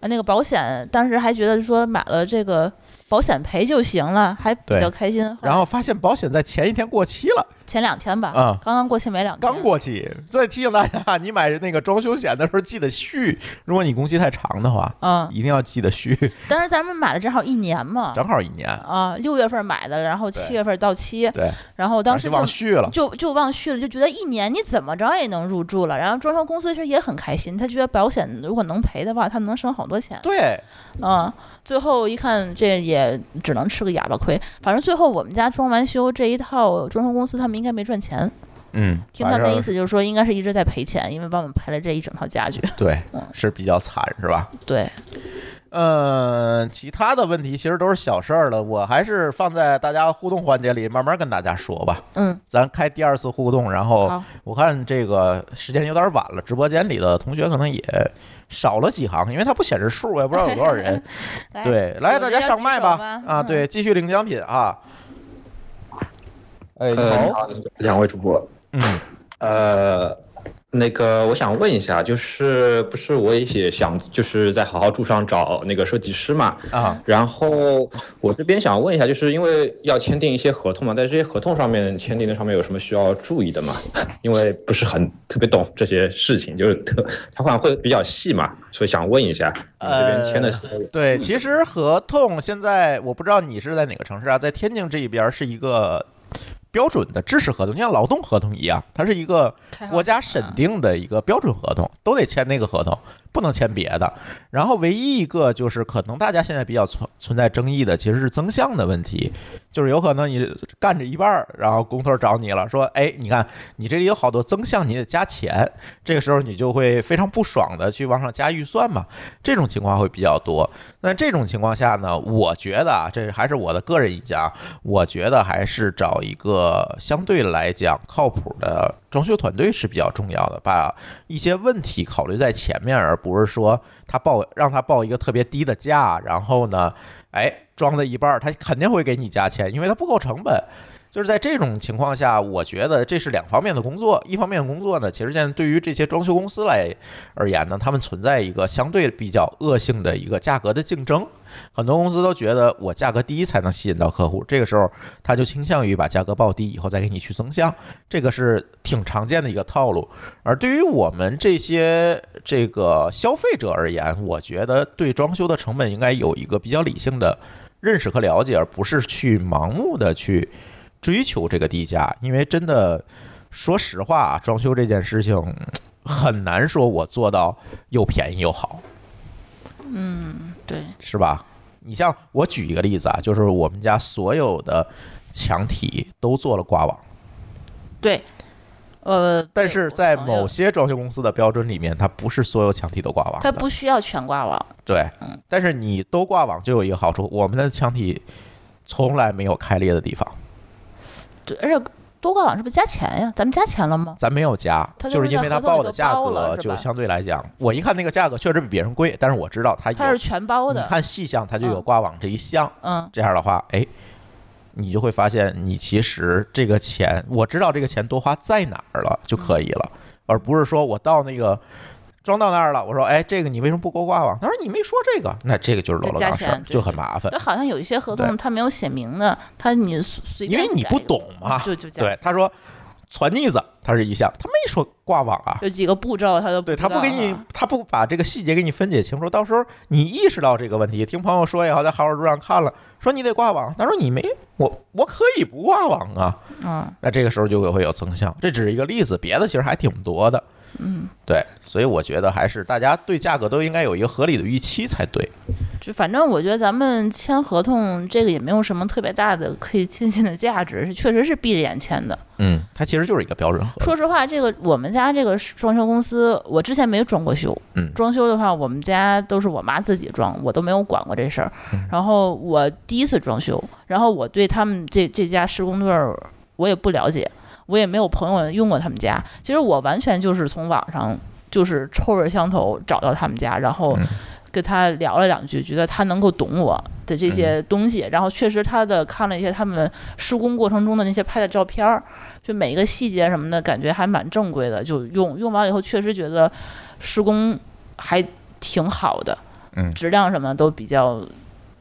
Speaker 2: 啊，那个保险当时还觉得说买了这个保险赔就行了，还比
Speaker 3: 对
Speaker 2: 较开心。
Speaker 3: 然后发现保险在前一天过期了，
Speaker 2: 前两天吧，
Speaker 3: 嗯
Speaker 2: 刚刚过期没两天，
Speaker 3: 刚过期，所以提醒大家，你买那个装修险的时候记得续，如果你工期太长的话，
Speaker 2: 嗯，
Speaker 3: 一定要记得续，
Speaker 2: 当时咱们买了正好一年嘛，
Speaker 3: 正好一年。
Speaker 2: 啊，六月份买的，然后
Speaker 3: 对
Speaker 2: 七月份到期，
Speaker 3: 对，
Speaker 2: 然后当时
Speaker 3: 就
Speaker 2: 就
Speaker 3: 忘续了。
Speaker 2: 就就忘续了，就觉得一年你怎么着也能入住了。然后装修公司其实也很开心，他觉得保险如果能赔的话，他们能省好多钱。
Speaker 3: 对，
Speaker 2: 嗯，最后一看这也只能吃个哑巴亏。反正最后我们家装完修这一套，装修公司他们应该没赚钱。
Speaker 3: 嗯，
Speaker 2: 听他
Speaker 3: 反
Speaker 2: 们的意
Speaker 3: 正
Speaker 2: 思就是说，应该是一直在赔钱，因为帮我们赔了这一整套家具。
Speaker 3: 对
Speaker 2: 嗯
Speaker 3: 是比较惨，是吧？
Speaker 2: 对，
Speaker 3: 呃，其他的问题其实都是小事儿了，我还是放在大家互动环节里慢慢跟大家说吧。
Speaker 2: 嗯，
Speaker 3: 咱开第二次互动，然后
Speaker 2: 好
Speaker 3: 我看这个时间有点晚了，直播间里的同学可能也少了几行，因为它不显示数，我也不知道有多少人。
Speaker 2: 来
Speaker 3: 对，来大家上麦吧，啊，，
Speaker 2: 有人要举手
Speaker 3: 对，继续领奖品啊。哎，你
Speaker 8: 呃，你
Speaker 3: 好，
Speaker 8: 好，两位主播，
Speaker 3: 嗯，
Speaker 8: 呃，那个我想问一下，就是不是我也想就是在好好住上找那个设计师嘛？
Speaker 3: 啊，
Speaker 8: 然后我这边想问一下，就是因为要签订一些合同嘛，在这些合同上面签订的上面有什么需要注意的吗？ [LAUGHS] 因为不是很特别懂这些事情，就是特它好像会比较细嘛，所以想问一下，你们这边签的是
Speaker 3: 呃对，其实合同现在我不知道你是在哪个城市啊，在天津这一边是一个标准的知识合同，就像劳动合同一样，它是一个国家审定的一个标准合同，都得签那个合同，不能签别的。然后唯一一个就是可能大家现在比较存存在争议的，其实是增项的问题，就是有可能你干着一半儿，然后工头儿找你了，说，哎，你看你这里有好多增项，你得加钱，这个时候你就会非常不爽的去往上加预算嘛，这种情况会比较多。那这种情况下呢，我觉得啊，这还是我的个人意见啊，我觉得还是找一个相对来讲靠谱的装修团队是比较重要的，把一些问题考虑在前面，而不是说他报让他报一个特别低的价，然后呢，哎，装的一半儿他肯定会给你加钱，因为他不够成本。就是在这种情况下，我觉得这是两方面的工作。一方面的工作呢，其实现在对于这些装修公司来而言呢，他们存在一个相对比较恶性的一个价格的竞争。很多公司都觉得我价格低才能吸引到客户，这个时候他就倾向于把价格报低，以后再给你去增项，这个是挺常见的一个套路。而对于我们这些这个消费者而言，我觉得对装修的成本应该有一个比较理性的认识和了解，而不是去盲目的去追求这个低价，因为真的说实话啊，装修这件事情很难说我做到又便宜又好，
Speaker 2: 对，
Speaker 3: 是吧？你像我举一个例子啊，就是我们家所有的墙体都做了挂网，
Speaker 2: 对，呃，
Speaker 3: 但
Speaker 2: 对
Speaker 3: 是
Speaker 2: 我
Speaker 3: 在
Speaker 2: 朋友
Speaker 3: 某些装修公司的标准里面，它不是所有墙体都挂网
Speaker 2: 它
Speaker 3: 的，
Speaker 2: 不需要全挂网，
Speaker 3: 对
Speaker 2: 嗯。
Speaker 3: 但是你都挂网就有一个好处，我们的墙体从来没有开裂的地方，
Speaker 2: 对，而且多挂网是不是加钱呀？咱们加钱了吗？
Speaker 3: 咱没有加，
Speaker 2: 它
Speaker 3: 就
Speaker 2: 就是
Speaker 3: 因为它
Speaker 2: 在合同里
Speaker 3: 报的
Speaker 2: 就
Speaker 3: 价
Speaker 2: 包
Speaker 3: 格
Speaker 2: 了是
Speaker 3: 就
Speaker 2: 吧
Speaker 3: 相对来讲，我一看那个价格确实比别人贵，但是我知道它有，
Speaker 2: 它是全包
Speaker 3: 你
Speaker 2: 的，
Speaker 3: 看细项它就有
Speaker 2: 嗯
Speaker 3: 挂网这一项，
Speaker 2: 嗯，
Speaker 3: 这样的话，哎，你就会发现你其实这个钱，我知道这个钱多花在哪儿了就可以
Speaker 2: 嗯
Speaker 3: 了，而不是说我到那个装到那儿了，我说哎，这个你为什么不给我挂网？他说你没说这个，那这个就是罗罗
Speaker 2: 再加
Speaker 3: 当事儿
Speaker 2: 钱，对
Speaker 3: 就很麻烦
Speaker 2: 但，好像有一些合
Speaker 3: 对
Speaker 2: 同它没有写明的，它你随随
Speaker 3: 因
Speaker 2: 便
Speaker 3: 为你
Speaker 2: 改
Speaker 3: 不
Speaker 2: 一个
Speaker 3: 懂嘛。
Speaker 2: 就就加
Speaker 3: 对，
Speaker 2: 钱
Speaker 3: 他说传腻子，他是一项，他没说挂网啊。
Speaker 2: 有几个步骤它都
Speaker 3: 对
Speaker 2: 知
Speaker 3: 他不
Speaker 2: 道啊
Speaker 3: 给你
Speaker 2: 哈，
Speaker 3: 他不把这个细节给你分解清楚，到时候你意识到这个问题，听朋友说也好，在好好书上看了，说你得挂网，他说你没我，我可以不挂网啊，
Speaker 2: 嗯，
Speaker 3: 那这个时候就会有增项。这只是一个例子，别的其实还挺多的。嗯，对，所以我觉得还是大家对价格都应该有一个合理的预期才对。
Speaker 2: 就反正我觉得咱们签合同这个也没有什么特别大的可以借鉴的价值，是确实是闭着眼签的。
Speaker 3: 嗯，它其实就是一个标准合同。
Speaker 2: 说实话，这个我们家这个装修公司，我之前没有装过修。
Speaker 3: 嗯
Speaker 2: 装修的话，我们家都是我妈自己装，我都没有管过这事儿。
Speaker 3: 嗯
Speaker 2: 然后我第一次装修，然后我对他们这这家施工队儿我也不了解，我也没有朋友用过他们家。其实我完全就是从网上就是臭味相投找到他们家，然后
Speaker 3: 嗯
Speaker 2: 跟他聊了两句，觉得他能够懂我的这
Speaker 3: 嗯
Speaker 2: 些东西。然后确实他的看了一些他们施工过程中的那些拍的照片儿，就每一个细节什么的，感觉还蛮正规的。就用用完了以后，确实觉得施工还挺好的，
Speaker 3: 嗯
Speaker 2: 质量什么都比较。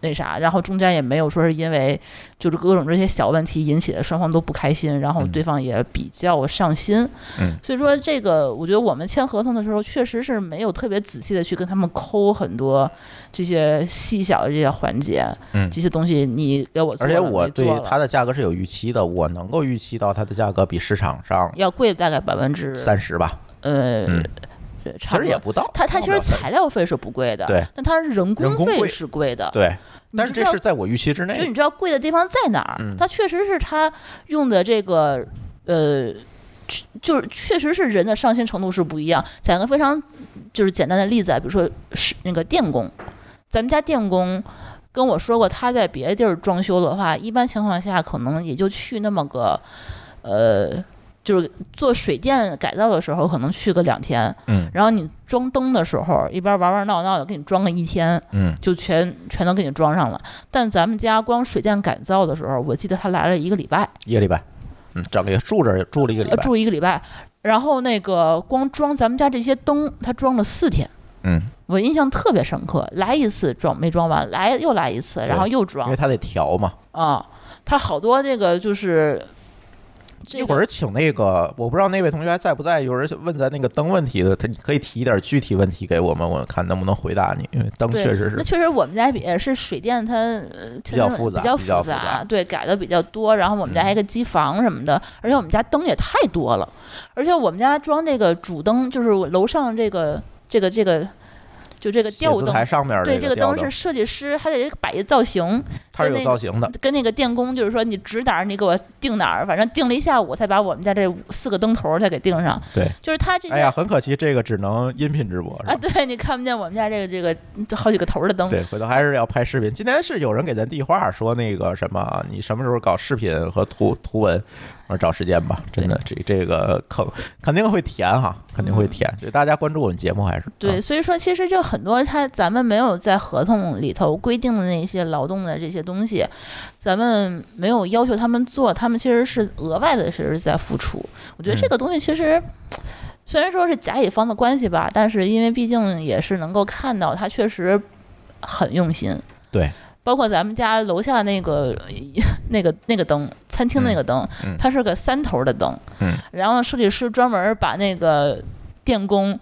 Speaker 2: 那啥，然后中间也没有说是因为就是各种这些小问题引起的双方都不开心，然后
Speaker 3: 嗯
Speaker 2: 对方也比较上心，所以说这个，我觉得我们签合同的时候，确实是没有特别仔细的去跟他们抠很多这些细小的这些环节，
Speaker 3: 嗯
Speaker 2: 这些东西你给我做
Speaker 3: 而
Speaker 2: 了，
Speaker 3: 且我
Speaker 2: 没
Speaker 3: 对
Speaker 2: 做
Speaker 3: 它
Speaker 2: 了
Speaker 3: 的价格是有预期的，我能够预期到它的价格比市场上
Speaker 2: 要贵大概百分之
Speaker 3: 三十吧，
Speaker 2: 呃，
Speaker 3: 嗯
Speaker 2: 呃
Speaker 3: 其
Speaker 2: 差不
Speaker 3: 实也
Speaker 2: 多。
Speaker 3: 不到。
Speaker 2: 它它其
Speaker 3: 到
Speaker 2: 实
Speaker 3: 不了30
Speaker 2: 材料费是不贵的，
Speaker 3: 对，
Speaker 2: 但它人
Speaker 3: 人工
Speaker 2: 工费
Speaker 3: 贵
Speaker 2: 是贵的，
Speaker 3: 对，
Speaker 2: 你
Speaker 3: 但是
Speaker 2: 知
Speaker 3: 这
Speaker 2: 道
Speaker 3: 是在我预期之
Speaker 2: 就你
Speaker 3: 内。
Speaker 2: 知道贵的地方在哪儿？
Speaker 3: 嗯
Speaker 2: 它确实是它用的这个呃，确就是确实是人的上心程度是不一样。讲一个非常就是简单的例子啊，比如说是那个电工。咱们家电工跟我说过，他在别的地儿装修的话，一般情况下可能也就去那么个，呃，就是做水电改造的时候，可能去个两天，
Speaker 3: 嗯
Speaker 2: 然后你装灯的时候，一边玩玩闹闹的给你装个一天，
Speaker 3: 嗯，
Speaker 2: 就全全都给你装上了。但咱们家光水电改造的时候，我记得他来了一个礼拜，
Speaker 3: 一个礼拜，嗯，整个住这儿住了一个礼
Speaker 2: 呃，
Speaker 3: 拜，
Speaker 2: 住一个礼拜，然后那个光装咱们家这些灯，他装了四天。
Speaker 3: 嗯，
Speaker 2: 我印象特别深刻，来一次装没装完，来又来一次，然后又
Speaker 3: 因
Speaker 2: 装
Speaker 3: 为他得调嘛。
Speaker 2: 啊，他好多那个就是这
Speaker 3: 一
Speaker 2: 个
Speaker 3: 会儿请那个，我不知道那位同学还在不在，有人问咱那个灯问题的，他你可以提一点具体问题给我们，我看能不能回答你，因为灯
Speaker 2: 对
Speaker 3: 确实
Speaker 2: 那
Speaker 3: 是。
Speaker 2: 确实我们家也是水电它，呃
Speaker 3: 比较
Speaker 2: 确实
Speaker 3: 复杂
Speaker 2: 比较
Speaker 3: 比较
Speaker 2: 复
Speaker 3: 复杂嗯
Speaker 2: 对，改的比较多。然后我们家还有一个机房什么的，而且我们家灯也太多了，而且我们家装这个主灯，就是我楼上这个这个这个，就这个
Speaker 3: 写
Speaker 2: 吊
Speaker 3: 字
Speaker 2: 灯。
Speaker 3: 台上面的
Speaker 2: 对，
Speaker 3: 这
Speaker 2: 这个
Speaker 3: 吊
Speaker 2: 灯是设计师，还得摆一造型，
Speaker 3: 它是
Speaker 2: 跟
Speaker 3: 有
Speaker 2: 那
Speaker 3: 造
Speaker 2: 个
Speaker 3: 型的，
Speaker 2: 跟那个电工就是说你指哪儿，你给我定哪儿，反正定了一下午才把我们家这五四个灯头儿才给定上。
Speaker 3: 对，
Speaker 2: 就是他这些、
Speaker 3: 哎呀，很可惜，这个只能音频直播，是吧
Speaker 2: 啊，对你看不见我们家这个这个嗯这好几个头儿的灯，
Speaker 3: 对，回头还是要拍视频。今天是有人给咱递话，说那个什么，你什么时候搞视频和图图文？我说找时间吧，真的，这这个坑肯定会填哈，肯定会填。所以大家关注我们节目还是
Speaker 2: 嗯对，
Speaker 3: 啊
Speaker 2: 所以说其实就很多他咱们没有在合同里头规定的那些劳动的这些东西，咱们没有要求他们做，他们其实是额外的，其实是在付出。我觉得这
Speaker 3: 嗯
Speaker 2: 个东西其实。虽然说是甲乙方的关系吧，但是因为毕竟也是能够看到他确实很用心，
Speaker 3: 对，
Speaker 2: 包括咱们家楼下那个 [LAUGHS] 那个那个灯，餐厅那个灯，
Speaker 3: 嗯嗯
Speaker 2: 它是个三头的灯，
Speaker 3: 嗯
Speaker 2: 然后设计师专门把那个电工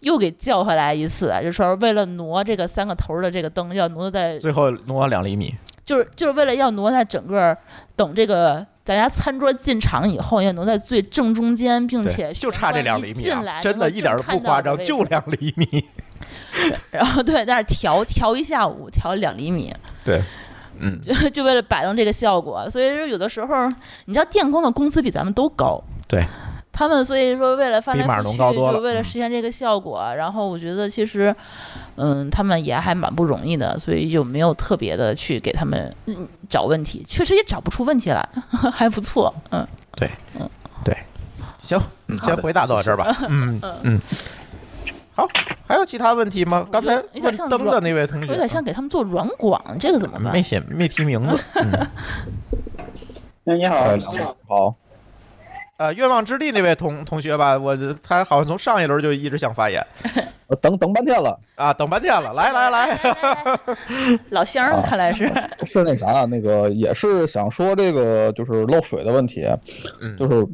Speaker 2: 又给叫回来一次，就说为了挪这个三个头的这个灯，要挪在
Speaker 3: 最后挪两厘米，
Speaker 2: 就是就是为了要挪在整个等这个。咱家餐桌进场以后，要挪在最正中间，并
Speaker 3: 对，
Speaker 2: 且
Speaker 3: 就差这
Speaker 2: 玄
Speaker 3: 两
Speaker 2: 关
Speaker 3: 厘
Speaker 2: 一
Speaker 3: 米
Speaker 2: 进
Speaker 3: 啊，
Speaker 2: 来
Speaker 3: 真的
Speaker 2: 能够
Speaker 3: 一点儿
Speaker 2: 正
Speaker 3: 都
Speaker 2: 看
Speaker 3: 不
Speaker 2: 到
Speaker 3: 夸
Speaker 2: 的
Speaker 3: 张，
Speaker 2: 位
Speaker 3: 就
Speaker 2: 置
Speaker 3: 两厘米。
Speaker 2: [LAUGHS] 然后对，但是调调一下午，调两厘米，
Speaker 3: 对，嗯，
Speaker 2: 就就为了摆弄这个效果，所以说有的时候，你知道电工的工资比咱们都高，
Speaker 3: 对，
Speaker 2: 他们所以说为了翻
Speaker 3: 比
Speaker 2: 来
Speaker 3: 马
Speaker 2: 覆
Speaker 3: 农
Speaker 2: 去，
Speaker 3: 高多
Speaker 2: 就
Speaker 3: 了
Speaker 2: 为了
Speaker 3: 嗯
Speaker 2: 实现这个效果，然后我觉得其实，嗯，他们也还蛮不容易的，所以就没有特别的去给他们嗯找问题，确实也找不出问题来， [LAUGHS] 还不错，嗯，
Speaker 3: 对，对，行，
Speaker 8: 好
Speaker 3: 先
Speaker 8: 的
Speaker 3: 回答到这儿吧。嗯嗯，好，还有其他问题吗？刚才
Speaker 2: 有点
Speaker 3: 问
Speaker 2: 像
Speaker 3: 灯的
Speaker 2: 软
Speaker 3: 那位同学
Speaker 2: 有点像给他们做软广，这个怎么办
Speaker 3: 没？写没提名字。嗯，
Speaker 9: 那哎你好，
Speaker 8: 好，
Speaker 3: 呃，愿望之地那位同同学吧，我他好像从上一轮就一直想发言
Speaker 9: [LAUGHS] 我等等半天了，
Speaker 3: 啊，等半天了，来来来，
Speaker 2: [LAUGHS] 老乡
Speaker 3: 哦
Speaker 2: 儿看来
Speaker 3: [LAUGHS]
Speaker 2: 是，
Speaker 9: 是那啥，那个也是想说这个就是漏水的问题，
Speaker 3: 嗯
Speaker 9: 就是，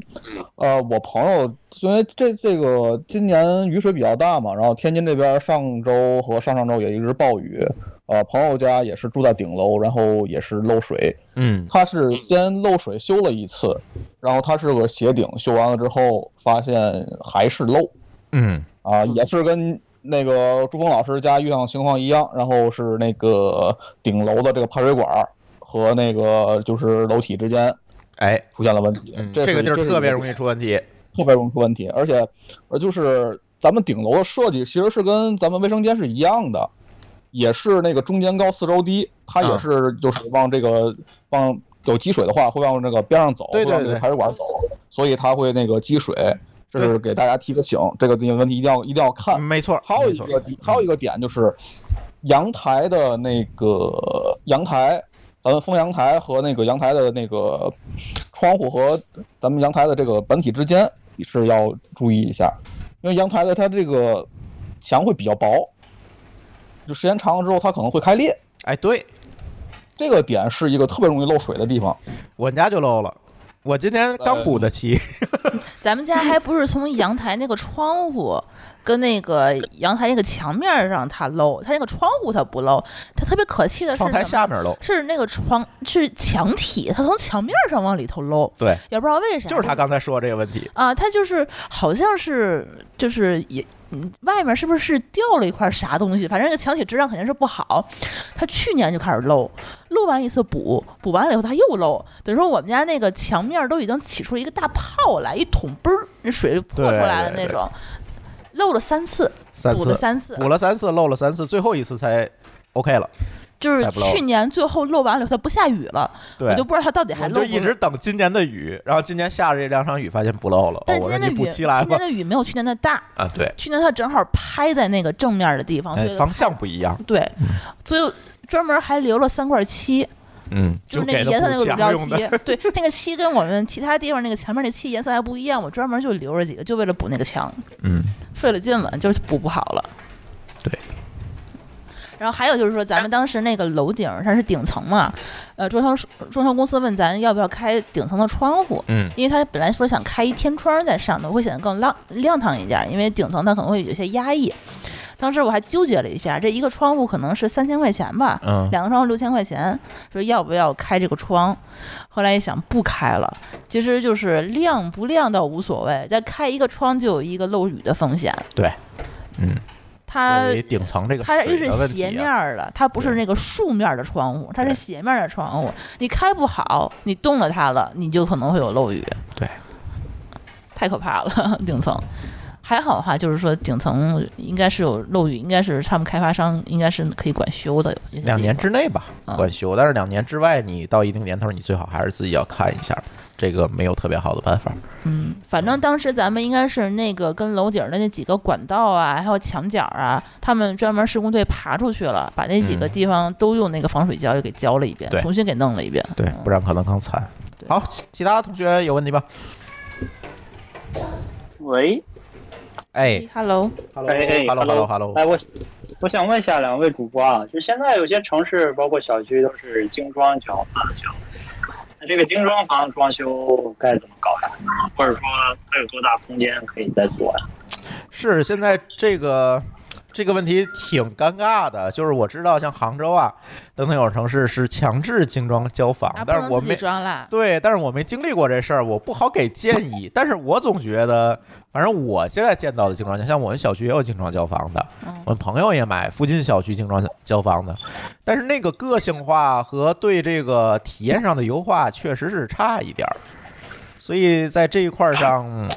Speaker 9: 呃，我朋友因为这这个今年雨水比较大嘛，然后天津这边上周和上上周也一直暴雨，呃，朋友家也是住在顶楼，然后也是漏水，
Speaker 3: 嗯
Speaker 9: 他是先漏水修了一次，然后他是个斜顶，修完了之后发现还是漏，
Speaker 3: 嗯
Speaker 9: 啊，也是跟那个朱峰老师家遇上的情况一样，然后是那个顶楼的这个排水管儿和那个就是楼体之间
Speaker 3: 哎，
Speaker 9: 出现了问题，
Speaker 3: 嗯，
Speaker 9: 这
Speaker 3: 这个地儿特别容
Speaker 9: 易，
Speaker 3: 易出问题，
Speaker 9: 特别容易出问题，而且呃就是咱们顶楼的设计其实是跟咱们卫生间是一样的，也是那个中间高四周低，它也
Speaker 3: 嗯
Speaker 9: 是就是往这个往。有积水的话，会往这个边上走，
Speaker 3: 对
Speaker 9: 会往
Speaker 3: 对
Speaker 9: 这个
Speaker 3: 对
Speaker 9: 排水管走，所以它会那个积水。这是给大家提个醒，这个问题一定要一定要看。
Speaker 3: 嗯没错，
Speaker 9: 还有
Speaker 3: 没
Speaker 9: 一
Speaker 3: 错
Speaker 9: 个地还有一个点就是，阳台的那个阳台，咱们封阳台和那个阳台的那个窗户和咱们阳台的这个本体之间是要注意一下，因为阳台的它这个墙会比较薄，就时间长了之后它可能会开裂，
Speaker 3: 哎，对，
Speaker 9: 这个点是一个特别容易漏水的地方。
Speaker 3: 我们家就漏了。我今天刚补的漆，
Speaker 2: 咱们家还不是从阳台那个窗户跟那个阳台那个墙面儿上它漏，它那个窗户它不漏，它特别可气的是
Speaker 3: 窗台
Speaker 2: 什么
Speaker 3: 下面漏，
Speaker 2: 是那个窗是墙体，它从墙面儿上往里头漏，
Speaker 3: 对，
Speaker 2: 也不知道为啥，
Speaker 3: 就是他刚才说这个问题，
Speaker 2: 啊，它就是好像是就是也。嗯，外面是不是掉了一块啥东西？反正那个墙体质量肯定是不好。它去年就开始漏，漏完一次补，补完了以后它又漏，等于说我们家那个墙面都已经起出一个大泡来，一桶嘣儿，那 [LAUGHS] 水泼出来了
Speaker 3: 对对
Speaker 2: 那种。漏了三次，
Speaker 3: 三
Speaker 2: 补了
Speaker 3: 次，
Speaker 2: 三次，
Speaker 3: 补了三次，漏了三次，最后一次才 OK 了。
Speaker 2: 就是
Speaker 3: 再不漏
Speaker 2: 去年最后漏完了以后，它不下雨了，
Speaker 3: 对
Speaker 2: 我就不知道它到底
Speaker 3: 我
Speaker 2: 还
Speaker 3: 们
Speaker 2: 漏
Speaker 3: 就
Speaker 2: 不
Speaker 3: 一
Speaker 2: 漏。
Speaker 3: 直等今年的雨，然后今年下了这两场雨，发现不漏了。
Speaker 2: 但
Speaker 3: 哦
Speaker 2: 是
Speaker 3: 我
Speaker 2: 今
Speaker 3: 说
Speaker 2: 年的
Speaker 3: 你补
Speaker 2: 雨，
Speaker 3: 期来
Speaker 2: 今
Speaker 3: 吧
Speaker 2: 年。的雨没有去年的大，
Speaker 3: 啊，对，
Speaker 2: 去年它正好拍在那个正面的地方，所
Speaker 3: 哎
Speaker 2: 以，
Speaker 3: 方嗯向不一样，
Speaker 2: 对，所以专门还留了三块漆，
Speaker 3: 嗯，
Speaker 2: 就是那
Speaker 3: 给
Speaker 2: 个
Speaker 3: 的
Speaker 2: 颜色那个
Speaker 3: 补
Speaker 2: 乳胶
Speaker 3: 墙用的。
Speaker 2: 漆，对，那个漆跟我们其他地方那个前面那漆颜色还不一样，我专门就留着几个，就为了补那个墙，
Speaker 3: 嗯，
Speaker 2: 费了劲了，就是补不好了。
Speaker 3: 对。
Speaker 2: 然后还有就是说，咱们当时那个楼顶它是顶层嘛，呃，装修装修公司问咱要不要开顶层的窗户，
Speaker 3: 嗯
Speaker 2: 因为他本来说想开一天窗在上头，会显得更亮亮堂一点，因为顶层它可能会有些压抑。当时我还纠结了一下，这一个窗户可能是三千块钱吧，
Speaker 3: 嗯
Speaker 2: 两个窗户六千块钱，说要不要开这个窗？后来一想不开了，其实就是亮不亮倒无所谓，但开一个窗就有一个漏雨的风险。
Speaker 3: [LAUGHS] 对，
Speaker 2: 它
Speaker 3: 所以顶层这个
Speaker 2: 呃它
Speaker 3: 水
Speaker 2: 是
Speaker 3: 的问题
Speaker 2: 斜面
Speaker 3: 啊，
Speaker 2: 儿的，它不是
Speaker 3: 对
Speaker 2: 那个竖面儿的窗户，它是
Speaker 3: 对
Speaker 2: 斜面儿的窗户。你开不好，你动了它了，你就可能会有漏雨。
Speaker 3: 对，
Speaker 2: [LAUGHS] 太可怕了，顶层。还好哈，就是说顶层应该是有漏雨，应该是他们开发商应该是可以管修的。有些
Speaker 3: 两
Speaker 2: 地
Speaker 3: 年
Speaker 2: 方
Speaker 3: 之内吧，
Speaker 2: 嗯
Speaker 3: 管修，但是两年之外，你到一定年头，你最好还是自己要看一下，这个没有特别好的办法。
Speaker 2: 嗯，反正当时咱们应该是那个跟楼顶儿的那几个管道啊，还有墙角啊，他们专门施工队爬出去了，把那几个
Speaker 3: 嗯
Speaker 2: 地方都用那个防水胶又给浇了一遍，
Speaker 3: 对
Speaker 2: 重新给弄了一遍。
Speaker 3: 对，不然可能更惨。
Speaker 2: 对
Speaker 3: 好，其他
Speaker 2: 嗯
Speaker 3: 同学有问题吗？
Speaker 10: 喂，
Speaker 3: 哎
Speaker 2: h e
Speaker 10: 哎哎
Speaker 3: hello，hello，hello，hello，
Speaker 10: 哎，我我想问一下两位主播啊，就现在有些城市包括小区都是精装小房装修，啊那这个精装房装修该怎么搞呀？或者说它有多大空间可以再做呀？
Speaker 3: 是现在这个这个问题挺尴尬的，就是我知道像杭州啊等等有城市是强制精装交房，
Speaker 2: 啊，不
Speaker 3: 但是
Speaker 2: 能
Speaker 3: 我
Speaker 2: 自己
Speaker 3: 没
Speaker 2: 装啦。
Speaker 3: 对，但是我没经历过这事儿，我不好给建议。但是我总觉得，反正我现在见到的精装，像我们小区也有精装交房的，
Speaker 2: 嗯
Speaker 3: 我们朋友也买附近小区精装交房的，但是那个个性化和对这个体验上的优化确实是差一点儿。所以在这一块儿上，嗯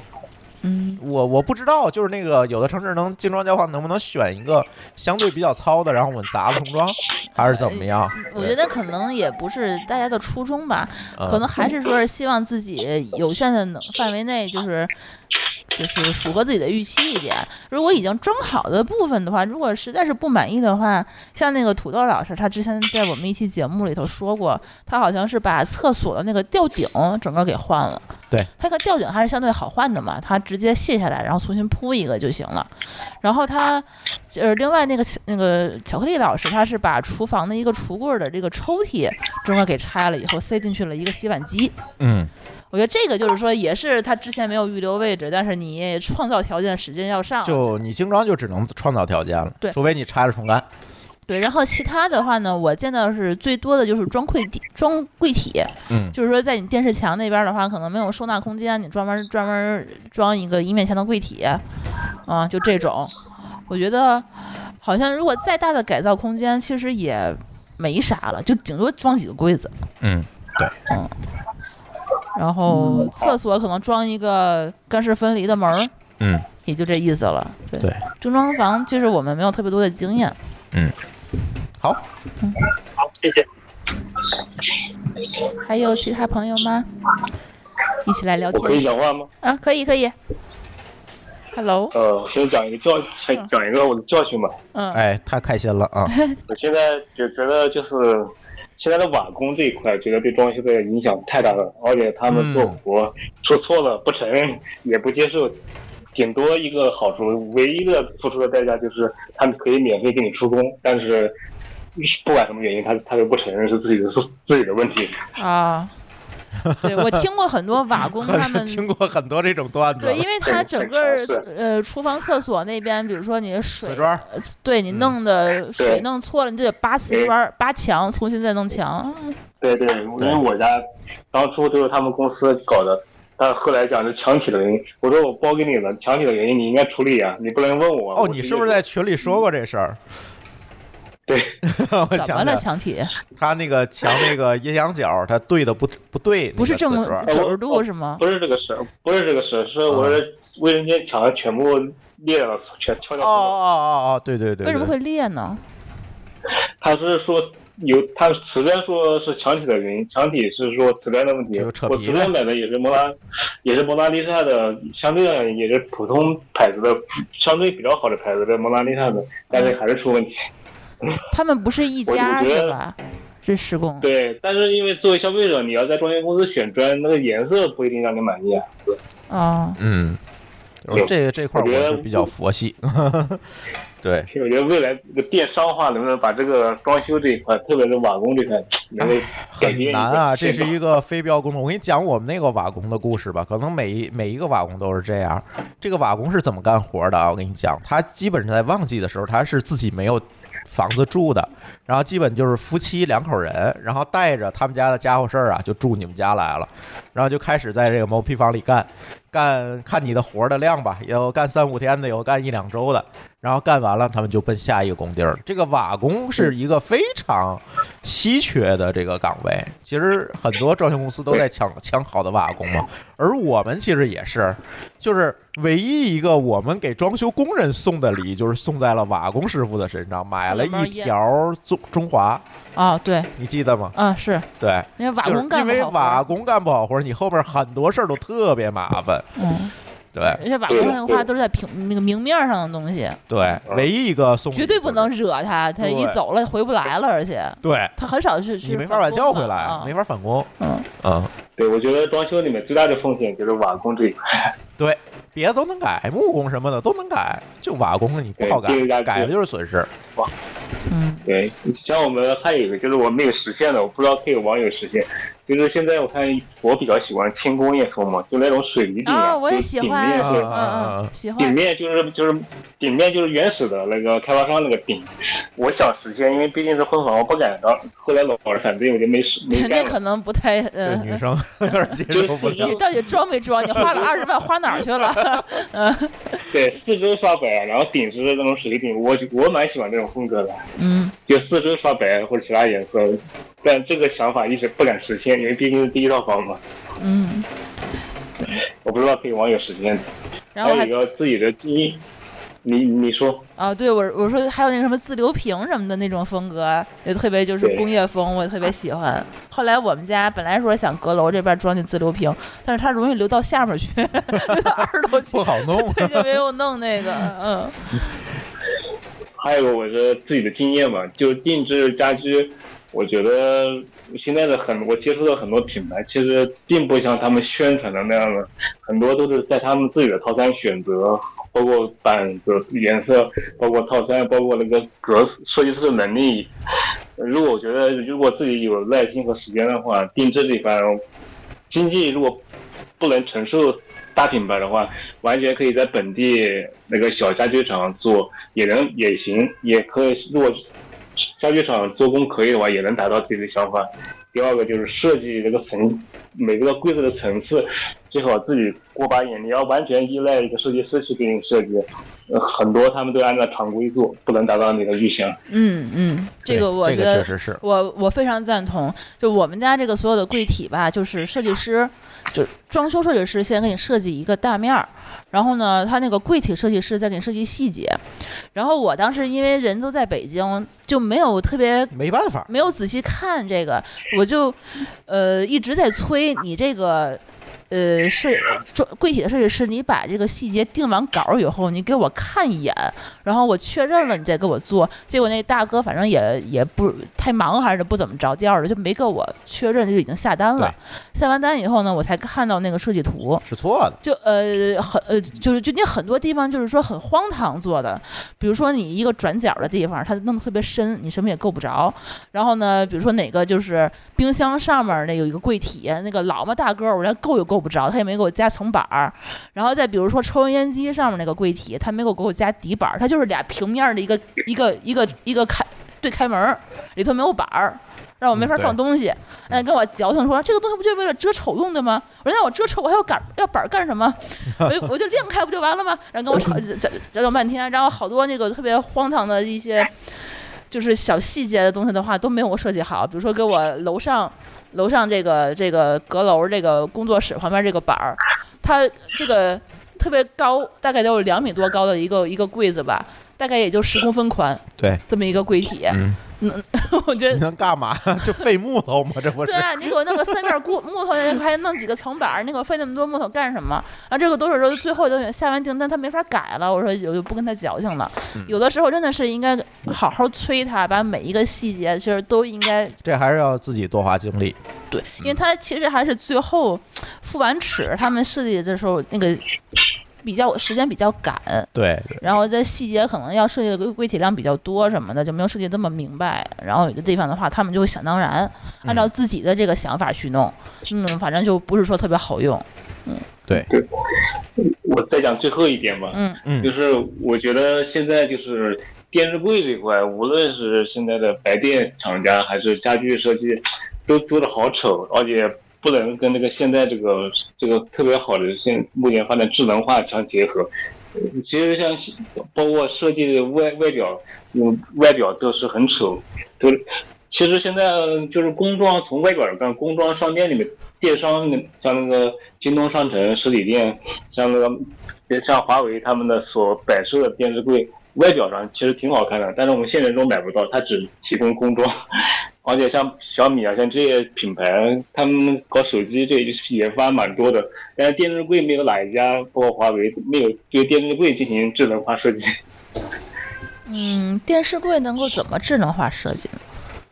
Speaker 2: 嗯，
Speaker 3: 我我不知道，就是那个有的城市能精装交房，能不能选一个相对比较糙的，然后我们砸了重装，还是怎么样？
Speaker 2: 我觉得可能也不是大家的初衷吧，
Speaker 3: 嗯
Speaker 2: 可能还是说是希望自己有限的能范围内，就是就是符合自己的预期一点。如果已经装好的部分的话，如果实在是不满意的话，像那个土豆老师，他之前在我们一期节目里头说过，他好像是把厕所的那个吊顶整个给换了。
Speaker 3: 对，
Speaker 2: 他那个吊顶还是相对好换的嘛，他直接卸下来，然后重新铺一个就行了。然后他呃，另外那个巧那个巧克力老师，他是把厨房的一个橱柜儿的这个抽屉中间给拆了以后，塞进去了一个洗碗机。
Speaker 3: 嗯，
Speaker 2: 我觉得这个就是说，也是他之前没有预留位置，但是你创造条件使劲要上，啊
Speaker 3: 就你精装就只能创造条件了，
Speaker 2: 对
Speaker 3: 除非你拆了重干。
Speaker 2: 对。然后其他的话呢，我见到是最多的就是装柜体，装柜体，
Speaker 3: 嗯
Speaker 2: 就是说在你电视墙那边的话，可能没有收纳空间，你专门专门装一个一面墙的柜体，啊，就这种，我觉得好像如果再大的改造空间，其实也没啥了，就顶多装几个柜子，
Speaker 3: 嗯，
Speaker 2: 然后厕所可能装一个干湿分离的门儿，
Speaker 3: 嗯，
Speaker 2: 也就这意思了。对，
Speaker 3: 对
Speaker 2: 精装房其实我们没有特别多的经验。
Speaker 3: 好，
Speaker 2: 嗯
Speaker 10: 好，谢谢。
Speaker 2: 还有其他朋友吗？一起来聊
Speaker 11: 我可以
Speaker 2: 天
Speaker 11: 讲话吗？
Speaker 2: 啊，可以可以。Hello，
Speaker 11: 呃，我先讲一个教，先讲一个我的教训吧。
Speaker 2: 嗯，
Speaker 3: 哎，太开心了
Speaker 2: [LAUGHS]
Speaker 3: 啊！
Speaker 11: 我现在就觉得就是现在的瓦工这一块，觉得对装修的影响太大了，而且他们做活出错了不承认也不接受，顶多一个好处，唯一的付出的代价就是他们可以免费给你出工，但是不管什么原因，他他都不承认是自己的自己的问题。
Speaker 3: [LAUGHS]
Speaker 2: 啊，对我听过很多瓦工他们。
Speaker 3: 听过很多这种段子
Speaker 2: 对，
Speaker 3: 了，
Speaker 2: 因为他
Speaker 11: 对
Speaker 2: 整
Speaker 11: 很
Speaker 2: 个儿
Speaker 11: 潮湿
Speaker 2: 呃厨房、厕所那边，比如说你的水
Speaker 3: 瓷，砖，嗯
Speaker 2: 呃对你弄的水
Speaker 11: 对
Speaker 2: 弄错了，你就得扒瓷砖儿、扒墙，重新再弄墙。嗯
Speaker 11: 对对，因为我家当初都是他们公司搞的，但后来讲是墙体的原因。我说我包给你了，墙体的原因你应该处理啊，你不能问我。
Speaker 3: 哦，
Speaker 11: 我
Speaker 3: 你
Speaker 11: 直接
Speaker 3: 是不是在群里说过这事儿？
Speaker 11: 对，
Speaker 3: [LAUGHS] 我
Speaker 2: 怎
Speaker 3: 想
Speaker 2: 么
Speaker 3: 起来
Speaker 2: 了？墙体
Speaker 3: 他那个墙那个阴阳角，他对的不不对，
Speaker 2: 不是
Speaker 3: 那个
Speaker 2: 正
Speaker 3: 瓷砖
Speaker 2: 九十
Speaker 11: 我
Speaker 2: 度是吗？
Speaker 11: 不是这个事儿？不是这个事儿，是
Speaker 3: 啊
Speaker 11: 我的卫生间墙全部裂了，全敲
Speaker 3: 哦
Speaker 11: 掉了。
Speaker 3: 哦哦哦，对对对，
Speaker 2: 为什么
Speaker 3: 对
Speaker 2: 会裂呢？
Speaker 11: 他是说有他瓷砖说是墙体的原因，墙体是说瓷砖的问题。我瓷砖买的也是蒙娜，也是蒙娜丽莎的，相对上也是普通牌子的，相对比较好的牌子的蒙娜丽莎的，但是还是出问题。
Speaker 2: 他们不是一家
Speaker 11: 我我觉得
Speaker 2: 是吧？是施
Speaker 3: 嗯
Speaker 2: 工。
Speaker 11: [LAUGHS] 对，但是因为作为消费者，你要在装修公司选砖，那个颜色不一定让你满意啊。
Speaker 2: 啊，
Speaker 3: 嗯，
Speaker 11: 对
Speaker 3: 这这块儿
Speaker 11: 我觉得
Speaker 3: 我是比较佛系， [LAUGHS] 对，
Speaker 11: 其实我觉得未来这个电商化能不能把这个装修这一块，特别是瓦工这块，能够改变
Speaker 3: 很
Speaker 11: 一
Speaker 3: 难
Speaker 11: 下
Speaker 3: 啊，这是一 [LAUGHS] 个非标工种。我给你讲我们那个瓦工的故事吧，可能每一每一个瓦工都是这样。这个瓦工是怎么干活的啊？我跟你讲，他基本上在旺季的时候，他是自己没有房子住的，然后基本就是夫妻两口人，然后带着他们家的家伙事儿啊，就住你们家来了，然后就开始在这个毛坯房里干，干看你的活儿的量吧，有干三五天的，有干一两周的，然后干完了他们就奔下一个工地儿了。这个瓦工是一个非常稀缺的这个岗位，其实很多装修公司都在抢抢好的瓦工嘛，而我们其实也是，就是唯一一个我们给装修工人送的礼，就是送在了瓦工师傅的身上，买了
Speaker 2: 送了包
Speaker 3: 一
Speaker 2: 烟
Speaker 3: 条中中华，
Speaker 2: 啊，对，
Speaker 3: 你记得吗？
Speaker 2: 啊是，
Speaker 3: 对，
Speaker 2: 因为瓦
Speaker 3: 就是
Speaker 2: 工干
Speaker 3: 因
Speaker 2: 不
Speaker 3: 为
Speaker 2: 好活
Speaker 3: 瓦工干不好活儿，你后边很多事儿都特别麻烦。
Speaker 2: 嗯，
Speaker 3: 对
Speaker 2: 而且瓦工的话都是在平那个明面上的东西，
Speaker 3: 对，唯一一个送
Speaker 2: 绝对不能惹他，他一
Speaker 3: 对
Speaker 2: 走了回不来了，而且
Speaker 3: 对，
Speaker 2: 他很少去去
Speaker 3: 你没法
Speaker 2: 返
Speaker 3: 把
Speaker 2: 工
Speaker 3: 叫
Speaker 2: 嘛
Speaker 3: 回来，没法返工。
Speaker 2: 嗯
Speaker 3: 嗯，
Speaker 11: 对，我觉得装修里面最大的风险就是瓦工这一块。
Speaker 3: 对，别的都能改，木工什么的都能改，就瓦工你不好改
Speaker 11: 对这个，
Speaker 3: 改了就是损失。
Speaker 2: 嗯
Speaker 11: 对，像我们还有一个就是我没有实现的，我不知道可以有网友实现，就是现在我看我比较喜欢轻工业风嘛，就那种水泥地
Speaker 2: 啊，我也
Speaker 11: 就是
Speaker 2: 喜
Speaker 11: 顶
Speaker 2: 欢，
Speaker 11: 面
Speaker 2: 嗯
Speaker 11: 是
Speaker 2: 嗯，嗯喜
Speaker 11: 顶
Speaker 2: 欢，
Speaker 11: 面就是就是顶面就是原始的那个开发商那个顶，我想实现，因为毕竟是婚房，我不敢当。后来老师反对，我就没实没
Speaker 2: 那
Speaker 11: 干。
Speaker 2: 可能不太，
Speaker 3: 对
Speaker 2: 嗯，[LAUGHS]
Speaker 3: 女生有点接受不了
Speaker 2: 你。到底装没装？你花了二十万，花哪儿去了？ [LAUGHS] 嗯
Speaker 11: 对，四周刷白，啊然后顶是那种水泥顶，我就我蛮喜欢这种风格的，
Speaker 2: 嗯，
Speaker 11: 就四周刷白或者其他颜色。但这个想法一直不敢实现，因为毕竟是第一套房嘛，
Speaker 2: 嗯，
Speaker 11: 我不知道可以网友实现。
Speaker 2: 然后
Speaker 11: 还
Speaker 2: 还
Speaker 11: 有一个自己的第一，你你说
Speaker 2: 啊，对我我说还有那个什么自流平什么的那种风格，也特别就是
Speaker 11: 对
Speaker 2: 工业风，我也特别喜欢。后来我们家本来说想阁楼这边装进自流平，但是它容易流到下面去， [LAUGHS] 流到二楼去
Speaker 3: 不，好
Speaker 2: [LAUGHS]
Speaker 3: 弄，
Speaker 2: 对，就没有弄那个，嗯，
Speaker 11: 还有一个我的自己的经验嘛，就定制家居，我觉得现在的很我接触的很多品牌，其实并不像他们宣传的那样的，很多都是在他们自己的套餐选择，包括板子、颜色，包括套餐，包括那个格式设计师的能力。如果我觉得如果自己有耐心和时间的话，定制这一块，经济如果不能承受大品牌的话，完全可以在本地那个小家具厂做，也能也行，也可以。如果家具厂做工可以的话，也能达到自己的想法。第二个就是设计这个层，每个柜子的层次，最好自己过把瘾。你要完全依赖一个设计师去给你设计，呃很多他们都按照常规做，不能达到你的预想。
Speaker 2: 嗯嗯，这个我
Speaker 3: 这
Speaker 2: 觉
Speaker 3: 个确
Speaker 2: 得
Speaker 3: 实是
Speaker 2: 我我非常赞同。就我们家这个所有的柜体吧，就是设计师，就装修设计师先给你设计一个大面儿，然后呢，他那个柜体设计师再给你设计细节。然后我当时因为人都在北京，就没有特别
Speaker 3: 没办法。
Speaker 2: 没有仔细看这个，我就呃一直在催你这个。呃，设装柜体的设计师，你把这个细节定完稿儿以后，你给我看一眼，然后我确认了，你再给我做。结果那大哥反正也也不太忙，还是不怎么着调儿的，就没跟我确认，就已经下单了。下完单以后呢，我才看到那个设计图，
Speaker 3: 是错的，
Speaker 2: 就呃很呃就是就那很多地方就是说很荒唐做的，比如说你一个转角的地方，它弄得特别深，你什么也够不着。然后呢，比如说哪个就是冰箱上面那有一个柜体，那个老么大个儿，我连够也够不着，他也没给我加层板儿。然后再比如说抽油烟机上面那个柜体，他没给我给我加底板儿，它就是俩平面儿的一个一个一个一个开对开门儿，里头没有板儿。让我没法
Speaker 3: 嗯对
Speaker 2: 放东西，嗯，跟我矫情说这个东西不就是为了遮丑用的吗？我说那我遮丑，我还要杆要板儿干什么？我就我就亮开不就完了吗？然后跟我吵讲讲讲半天，然后好多那个特别荒唐的一些就是小细节的东西的话都没有我设计好，比如说给我楼上楼上这个这个阁楼这个工作室旁边这个板儿，它这个特别高，大概得有两米多高的一个一个柜子吧，大概也就十公分宽，
Speaker 3: 对，
Speaker 2: 这么一个柜体。
Speaker 3: 嗯，
Speaker 2: 嗯， [LAUGHS] 我觉得
Speaker 3: 你能干嘛？ [LAUGHS] 就废木头吗？这 [LAUGHS] 不是
Speaker 2: 对？啊，你给我弄个三面木木头，还弄几个层板儿，你给我费那么多木头干什么？然后这个多手周最后就下完订单，他没法改了。我说我就不跟他矫情了。有的时候真的是应该好好催他，把每一个细节其实都应该，
Speaker 3: 这还是要自己多花精力。
Speaker 2: 对，因为他其实还是最后付完尺，他们设计的时候那个比较时间比较赶，
Speaker 3: 对，
Speaker 2: 然后在细节可能要设计的规体量比较多什么的，就没有设计这么明白。然后有的地方的话，他们就会想当然，按照自己的这个想法去弄，嗯，反正就不是说特别好用。
Speaker 3: 对，
Speaker 11: 我再讲最后一点吧，
Speaker 2: 嗯
Speaker 3: 嗯
Speaker 11: 就是我觉得现在就是电视柜这块，无论是现在的白电厂家还是家具设计，都做的好丑，而且不能跟那个现在这个这个特别好的现目前发展智能化相结合。呃其实像包括设计的外外表，嗯，外表都是很丑，都其实现在就是工装，从外表来看，工装商店里面，电商像那个京东商城实体店，像那个像华为他们的所摆设的电视柜，外表上其实挺好看的，但是我们现实中买不到，它只提供工装。 [LAUGHS] 而且像小米啊，像这些品牌，他们搞手机这也发蛮多的，但是电视柜没有哪一家，包括华为没有对电视柜进行智能化设计。
Speaker 2: 嗯，电视柜能够怎么智能化设计呢？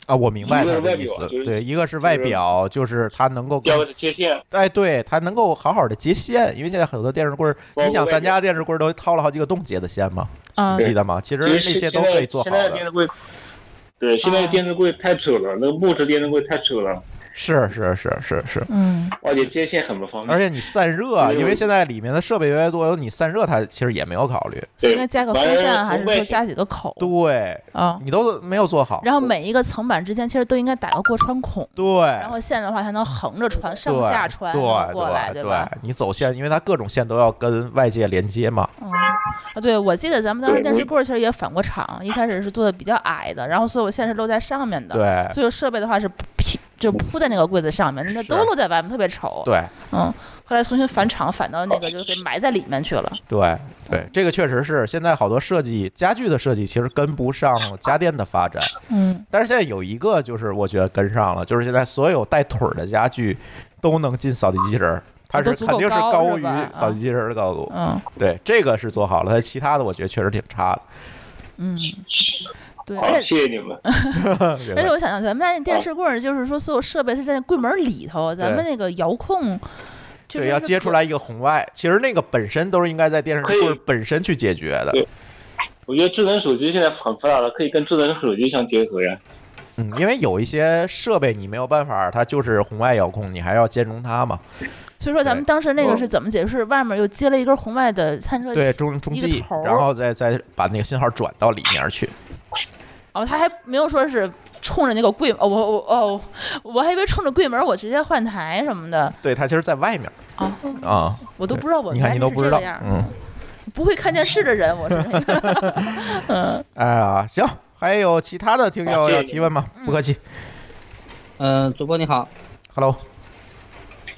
Speaker 3: 啊，我明白
Speaker 11: 一个
Speaker 3: 他
Speaker 11: 是
Speaker 3: 的
Speaker 11: 外
Speaker 3: 意
Speaker 11: 表
Speaker 3: 思
Speaker 11: 就。是
Speaker 3: 对，一个是外
Speaker 11: 就是
Speaker 3: 表，就是它能够
Speaker 11: 标
Speaker 3: 跟
Speaker 11: 的接线，
Speaker 3: 哎，对，它能够好好的接线，因为现在很多电视柜儿，
Speaker 11: 包
Speaker 3: 你想
Speaker 11: 括
Speaker 3: 咱
Speaker 11: 外
Speaker 3: 家电视柜儿都掏了好几个洞接的线嘛，
Speaker 2: 嗯
Speaker 3: 记得吗？其实
Speaker 11: 其
Speaker 3: 那
Speaker 11: 实
Speaker 3: 些
Speaker 11: 现
Speaker 3: 都
Speaker 11: 在
Speaker 3: 可以做好
Speaker 11: 现在的电
Speaker 3: 的。
Speaker 11: 视柜，对，现在的电视柜太丑了，那个木质电视柜太丑了，
Speaker 3: 是是是是是，
Speaker 2: 嗯，
Speaker 11: 而且接线很不方便。
Speaker 3: 而且你散热，
Speaker 11: 嗯
Speaker 3: 啊
Speaker 11: 对
Speaker 3: 因为现在里面的设备越来越多，你散热它其实也没有考虑。
Speaker 11: 对，
Speaker 2: 应该加个
Speaker 11: 完
Speaker 2: 风
Speaker 11: 了
Speaker 2: 扇，还
Speaker 11: 从
Speaker 2: 是
Speaker 11: 外
Speaker 2: 说
Speaker 11: 形
Speaker 2: 加几个口
Speaker 3: 对，
Speaker 2: 啊？
Speaker 3: 你都没有做好。
Speaker 2: 然后每一个层板之间其实都应该打个过穿孔，
Speaker 3: 对
Speaker 2: 然，后线的话才能横着穿，上
Speaker 3: 对
Speaker 2: 下穿
Speaker 3: 对
Speaker 2: 过来，
Speaker 3: 对
Speaker 2: 吧？
Speaker 3: 你走线，因为它各种线都要跟外界连接嘛。
Speaker 2: 嗯，啊，对，我记得咱们当时电视柜儿其实也反过场，一开始是做的比较矮的，然后所有线是露在上面的，
Speaker 3: 对
Speaker 2: 所有设备的话是披就铺在那个柜子上面，那都露在外面，特别丑。，
Speaker 3: 对
Speaker 2: 嗯，后来重新返场，返到那个就是给埋在里面去了。
Speaker 3: 对
Speaker 2: 嗯
Speaker 3: 对，这个确实是现在好多设计家具的设计其实跟不上家电的发展，
Speaker 2: 嗯，
Speaker 3: 但是现在有一个就是我觉得跟上了，就是现在所有带腿儿的家具都能进扫地机器人儿。它是
Speaker 2: 都足够
Speaker 3: 肯定是
Speaker 2: 高
Speaker 3: 高
Speaker 2: 是
Speaker 3: 于
Speaker 2: 吧啊
Speaker 3: 扫地机器人儿的高度，
Speaker 2: 嗯
Speaker 3: 对这个是做好了，它其他的我觉得确实挺差
Speaker 11: [LAUGHS]
Speaker 2: 嗯，对，
Speaker 11: 好，
Speaker 2: 而且。
Speaker 11: 谢谢你
Speaker 3: [LAUGHS]
Speaker 11: 们。
Speaker 3: 的。
Speaker 2: 而且我想想，咱们家那电视柜儿，就是说所有设备是在那柜门儿里头，咱们那个遥控，就
Speaker 3: 对，
Speaker 2: 是
Speaker 3: 要接出来一个红外，其实那个本身都是应该在电视
Speaker 11: 可以
Speaker 3: 或者本身去解决的。
Speaker 11: 对我觉得智能手机现在很发达了，可以跟智能手机相结合呀。
Speaker 3: 嗯，因为有一些设备你没有办法，它就是红外遥控，你还要兼容它嘛。
Speaker 2: 所以说咱们
Speaker 3: 对嗯
Speaker 2: 当时那个
Speaker 11: 我
Speaker 2: 是怎么解释？外面又接了一根红外的探测器，
Speaker 3: 对，中中
Speaker 2: 一个
Speaker 3: 继
Speaker 2: 头，儿
Speaker 3: 然后再再把那个信号转到里面去。
Speaker 2: 哦，他还没有说是冲着那个柜，哦，我我哦，我还以为冲着柜门儿我直接换台什么的
Speaker 3: 对，它其实在外面
Speaker 2: 啊，
Speaker 3: 啊。
Speaker 2: 我都不知道我
Speaker 3: 你
Speaker 2: 原来
Speaker 3: 看你
Speaker 2: 是
Speaker 3: 都不知
Speaker 2: 这
Speaker 3: 道
Speaker 2: 个样，儿，
Speaker 3: 嗯，
Speaker 2: 不会看电视的人，我是那个 [LAUGHS] 嗯
Speaker 3: [LAUGHS] 哎呀，行，还有其他的听
Speaker 11: 好
Speaker 3: 友
Speaker 11: 谢谢
Speaker 3: 要提问吗？
Speaker 2: 嗯
Speaker 3: 不客气
Speaker 5: 嗯、主播你好，
Speaker 3: ，Hello，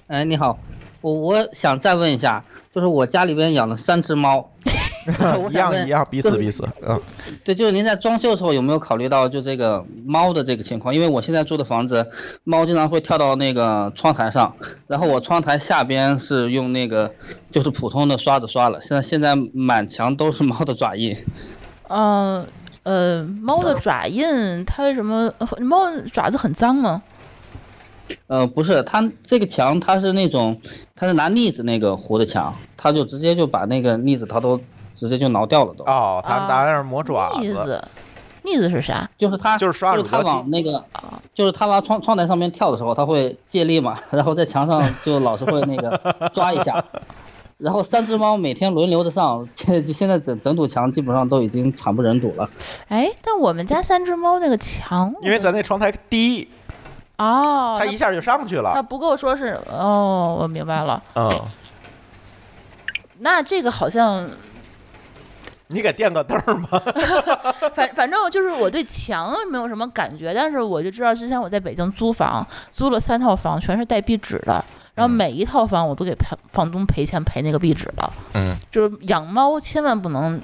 Speaker 5: 哎，你好，我我想再问一下，就是我家里边养了三
Speaker 3: [LAUGHS]
Speaker 5: 只猫，我
Speaker 3: 一
Speaker 5: 想
Speaker 3: 样
Speaker 5: 问
Speaker 3: 一样，彼此
Speaker 5: 对
Speaker 3: 彼此，嗯，
Speaker 5: 对，就是您在装修的时候有没有考虑到就这个猫的这个情况？因为我现在住的房子，猫经常会跳到那个窗台上，然后我窗台下边是用那个就是普通的刷子刷了，现在现在满墙都是猫的爪印。
Speaker 2: 嗯呃，猫的爪印，它为什么呃猫爪子很脏吗？
Speaker 5: 呃，不是，它这个墙它是那种，它是拿腻子那个糊的墙，它就直接就把那个腻子它都直接就挠掉了都，
Speaker 3: 哦，他
Speaker 2: 啊
Speaker 3: 们打那儿磨爪
Speaker 2: 腻
Speaker 3: 子，
Speaker 2: 子，腻子是啥？哦
Speaker 5: 就是它
Speaker 3: 就是刷乳
Speaker 5: 它
Speaker 3: 胶漆
Speaker 5: 往那个，就是它往窗窗台上面跳的时候，它会借力嘛， [LAUGHS] 然后在墙上就老是会那个抓一
Speaker 3: [LAUGHS]
Speaker 5: 下。然后三只猫每天轮流着上， [LAUGHS] 现现在整整堵墙基本上都已经惨不忍睹了。
Speaker 2: 哎，但我们家三只猫那个墙，
Speaker 3: 因为咱那窗台低，
Speaker 2: 哦，
Speaker 3: 它一下就上去
Speaker 2: 它
Speaker 3: 了，
Speaker 2: 不够说是哦，我明白了。
Speaker 3: 嗯，
Speaker 2: 那这个好像，
Speaker 3: 你给垫个凳儿 [LAUGHS] 吗？
Speaker 2: [LAUGHS] 反反正就是我对墙没有什么感觉，但是我就知道之前我在北京租房，租了三套房，全是带壁纸的，然后
Speaker 3: 嗯
Speaker 2: 每一套房我都给房房东赔钱赔那个壁纸了。
Speaker 3: 嗯，
Speaker 2: 就是养猫千万不能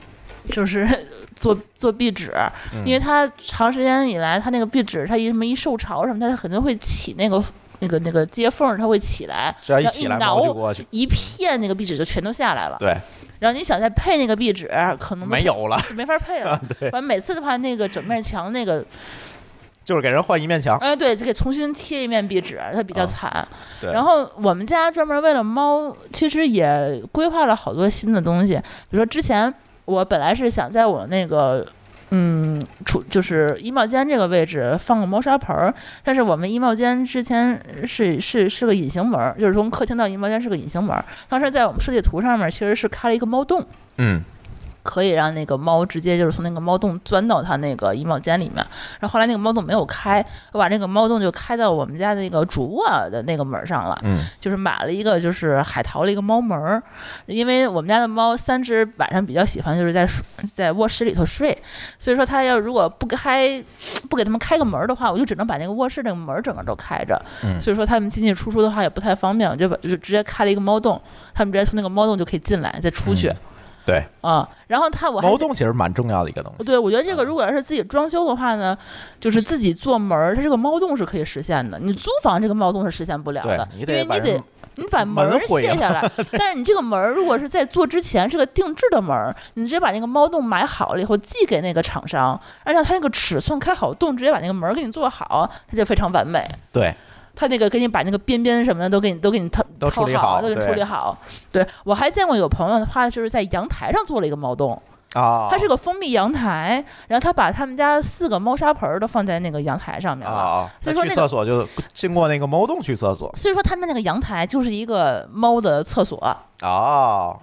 Speaker 2: 就是 [LAUGHS] 做做壁纸，
Speaker 12: 嗯
Speaker 2: 因为它长时间以来，它那个壁纸它一什么一受潮什么，它肯定会起那个那个那个接缝，它会起来，
Speaker 3: 只要一
Speaker 2: 然后
Speaker 3: 起来猫就
Speaker 2: 挠
Speaker 3: 过去
Speaker 2: 一片那个壁纸就全都下来了。
Speaker 3: 对，
Speaker 2: 然后你想再配那个壁纸，可能都
Speaker 3: 没有了
Speaker 2: 就没法配了
Speaker 3: 啊。对
Speaker 2: 完每次的话，那个整面墙那个，
Speaker 3: 就是给人换一面墙。啊
Speaker 2: 哎，对，就给重新贴一面壁纸，它比较惨。
Speaker 3: 对
Speaker 2: 然后我们家专门为了猫，其实也规划了好多新的东西，比如说之前我本来是想在我那个。嗯，厨就是衣帽间这个位置放个猫砂盆儿，但是我们衣帽间之前是是是个隐形门儿，就是从客厅到衣帽间是个隐形门儿。当时在我们设计图上面其实是开了一个猫洞，
Speaker 3: 嗯，
Speaker 2: 可以让那个猫直接就是从那个猫洞钻到它那个衣帽间里面。然后后来那个猫洞没有开，我把那个猫洞就开到我们家那个主卧的那个门上了。
Speaker 3: 嗯
Speaker 2: 就是买了一个就是海淘了一个猫门儿，因为我们家的猫三只晚上比较喜欢就是在睡在卧室里头睡，所以说它要如果不开 [SNIFFS] 不给它们开个门儿的话，我就只能把那个卧室那个门儿整个都开着。
Speaker 3: 嗯
Speaker 2: 所以说它们进进出出的话也不太方便，我就把就直接开了一个猫洞，它们直接从那个猫洞就可以进来再出
Speaker 3: 嗯
Speaker 2: 去。
Speaker 3: 对，
Speaker 2: 啊，然后它我还
Speaker 3: 猫
Speaker 2: 是
Speaker 3: 洞其实蛮重要的一个东西。嗯
Speaker 2: 对，我觉得这个如果要是自己装修的话呢，就是自己做门儿，它这个猫洞是可以实现的。你租房这个猫洞是实现不了的，
Speaker 3: 对你
Speaker 2: 因
Speaker 3: 得
Speaker 2: 为
Speaker 3: 把
Speaker 2: 你
Speaker 3: 人
Speaker 2: 得你把门
Speaker 3: 门
Speaker 2: 儿
Speaker 3: 毁
Speaker 2: 卸
Speaker 3: 了。
Speaker 2: 下来
Speaker 3: [LAUGHS]
Speaker 2: 但是你这个门儿如果是在做之前是个定制的门儿，你直接把那个猫洞买好了以后寄给那个厂商，按照他那个尺寸开好洞，直接把那个门儿给你做好，它就非常完美。
Speaker 3: 对，
Speaker 2: 他那个给你把那个边边什么的都给你都给你套
Speaker 3: 都处
Speaker 2: 套
Speaker 3: 理好
Speaker 2: 都给你处
Speaker 3: 对
Speaker 2: 理好。对我还见过有朋友的话，就是在阳台上做了一个猫洞。
Speaker 3: 啊，
Speaker 2: 它是个封闭阳台，然后他把他们家四个猫砂盆儿都放在那个阳台上面了。
Speaker 3: 啊，
Speaker 2: 所
Speaker 3: 那
Speaker 2: 以说
Speaker 3: 去
Speaker 2: 那
Speaker 3: 厕
Speaker 2: 个，
Speaker 3: 所就经过那个猫洞去厕所
Speaker 2: 所以说他们那个阳台就是一个猫的厕所，
Speaker 3: 哦，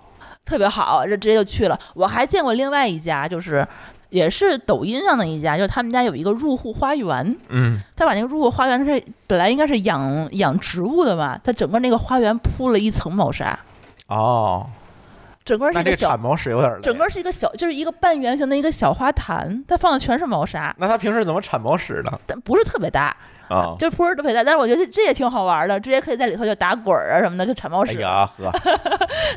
Speaker 2: 特别好，这直接就去了。我还见过另外一家，就是也是抖音上的一家，就是他们家有一个入户花园。
Speaker 3: 嗯，
Speaker 2: 他把那个入户花园，它是本来应该是养养植物的吧，他整个那个花园铺了一层猫砂，
Speaker 3: 哦，
Speaker 2: 整个是
Speaker 3: 那
Speaker 2: 一
Speaker 3: 这
Speaker 2: 个
Speaker 3: 个
Speaker 2: 小
Speaker 3: 铲毛是有点累。
Speaker 2: 整个是一个小，就是一个半圆形的一个小花坛，它放的全是猫砂，
Speaker 3: 那他平时怎么铲毛屎的？
Speaker 2: 但不是特别大，
Speaker 3: 啊，
Speaker 2: 就是不是特别大，但是我觉得这也挺好玩的，直接可以在里头就打滚儿啊什么的，就铲猫
Speaker 3: 哎
Speaker 2: 屎。
Speaker 3: 呀
Speaker 2: [LAUGHS]
Speaker 3: 呵，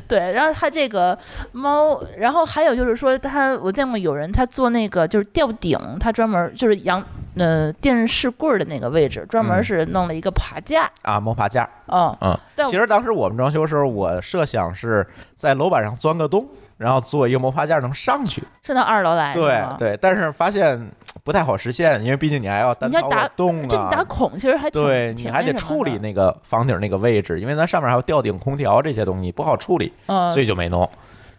Speaker 2: 对，然后它这个猫，然后还有就是说它，我见过有人他做那个就是吊顶，他专门就是阳呃电视柜儿的那个位置，专门
Speaker 3: 嗯
Speaker 2: 是弄了一个爬架。
Speaker 3: 啊，摸爬架。
Speaker 2: 嗯
Speaker 3: 嗯
Speaker 2: 在，我
Speaker 3: 其实当时我们装修的时候，我设想是在楼板上钻个洞，然后做一个摸爬架能上去。
Speaker 2: 上到二楼来，
Speaker 3: 对
Speaker 2: 是吗，
Speaker 3: 对，但是发现不太好实现，因为毕竟你还要单
Speaker 2: 你要
Speaker 3: 掏
Speaker 2: 打
Speaker 3: 个洞
Speaker 2: 这你打
Speaker 3: 啊，
Speaker 2: 孔其实还挺
Speaker 3: 对
Speaker 2: 挺
Speaker 3: 你还
Speaker 2: 那
Speaker 3: 得
Speaker 2: 什么
Speaker 3: 处
Speaker 2: 的
Speaker 3: 理那个房顶那个位置，因为咱上面还有吊顶、空调这些东西不好处理，
Speaker 2: 嗯哎
Speaker 3: 所以就没弄。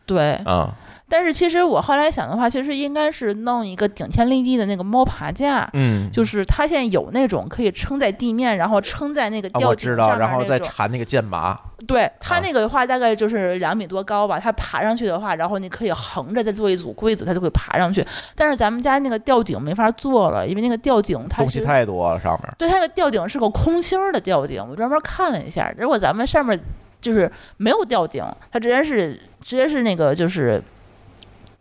Speaker 2: 对，
Speaker 3: 嗯
Speaker 2: 但是其实我后来想的话，其实应该是弄一个顶天立地的那个猫爬架，
Speaker 3: 嗯
Speaker 2: 就是它现在有那种可以撑在地面，然后撑在那个
Speaker 3: 啊，
Speaker 2: 吊
Speaker 3: 我
Speaker 2: 顶
Speaker 3: 知
Speaker 2: 上
Speaker 3: 道，
Speaker 2: 面
Speaker 3: 然后
Speaker 2: 那
Speaker 3: 再啊
Speaker 2: 种
Speaker 3: 缠那个剑拔。
Speaker 2: 对它那个的话，大概就是两米多高吧。它爬上去的话，然后你可以横着再做一组柜子，它就会爬上去。但是咱们家那个吊顶没法做了，因为那个吊顶它
Speaker 3: 东
Speaker 2: 其
Speaker 3: 西
Speaker 2: 实
Speaker 3: 太多了，上面。
Speaker 2: 对，它的吊顶是个空心儿的吊顶，我专门看了一下，如果咱们上面就是没有吊顶，它直接是直接是那个就是。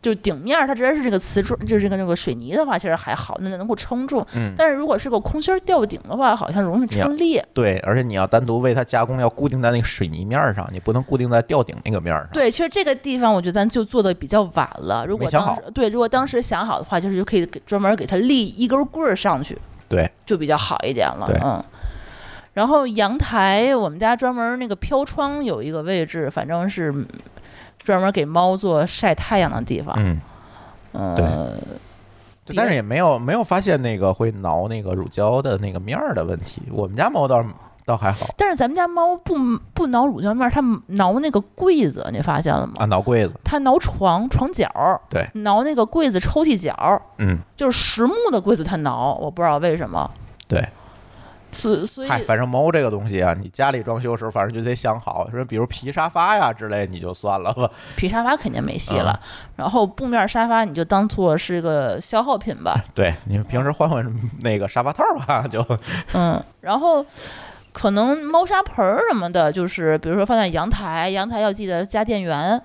Speaker 2: 就顶面儿它直接是这个瓷砖，就是这个那个水泥的话，其实还好，那能够撑住。
Speaker 3: 嗯
Speaker 2: 但是如果是个空心儿吊顶的话，好像容易
Speaker 3: 你要
Speaker 2: 撑裂。
Speaker 3: 对，而且你要单独为它加工，要固定在那个水泥面儿上，你不能固定在吊顶那个面儿上。
Speaker 2: 对，其实这个地方我觉得咱就做的比较晚了。如
Speaker 3: 没
Speaker 2: 果
Speaker 3: 想
Speaker 2: 当
Speaker 3: 好
Speaker 2: 时对，如果当时想好的话，就是就可以给专门给它立一根棍儿上去，
Speaker 3: 对，
Speaker 2: 就比较好一点了
Speaker 3: 对。
Speaker 2: 嗯。然后阳台，我们家专门那个飘窗有一个位置，反正是嗯专门给猫做晒太阳的地方。
Speaker 3: 嗯，
Speaker 2: 呃，
Speaker 3: 对但是也没有没有发现那个会挠那个乳胶的那个面儿的问题。我们家猫倒是倒还好
Speaker 2: 但是咱们家猫不不挠乳胶面儿，它挠那个柜子，你发现了吗？
Speaker 3: 啊，挠柜子，
Speaker 2: 它挠床床角儿，
Speaker 3: 对
Speaker 2: 挠那个柜子抽屉角儿，
Speaker 3: 嗯，
Speaker 2: 就是实木的柜子它挠，我不知道为什么。
Speaker 3: 对。
Speaker 2: 所所以
Speaker 3: 嗨，反正猫这个东西啊，你家里装修的时候，反正就得想好，说比如皮沙发呀之类，你就算了吧。嗯
Speaker 2: 皮沙发肯定没戏了，然后布面沙发你就当做是个消耗品吧，
Speaker 3: 对，你们平时换换那个沙发套吧，就 [LAUGHS]
Speaker 2: 嗯，然后可能猫砂盆儿什么的，就是比如说放在阳台，阳台要记得加电源，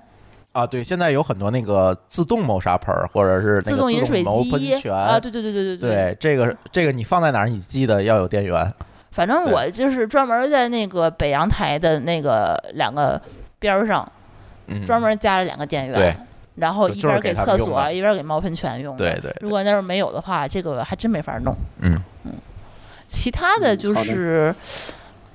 Speaker 3: 啊，对，现在有很多那个自动猫砂盆儿，或者是
Speaker 2: 自
Speaker 3: 那个
Speaker 2: 动
Speaker 3: 自
Speaker 2: 饮
Speaker 3: 动
Speaker 2: 水
Speaker 3: 猫
Speaker 2: 机
Speaker 3: 喷泉
Speaker 2: 啊，对对对对对
Speaker 3: 对这个这个你放在哪儿，你记得要有电源。
Speaker 2: 反正我就是专门在那个北阳台的那个两个边儿上，
Speaker 3: 嗯，
Speaker 2: 专门加了两个电源。啊
Speaker 3: 对，
Speaker 2: 然后
Speaker 3: 就
Speaker 2: 一
Speaker 3: 就是
Speaker 2: 边
Speaker 3: 给他们
Speaker 2: 厕
Speaker 3: 用
Speaker 2: 所，
Speaker 3: 的
Speaker 2: 一边给猫喷泉用的。
Speaker 3: 对对
Speaker 2: 如果那儿没有的话，这个还真没法弄。
Speaker 3: 嗯
Speaker 2: 其他的就
Speaker 3: 好的
Speaker 2: 是，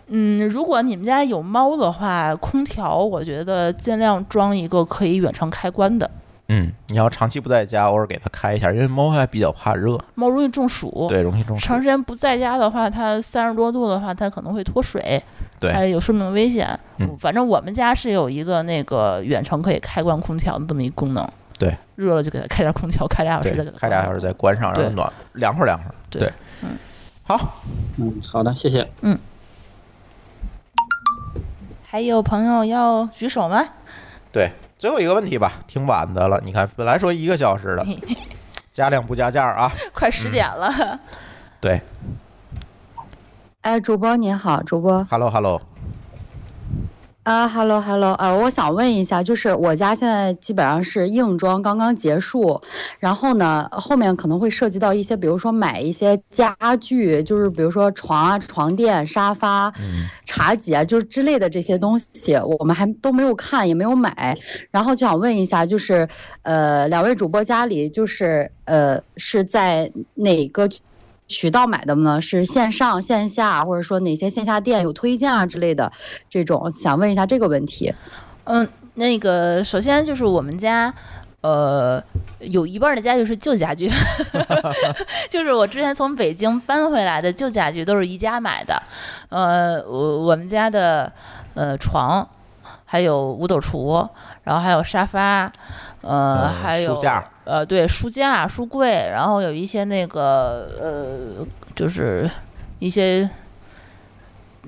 Speaker 2: 嗯，如果你们家有猫的话，空调我觉得尽量装一个可以远程开关的，
Speaker 3: 嗯，你要长期不在家，偶尔给它开一下，因为猫还比较怕热，
Speaker 2: 猫容易中暑。
Speaker 3: 对，容易中暑。
Speaker 2: 长时间不在家的话，它三十多度的话，它可能会脱水，
Speaker 3: 对
Speaker 2: 还有生命危险。
Speaker 3: 嗯
Speaker 2: 反正我们家是有一个那个远程可以开关空调的这么一功能，
Speaker 3: 对
Speaker 2: 热了就给它开点空调，开俩小时
Speaker 3: 对
Speaker 2: 再给它，
Speaker 3: 开俩小时再关上，让它
Speaker 2: 对
Speaker 3: 暖凉快儿凉快儿。对，
Speaker 2: 嗯，
Speaker 3: 好，
Speaker 5: 嗯，好的，谢谢。
Speaker 2: 嗯，还有朋友要举手吗？
Speaker 3: 对，最后一个问题吧，挺晚的了，你看本来说一个小时的，加量不加价儿啊。
Speaker 2: [LAUGHS] 快十点了，
Speaker 3: 对
Speaker 12: 哎，主播您好，主播
Speaker 3: ，Hello Hello，
Speaker 12: 啊，hello hello，呃，我想问一下，就是我家现在基本上是硬装刚刚结束，然后呢，后面可能会涉及到一些，比如说买一些家具，就是比如说床啊、床垫、沙发、
Speaker 3: 嗯
Speaker 12: 茶几啊，就是之类的这些东西，我们还都没有看，也没有买，然后就想问一下，就是呃，两位主播家里就是呃是在哪个？渠道买的呢？是线上线下，或者说哪些线下店有推荐啊之类的这种？想问一下这个问题。
Speaker 2: [LAUGHS] 嗯，那个首先就是我们家，呃，有一半儿的家具是旧 [LAUGHS] 家具，就是我之前从北京搬回来的旧家具都是宜家买的，呃，我我们家的呃床，还有五斗橱，然后还有沙发，呃，
Speaker 3: 呃
Speaker 2: 还有
Speaker 3: 书架
Speaker 2: 呃，对，书架、书柜，然后有一些那个呃，就是一些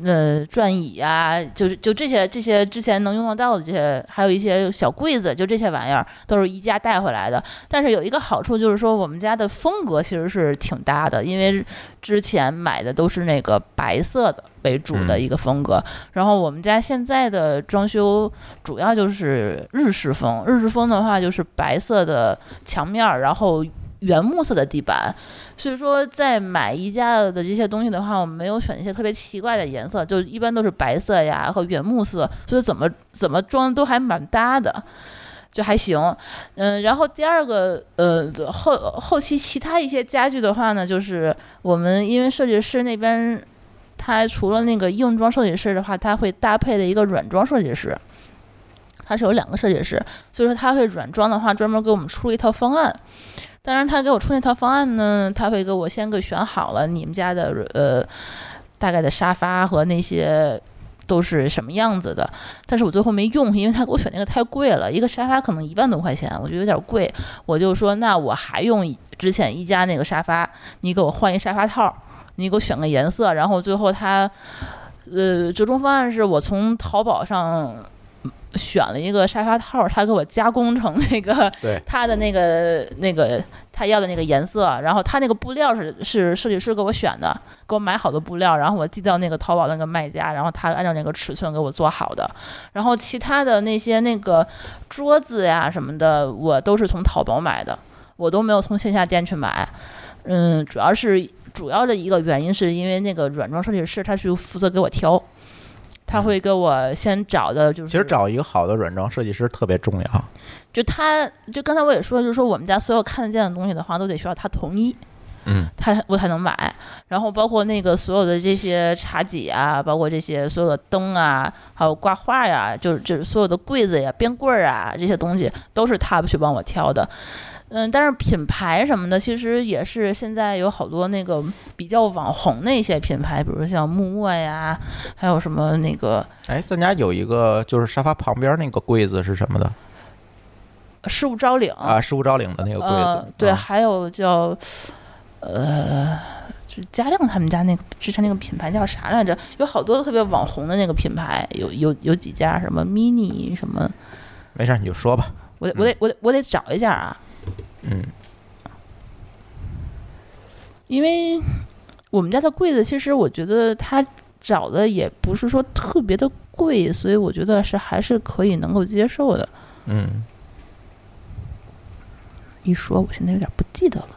Speaker 2: 呃转椅啊，就是就这些这些之前能用得到的这些，还有一些小柜子，就这些玩意儿都是宜家带回来的。但是有一个好处就是说，我们家的风格其实是挺搭的，因为之前买的都是那个白色的为主的一个风格，然后我们家现在的装修主要就是日式风，日式风的话就是白色的墙面儿，然后原木色的地板，所以说在买宜家的这些东西的话，我们没有选一些特别奇怪的颜色，就一般都是白色呀和原木色，所以怎么怎么装都还蛮搭的。就还行，嗯，然后第二个，呃，后后期其他一些家具的话呢，就是我们因为设计师那边，他除了那个硬装设计师的话，他会搭配了一个软装设计师，他是有两个设计师，所以说他会软装的话，专门给我们出了一套方案。当然，他给我出那套方案呢，他会给我先给选好了你们家的呃大概的沙发和那些都是什么样子的，但是我最后没用，因为他给我选那个太贵了，一个沙发可能一万多块钱，我觉得有点贵，我就说那我还用之前宜家那个沙发，你给我换一沙发套，你给我选个颜色，然后最后他呃折中方案是我从淘宝上。选了一个沙发套，他给我加工成那个
Speaker 3: 对
Speaker 2: 他的那个那个他要的那个颜色，啊然后他那个布料是是设计师给我选的，给我买好的布料，然后我寄到那个淘宝那个卖家，然后他按照那个尺寸给我做好的。然后其他的那些那个桌子呀什么的，我都是从淘宝买的，我都没有从线下店去买。嗯，主要是主要的一个原因是因为那个软装设计师他去负责给我挑，他会给我先找的就是
Speaker 3: 其实找一个好的软装设计师特别重要。
Speaker 2: 就他就刚才我也说，就是说我们家所有看得见的东西的话，都得需要他同意。
Speaker 3: 嗯，
Speaker 2: 他我才能买。然后包括那个所有的这些茶几啊，包括这些所有的灯啊，还有挂画呀、就是就是所有的柜子呀、边柜儿啊这些东西，都是他们去帮我挑的。嗯，但是品牌什么的，其实也是现在有好多那个比较网红的一些品牌，比如说像木墨呀，还有什么那个
Speaker 3: 哎，咱家有一个就是沙发旁边那个柜子是什么的
Speaker 2: 事物招领
Speaker 3: 啊？失物招领的那个啊柜
Speaker 2: 呃
Speaker 3: 子，，
Speaker 2: 对，还有叫呃，就嘉亮他们家那个之前那个品牌叫啥来着？有好多特别网红的那个品牌，有有有几家什么 mini 什么，
Speaker 3: 没事儿你就说吧。
Speaker 2: 我得我得我得我得找一下啊，
Speaker 3: 嗯，
Speaker 2: 因为我们家的柜子其实我觉得它找的也不是说特别的贵，所以我觉得是还是可以能够接受的。
Speaker 3: 嗯，
Speaker 2: 一说，我现在有点不记得了。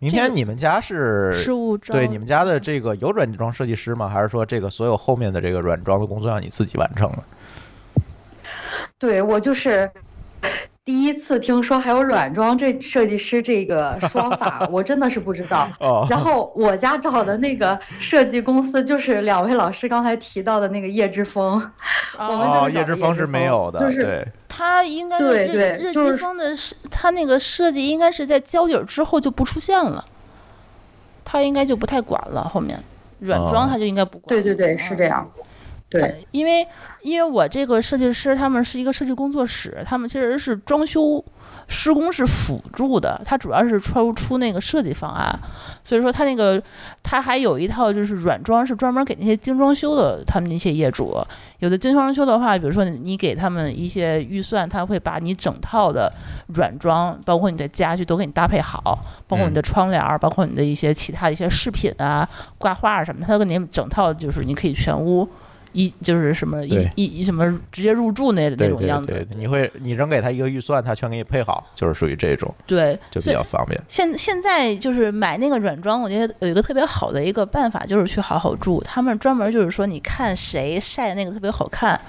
Speaker 3: 明天你们家是
Speaker 2: 事务装
Speaker 3: 对你们家的这个有软装设计师吗？还是说这个所有后面的这个软装的工作让你自己完成了？
Speaker 12: 对我就是第一次听说还有软装这设计师这个说法，我真的是不知道。
Speaker 3: 哦
Speaker 12: 然后我家找的那个设计公司就是两位老师刚才提到的那个叶之峰，我们
Speaker 3: 哦，
Speaker 12: 就是
Speaker 3: 叶
Speaker 12: 找
Speaker 3: 之
Speaker 12: 的
Speaker 3: 峰是没有的，
Speaker 12: 就是
Speaker 3: 对。
Speaker 2: 他应该是
Speaker 12: 对
Speaker 2: 日
Speaker 12: 对
Speaker 2: 日
Speaker 12: 就
Speaker 2: 积
Speaker 12: 是
Speaker 2: 风的是他那个设计应该是在胶底儿之后就不出现了，他应该就不太管了后面软
Speaker 7: 哦
Speaker 2: 装他就应该不管。嗯
Speaker 12: 对对对，是这样。对，
Speaker 2: 因为因为我这个设计师他们是一个设计工作室，他们其实是装修施工是辅助的，他主要是出出那个设计方案，所以说他那个他还有一套就是软装是专门给那些精装修的他们那些业主，有的精装修的话，比如说你给他们一些预算，他会把你整套的软装，包括你的家具都给你搭配好，包括你的
Speaker 13: 嗯
Speaker 2: 窗帘儿，包括你的一些其他的一些饰品啊、挂画儿什么的，他都给你整套就是你可以全屋。一就是什么一
Speaker 3: 对
Speaker 2: 一一什么直接入住那那
Speaker 3: 对
Speaker 2: 种
Speaker 3: 对
Speaker 2: 样子。
Speaker 3: 对，你会你扔给他一个预算，他全给你配好，就是属于这种，
Speaker 2: 对
Speaker 3: 就比
Speaker 2: 所以
Speaker 3: 较方便。
Speaker 2: 现现在就是买那个软装，我觉得有一个特别好的一个办法，就是去好好住。他们专门就是说，你看谁晒的那个特别好看，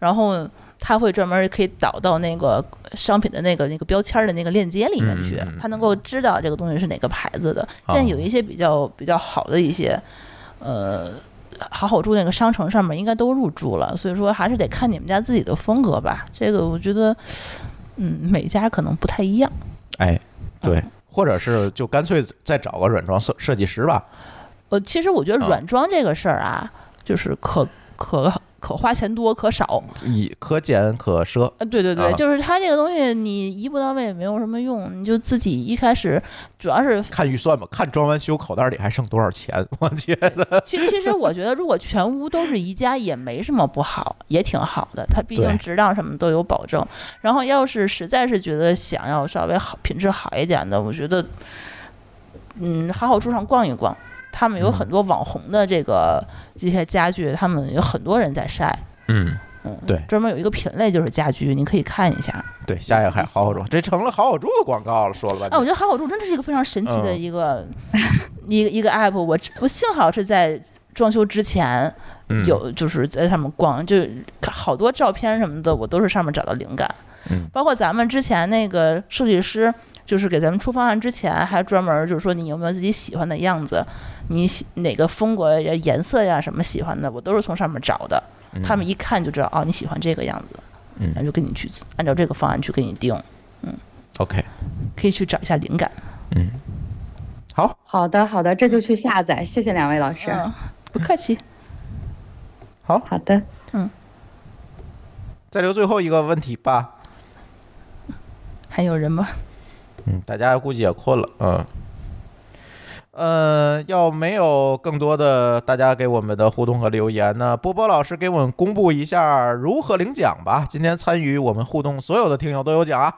Speaker 2: 然后他会专门可以导到那个商品的那个那个标签儿的那个链接里面去，
Speaker 13: 嗯嗯嗯
Speaker 2: 他能够知道这个东西是哪个牌子的。
Speaker 13: 哦
Speaker 2: 现在有一些比较比较好的一些，呃。好好住那个商城上面应该都入驻了，所以说还是得看你们家自己的风格吧。这个我觉得，嗯，每家可能不太一样。
Speaker 3: 哎，对，
Speaker 2: 嗯
Speaker 3: 或者是就干脆再找个软装设设计师吧。
Speaker 2: 呃，其实我觉得
Speaker 3: 啊
Speaker 2: 软装这个事儿啊，就是可可可花钱多可少。
Speaker 3: 以可俭可奢。
Speaker 2: 呃，对对对，
Speaker 3: 嗯啊
Speaker 2: 就是它这个东西，你一步到位也没有什么用，你就自己一开始主要是，
Speaker 3: 看预算吧，看装完修口袋里还剩多少钱。我觉得，
Speaker 2: 其实其实我觉得如果全屋都是宜家也没什么不好，也挺好的，它毕
Speaker 3: 对
Speaker 2: 竟质量什么都有保证。然后要是实在是觉得想要稍微好品质好一点的，我觉得，嗯，好好住上逛一逛。他们有
Speaker 3: 嗯
Speaker 2: 很多网红的这个这些家具，他们有很多人在晒，
Speaker 3: 嗯，对
Speaker 2: 专门有一个品类就是家居，你可以看一下。
Speaker 3: 对，下一个还好好住，这成了好好住的广告了，说了半
Speaker 2: 哎，我觉得
Speaker 3: 天。
Speaker 2: 好好住真的是一个非常神奇的
Speaker 3: 嗯
Speaker 2: 一个、 [LAUGHS] 一个一个 app 我。我幸好是在装修之前
Speaker 3: 嗯
Speaker 2: 有，就是在上面逛，就好多照片什么的，我都是上面找到灵感。
Speaker 3: 嗯
Speaker 2: 包括咱们之前那个设计师，就是给咱们出方案之前，还专门就是说你有没有自己喜欢的样子，你喜哪个风格呀、颜色呀什么喜欢的，我都是从上面找的。
Speaker 3: 嗯
Speaker 2: 他们一看就知道，哦，你喜欢这个样子，
Speaker 3: 嗯
Speaker 2: 然后就给你去按照这个方案去给你定，
Speaker 3: OK，
Speaker 2: 可以去找一下灵感。
Speaker 12: 好的好的，这就去下载，谢谢两位老师。
Speaker 2: 嗯不客气。
Speaker 3: 好
Speaker 12: 好的，
Speaker 3: 再留最后一个问题吧。
Speaker 2: 还有人吗？
Speaker 3: 嗯，大家估计也困了，嗯。呃，要没有更多的大家给我们的互动和留言呢，波波老师给我们公布一下如何领奖吧。今天参与我们互动所有的听友都有奖啊！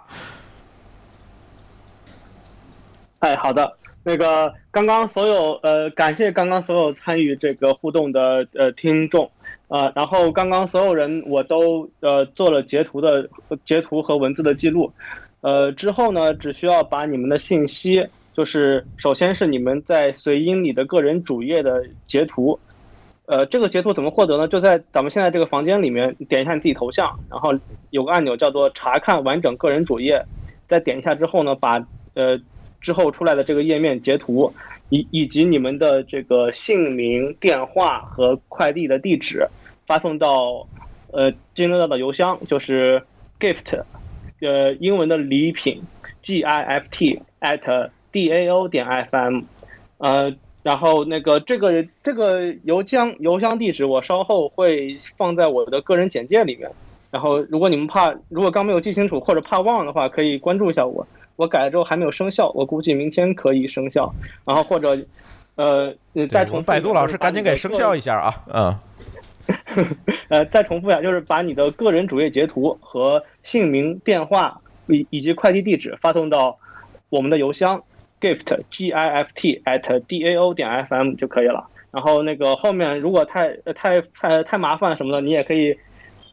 Speaker 10: 哎，好的，那个刚刚所有呃，感谢刚刚所有参与这个互动的呃听众，呃，然后刚刚所有人我都呃做了截图的截图和文字的记录，呃，之后呢，只需要把你们的信息，就是首先是你们在随音里的个人主页的截图，呃，这个截图怎么获得呢？就在咱们现在这个房间里面，你点一下你自己头像，然后有个按钮叫做查看完整个人主页，再点一下之后呢，把呃之后出来的这个页面截图，以以及你们的这个姓名、电话和快递的地址发送到呃金乐道的邮箱，就是 gift 呃英文的礼品 g i f t at d a o 点 f m，呃，然后那个这个这个邮箱邮箱地址我稍后会放在我的个人简介里面。然后如果你们怕如果刚没有记清楚或者怕忘的话，可以关注一下我。我改了之后还没有生效，我估计明天可以生效。然后或者呃呃再重复一下
Speaker 3: 百度老师赶紧给
Speaker 10: 就是把
Speaker 3: 生
Speaker 10: 你的个
Speaker 3: 效一下啊！嗯，
Speaker 10: 呃，再重复一下，就是把你的个人主页截图和姓名、电话以以及快递地址发送到我们的邮箱 gift g i f t at d a o 点 f m 就可以了。然后那个后面如果太呃太太太麻烦什么的，你也可以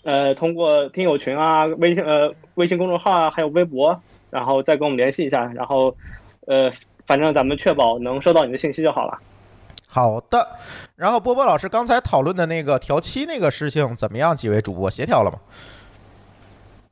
Speaker 10: 呃通过听友群啊、微信呃微信公众号啊，还有微博，然后再跟我们联系一下。然后呃
Speaker 11: 反正咱们确保能收到你的信息就好了。
Speaker 3: 好的，然后波波老师刚才讨论的那个调期那个事情怎么样？几位主播协调了吗？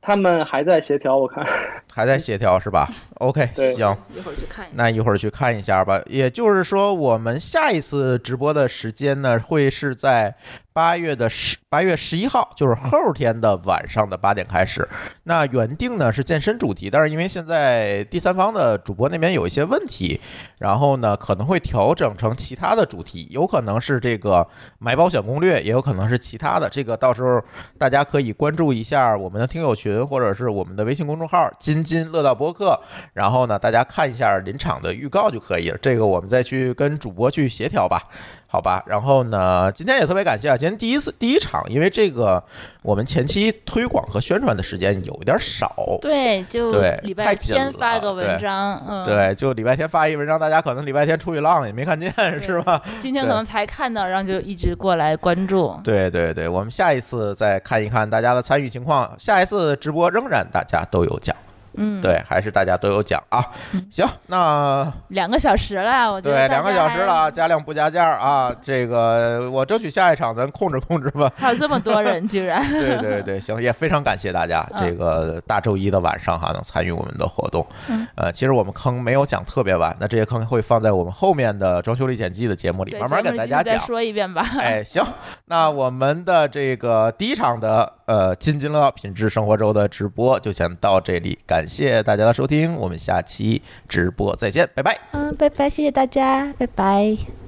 Speaker 11: 他们还在协调，我看。
Speaker 3: 还在协调是吧？OK，
Speaker 11: 对
Speaker 3: 行，
Speaker 2: 一会儿去看一下。
Speaker 3: 那一会儿去看一下吧。也就是说，我们下一次直播的时间呢，会是在八月的十八月十一号，就是后天的晚上的八点开始。那原定呢是健身主题，但是因为现在第三方的主播那边有一些问题，然后呢可能会调整成其他的主题，有可能是这个买保险攻略，也有可能是其他的。这个到时候大家可以关注一下我们的听友群，或者是我们的微信公众号“津津乐道播客”，然后呢大家看一下临场的预告就可以了。这个我们再去跟主播去协调吧。好吧，然后呢，今天也特别感谢啊，今天第一次第一场，因为这个我们前期推广和宣传的时间有一点少，
Speaker 2: 对，就
Speaker 3: 对
Speaker 2: 礼
Speaker 3: 太
Speaker 2: 拜
Speaker 3: 紧
Speaker 2: 天
Speaker 3: 了
Speaker 2: 发个文
Speaker 3: 对
Speaker 2: 章，嗯，，
Speaker 3: 对，就礼拜天发一文章，大家可能礼拜天出去浪也没看见，是吧？
Speaker 2: 今天可能才看到，然后就一直过来关注。
Speaker 3: 对对对，我们下一次再看一看大家的参与情况。下一次直播仍然大家都有奖，
Speaker 2: 嗯，
Speaker 3: 对，，还是大家都有奖啊。行，那
Speaker 2: 两个小时了，我觉得大
Speaker 3: 对两个
Speaker 2: 家
Speaker 3: 小时
Speaker 2: 还
Speaker 3: 了，啊，加量不加价啊。这个我争取下一场咱控制控制
Speaker 2: [LAUGHS]
Speaker 3: 吧。
Speaker 2: 还有这么多人，居然
Speaker 3: 对对对，行，也非常感谢大家
Speaker 2: 嗯
Speaker 3: 这个大周一的晚上哈能参与我们的活动
Speaker 2: 嗯。
Speaker 3: 呃，其实我们坑没有讲特别晚，那这些坑会放在我们后面的装修历险记的节目里
Speaker 2: 对
Speaker 3: 慢慢
Speaker 2: 节
Speaker 3: 给
Speaker 2: 目
Speaker 3: 大
Speaker 2: 继
Speaker 3: 家
Speaker 2: 续再
Speaker 3: 讲。
Speaker 2: 说一遍吧。
Speaker 3: 哎，行，那我们的这个第一场的呃津津乐道品质生活周的直播就先到这里，感谢大家的收听，我们下期直播再见，拜拜。
Speaker 13: 嗯，拜拜，谢谢大家，拜拜。